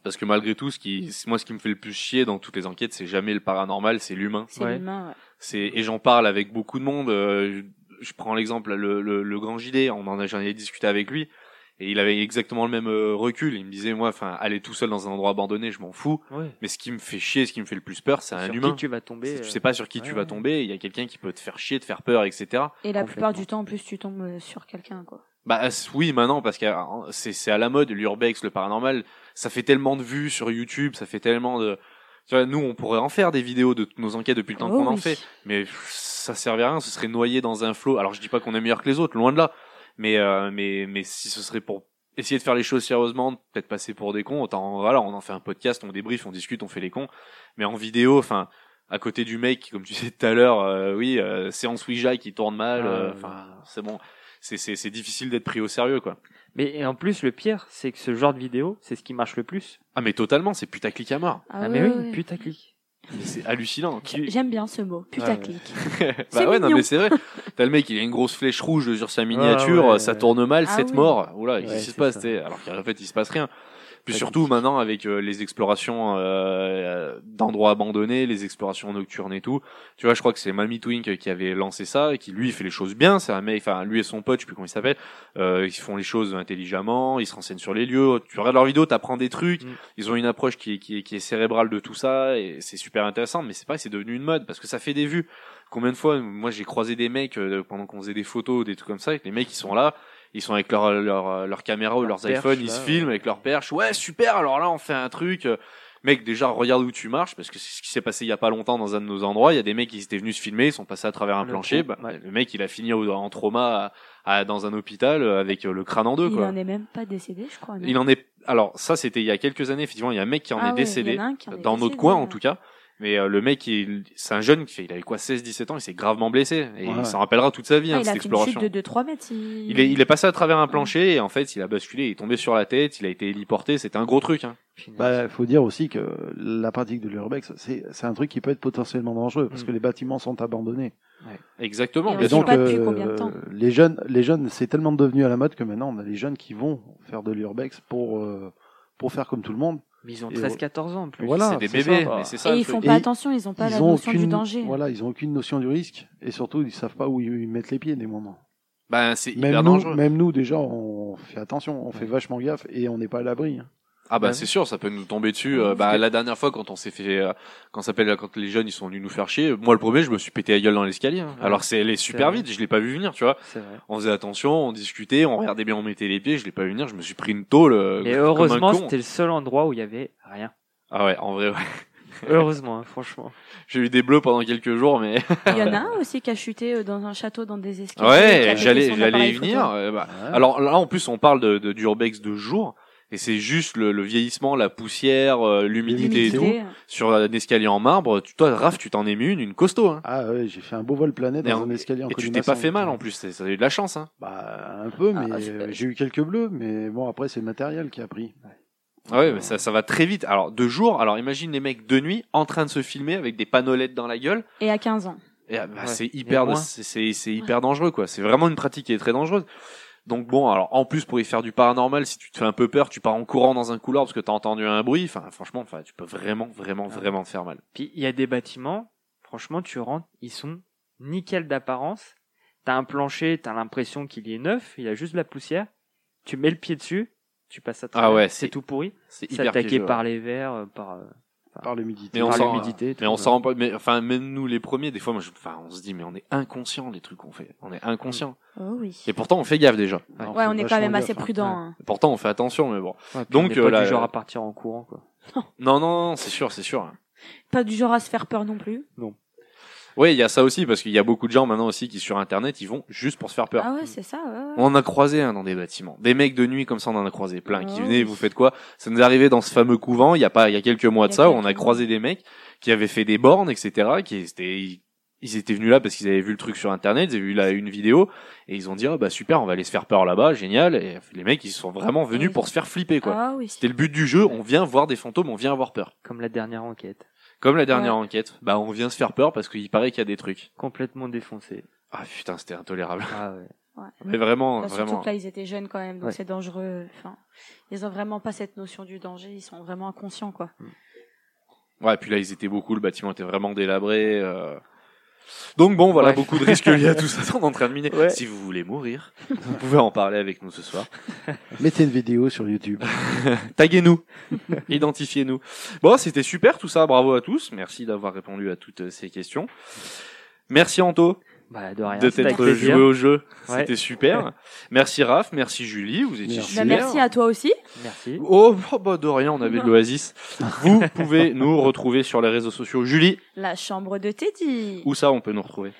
Speaker 2: Parce que malgré tout, ce qui, moi, ce qui me fait le plus chier dans toutes les enquêtes, c'est jamais le paranormal, c'est l'humain.
Speaker 1: C'est
Speaker 4: Ouais.
Speaker 1: l'humain. ouais.
Speaker 2: C'est, et j'en parle avec beaucoup de monde. euh, je, je prends l'exemple, le, le, le grand gilet. On en a, j'en ai discuté avec lui. Et il avait exactement le même euh, recul. Il me disait, moi, enfin, aller tout seul dans un endroit abandonné, je m'en fous.
Speaker 4: Ouais.
Speaker 2: Mais ce qui me fait chier, ce qui me fait le plus peur, c'est un
Speaker 4: Sur
Speaker 2: humain.
Speaker 4: qui tu vas tomber
Speaker 2: Si tu
Speaker 4: euh,
Speaker 2: sais pas sur qui
Speaker 4: ouais,
Speaker 2: tu vas
Speaker 4: ouais.
Speaker 2: tomber, il y a quelqu'un qui peut te faire chier, te faire peur, etc.
Speaker 1: Et la plupart
Speaker 4: Complètement.
Speaker 1: du temps, en plus, tu tombes euh, sur quelqu'un. quoi.
Speaker 2: Bah c- oui, maintenant parce que euh, c'est c'est à la mode l'urbex, le paranormal, ça fait tellement de vues sur YouTube, ça fait tellement de tu vois, nous on pourrait en faire des vidéos de toutes nos enquêtes depuis le temps
Speaker 1: Oh
Speaker 2: qu'on en
Speaker 1: oui.
Speaker 2: fait, mais pff, ça servait à rien, ce serait noyé dans un flot. Alors je dis pas qu'on est meilleur que les autres, loin de là, mais euh, mais mais si ce serait pour essayer de faire les choses sérieusement, peut-être passer pour des cons, autant voilà, on en fait un podcast, on débrief, on discute, on fait les cons, mais en vidéo, enfin à côté du mec, comme tu disais tout à l'heure, euh, oui, euh, séance Ouija qui tourne mal,
Speaker 4: Ah,
Speaker 2: euh,
Speaker 4: oui.
Speaker 2: enfin c'est bon, c'est c'est c'est difficile d'être pris au sérieux quoi.
Speaker 4: Mais et en plus, le pire, c'est que ce genre de vidéo, c'est ce qui marche le plus.
Speaker 2: Ah mais totalement, c'est putaclic à mort.
Speaker 1: Ah,
Speaker 4: mais
Speaker 1: ouais,
Speaker 4: oui,
Speaker 1: ouais.
Speaker 4: putaclic.
Speaker 2: Mais C'est hallucinant. Qui-
Speaker 1: J'aime bien ce mot, putaclic.
Speaker 2: bah ouais, non
Speaker 1: mignon.
Speaker 2: mais c'est vrai. T'as le mec, il a une grosse flèche rouge sur sa miniature,
Speaker 4: Ah ouais.
Speaker 2: ça tourne mal,
Speaker 1: Ah
Speaker 2: c'est de
Speaker 1: oui.
Speaker 2: mort. Oula,
Speaker 4: Ouais,
Speaker 2: qu'est-ce qui se
Speaker 4: c'est
Speaker 2: passe
Speaker 4: ça.
Speaker 2: t'sais Alors qu'en fait, il se passe rien. Puis
Speaker 4: Pas
Speaker 2: surtout
Speaker 4: du tout.
Speaker 2: maintenant avec euh, les explorations euh, euh, d'endroits abandonnés, les explorations nocturnes et tout. Tu vois, je crois que c'est Mamie Twink qui avait lancé ça, et qui lui fait les choses bien. C'est un mec, enfin lui et son pote, je sais plus comment il s'appelle, euh, ils font les choses intelligemment, ils se renseignent sur les lieux. Tu regardes leurs vidéos, t'apprends des trucs.
Speaker 4: Mm.
Speaker 2: Ils ont une approche qui est, qui est, qui est cérébrale de tout ça et c'est super intéressant. Mais c'est pas, c'est devenu une mode parce que ça fait des vues. Combien de fois, moi j'ai croisé des mecs euh, pendant qu'on faisait des photos, des trucs comme ça, et que les mecs ils sont là, ils sont avec leur leur, leur caméra ou
Speaker 4: Leur
Speaker 2: leurs
Speaker 4: perche,
Speaker 2: iPhones, ils
Speaker 4: là,
Speaker 2: se
Speaker 4: ouais.
Speaker 2: filment avec leur perche. Ouais, super. Alors là, on fait un truc. euh, Mec, déjà regarde où tu marches parce que c'est ce qui s'est passé il y a pas longtemps dans un de nos endroits. Il y a des mecs qui étaient venus se filmer, ils sont passés à travers un
Speaker 4: Le
Speaker 2: plancher.
Speaker 4: trou,
Speaker 2: bah,
Speaker 4: ouais.
Speaker 2: Le mec, il a fini au- en trauma à- à- dans un hôpital euh, avec euh, le crâne en deux.
Speaker 1: Il
Speaker 2: quoi.
Speaker 1: en est même pas décédé, je crois. non
Speaker 2: Il en est. Alors ça, c'était il y a quelques années. Effectivement, il y a un mec qui en
Speaker 1: Ah
Speaker 2: est
Speaker 1: ouais, il
Speaker 2: décédé
Speaker 1: y en a un qui en est
Speaker 2: dans notre
Speaker 1: décédé,
Speaker 2: coin,
Speaker 1: ouais. Ah,
Speaker 2: en tout cas. Mais euh, le mec, il... c'est un jeune qui fait. Il avait quoi, 16-17 ans. Il s'est gravement blessé et
Speaker 5: Ouais.
Speaker 2: il s'en rappellera toute sa vie
Speaker 1: Ah,
Speaker 2: hein,
Speaker 1: il a
Speaker 2: cette
Speaker 1: fait une chute
Speaker 2: exploration.
Speaker 1: de 2-3 mètres. Il...
Speaker 2: Il est, il est passé à travers un plancher et en fait, il a basculé, il est tombé sur la tête, il a été héliporté. C'était un gros truc. Hein.
Speaker 5: Bah, faut dire aussi que la pratique de l'urbex, c'est c'est un truc qui peut être potentiellement dangereux parce
Speaker 4: Mm.
Speaker 5: que les bâtiments sont abandonnés.
Speaker 2: Exactement.
Speaker 1: Et
Speaker 2: bien
Speaker 1: on
Speaker 5: Et
Speaker 1: sait
Speaker 2: sûr.
Speaker 5: donc,
Speaker 1: pas depuis
Speaker 5: euh,
Speaker 1: combien de temps.
Speaker 5: les jeunes, les jeunes, c'est tellement devenu à la mode que maintenant on a les jeunes qui vont faire de l'urbex pour euh, pour faire comme tout le monde.
Speaker 4: Mais ils ont
Speaker 5: Et
Speaker 4: 13-14 ans en plus.
Speaker 5: Voilà,
Speaker 2: c'est des
Speaker 5: c'est
Speaker 2: bébés,
Speaker 4: ça.
Speaker 2: mais c'est ça.
Speaker 1: Et
Speaker 2: le
Speaker 1: ils
Speaker 2: truc.
Speaker 1: font
Speaker 5: truc.
Speaker 1: pas
Speaker 5: Et
Speaker 1: attention, ils ont pas la
Speaker 5: ils ont
Speaker 1: notion du danger.
Speaker 5: Voilà, ils ont aucune notion du risque et surtout ils savent pas où ils mettent les pieds des moments.
Speaker 2: Ben, c'est
Speaker 5: Même
Speaker 2: hyper
Speaker 5: nous,
Speaker 2: dangereux.
Speaker 5: même nous déjà, on fait attention, on fait vachement gaffe et on n'est pas à l'abri. hein.
Speaker 2: Ah bah
Speaker 4: Ouais.
Speaker 2: c'est sûr, ça peut nous tomber dessus. Euh, bah la dernière fois quand on s'est fait, euh, quand ça s'appelle quand les jeunes ils sont venus nous faire chier. Moi le premier, je me suis pété la gueule dans l'escalier. hein.
Speaker 4: Ouais.
Speaker 2: Alors c'est elle est super
Speaker 4: vrai.
Speaker 2: vite, je l'ai pas vu venir, tu vois.
Speaker 4: C'est vrai.
Speaker 2: On faisait attention, on discutait, on regardait bien, on mettait les pieds. Je l'ai pas vu venir, je me suis pris une tôle. euh,
Speaker 4: Mais
Speaker 2: comme un
Speaker 4: heureusement,
Speaker 2: con.
Speaker 4: c'était le seul endroit où il y avait rien.
Speaker 2: Ah ouais, en vrai, ouais.
Speaker 4: Heureusement, hein, franchement.
Speaker 2: j'ai eu des bleus pendant quelques jours, mais
Speaker 1: Il y en a un aussi qui a chuté euh, dans un château, dans des escaliers. qui a
Speaker 2: ouais,
Speaker 1: jeté
Speaker 2: j'allais
Speaker 1: son
Speaker 2: j'allais y
Speaker 1: appareil
Speaker 4: Ah.
Speaker 1: photo.
Speaker 2: venir. euh, bah,
Speaker 5: Ouais.
Speaker 2: Alors là, en plus, on parle de, de d'urbex de jour. Et c'est juste le, le vieillissement, la poussière, euh, l'humidité et tout.
Speaker 1: L'humidité.
Speaker 2: Sur un escalier en marbre, tu, toi, Raph, tu t'en es mis une, une costaud. Hein.
Speaker 5: Ah ouais, j'ai fait un beau vol plané dans
Speaker 2: Et-
Speaker 5: un escalier en
Speaker 2: Et tu t'es
Speaker 5: colimaçon.
Speaker 2: pas fait mal en plus, c'est- ça a eu de la chance. Hein.
Speaker 5: Bah un peu, mais
Speaker 4: Ah, c'est-
Speaker 5: euh, j'ai eu quelques bleus, mais bon après c'est le matériel qui a pris.
Speaker 2: Ah ouais, mais ça, ça va très vite. Alors, de jour, alors imagine les mecs de nuit en train de se filmer avec des panolettes dans la gueule.
Speaker 1: Et à 15 ans.
Speaker 2: Et, ah, bah,
Speaker 4: Ouais.
Speaker 2: c'est
Speaker 4: Et
Speaker 2: hyper,
Speaker 4: loin.
Speaker 2: c'est, c'est- c'est hyper dangereux, quoi. C'est vraiment une pratique qui est très dangereuse. Donc bon, alors en plus pour y faire du paranormal, si tu te fais un peu peur, tu pars en courant dans un couloir parce que t'as entendu un bruit. Enfin, franchement, enfin, tu peux vraiment, vraiment, vraiment te faire mal.
Speaker 4: Puis il y a des bâtiments, franchement, tu rentres, ils sont nickel d'apparence. T'as un plancher, t'as l'impression qu'il est neuf, il y a juste de la poussière. Tu mets le pied dessus, tu passes à travers.
Speaker 2: Ah ouais, c'est
Speaker 4: c'est tout pourri.
Speaker 2: C'est
Speaker 4: C'est
Speaker 2: hyper
Speaker 4: attaqué
Speaker 2: piégeux, ouais.
Speaker 4: par les vers, euh, par, euh,
Speaker 1: Ah.
Speaker 5: Par l'humidité.
Speaker 2: Mais on
Speaker 4: par
Speaker 2: s'en-
Speaker 4: l'humidité. tout
Speaker 2: Mais on
Speaker 4: ça.
Speaker 2: s'en rend pas. Mais enfin, même nous les premiers, des fois, moi, je, enfin, on se dit, mais on est inconscient les trucs qu'on fait. On est
Speaker 4: Mm.
Speaker 2: inconscient.
Speaker 1: Oh oui.
Speaker 2: Et pourtant, on fait gaffe déjà.
Speaker 5: Alors,
Speaker 1: Ouais,
Speaker 5: faut
Speaker 1: on est
Speaker 5: vachement
Speaker 1: quand même assez
Speaker 5: gaffe, hein.
Speaker 1: prudent. hein.
Speaker 2: Pourtant, on fait attention, mais bon.
Speaker 4: Ouais, puis
Speaker 2: Donc,
Speaker 4: on n'est
Speaker 2: euh,
Speaker 4: pas
Speaker 2: là,
Speaker 4: du genre
Speaker 2: euh,
Speaker 4: à partir en courant, quoi.
Speaker 2: Non, non, non, c'est sûr, c'est sûr.
Speaker 1: Pas du genre à se faire peur non plus.
Speaker 2: Oui, il y a ça aussi parce qu'il y a beaucoup de gens maintenant aussi qui sur Internet, ils vont juste pour se faire peur.
Speaker 1: Ah ouais, c'est ça. ouais, ouais.
Speaker 2: On en a croisé un dans des bâtiments, des mecs de nuit comme ça, on en a croisé plein qui
Speaker 1: Ah
Speaker 2: venaient.
Speaker 1: oui.
Speaker 2: Vous faites quoi Ça nous est arrivé dans ce fameux couvent. Il y a pas, il y a quelques mois de
Speaker 1: Il y a
Speaker 2: ça, où on
Speaker 1: quelques
Speaker 2: a
Speaker 1: mois.
Speaker 2: croisé des mecs qui avaient fait des bornes, etc. Qui étaient, ils, ils étaient venus là parce qu'ils avaient vu le truc sur Internet, ils avaient vu là une vidéo et ils ont dit ah bah super, on va aller se faire peur là-bas, génial. Et les mecs, ils sont vraiment venus pour se faire flipper quoi.
Speaker 1: Ah oui.
Speaker 2: C'était le but du jeu. On vient voir des fantômes, on vient avoir peur.
Speaker 4: Comme la dernière enquête.
Speaker 2: Comme la dernière enquête, bah on vient se faire peur parce qu'il paraît qu'il y a des trucs.
Speaker 4: Complètement défoncée.
Speaker 2: Ah putain, c'était intolérable.
Speaker 4: Ah ouais.
Speaker 2: Mais vraiment,
Speaker 1: Bah, surtout
Speaker 2: vraiment.
Speaker 1: que là, ils étaient jeunes quand même, donc
Speaker 4: Ouais.
Speaker 1: c'est dangereux. Enfin, ils ont vraiment pas cette notion du danger. Ils sont vraiment inconscients, quoi.
Speaker 2: Ouais, puis là ils étaient beaucoup, le bâtiment était vraiment délabré. euh. Donc bon, voilà,
Speaker 4: Bref.
Speaker 2: beaucoup de risques liés à tout ça. On est en train de miner.
Speaker 4: Ouais.
Speaker 2: Si vous voulez mourir, vous pouvez en parler avec nous ce soir.
Speaker 5: Mettez une vidéo sur YouTube.
Speaker 2: Taguez-nous, identifiez-nous. Bon, c'était super tout ça. Bravo à tous. Merci d'avoir répondu à toutes euh, ces questions. Merci Anto
Speaker 4: Bah, de rien.
Speaker 2: de
Speaker 4: c'était avec
Speaker 2: t'être
Speaker 4: plaisir.
Speaker 2: joué au jeu.
Speaker 4: Ouais.
Speaker 2: C'était super. Merci Raph, merci Julie. Vous étiez
Speaker 5: Merci.
Speaker 1: Bah,
Speaker 2: super.
Speaker 1: merci à toi aussi.
Speaker 4: Merci.
Speaker 2: Oh, oh, bah de rien, on avait de l'oasis. Vous pouvez nous retrouver sur les réseaux sociaux. Julie,
Speaker 1: La chambre de Teddy.
Speaker 2: où ça on peut nous retrouver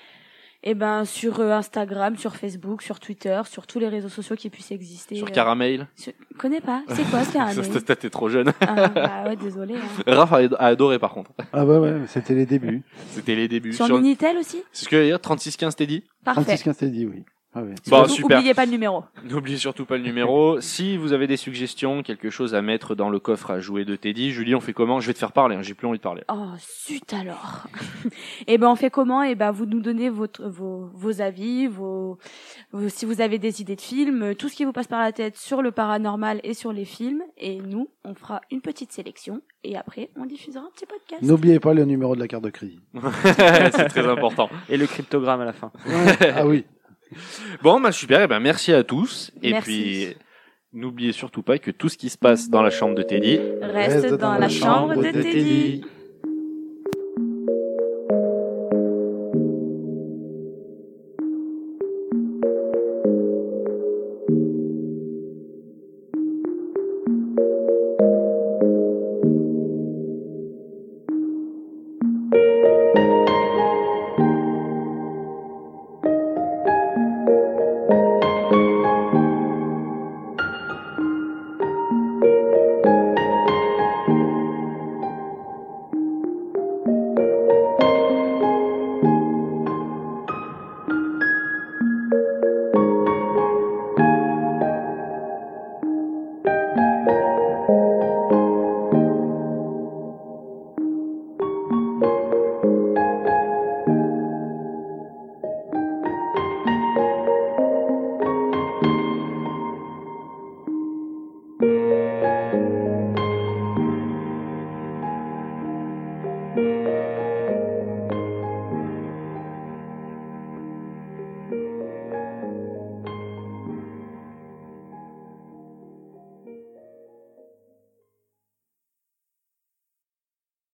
Speaker 1: Et ben sur euh, Instagram, sur Facebook, sur Twitter, sur tous les réseaux sociaux qui puissent exister.
Speaker 2: Sur
Speaker 1: euh, ah,
Speaker 2: Caramel
Speaker 1: sur- Connais pas. C'est quoi ce
Speaker 2: Ça,
Speaker 1: caramel
Speaker 2: ça, T'es trop jeune.
Speaker 1: Ah bah ouais, désolé. hein.
Speaker 2: Raph a a adoré par contre.
Speaker 5: Ah bah ouais, c'était les débuts.
Speaker 2: C'était les débuts.
Speaker 1: Sur
Speaker 2: Sur-
Speaker 1: Minitel aussi.
Speaker 2: C'est ce que j'allais dire, 3615 t'es dit
Speaker 1: Parfait.
Speaker 5: 36 15 dit oui. Ah ouais.
Speaker 2: Bon,
Speaker 1: Surtout,
Speaker 2: super.
Speaker 1: Oubliez pas le numéro.
Speaker 2: N'oubliez surtout pas le numéro. si vous avez des suggestions, quelque chose à mettre dans le coffre à jouer de Teddy, Julie, on fait comment Je vais te faire parler, hein, j'ai plus envie de parler.
Speaker 1: Oh zut alors. Eh ben on fait comment Eh ben vous nous donnez votre vos, vos avis, vos, vos- si vous avez des idées de films, euh, tout ce qui vous passe par la tête sur le paranormal et sur les films et nous on fera une petite sélection et après on diffusera un petit podcast.
Speaker 5: N'oubliez pas le numéro de la carte de crédit.
Speaker 2: C'est très important.
Speaker 4: Et le cryptogramme à la fin.
Speaker 5: ah oui.
Speaker 2: Bon, bah super, et ben merci à tous. Et
Speaker 1: Merci.
Speaker 2: puis, n'oubliez surtout pas que tout ce qui se passe dans la chambre de Teddy,
Speaker 1: Reste, dans, la chambre de, Teddy.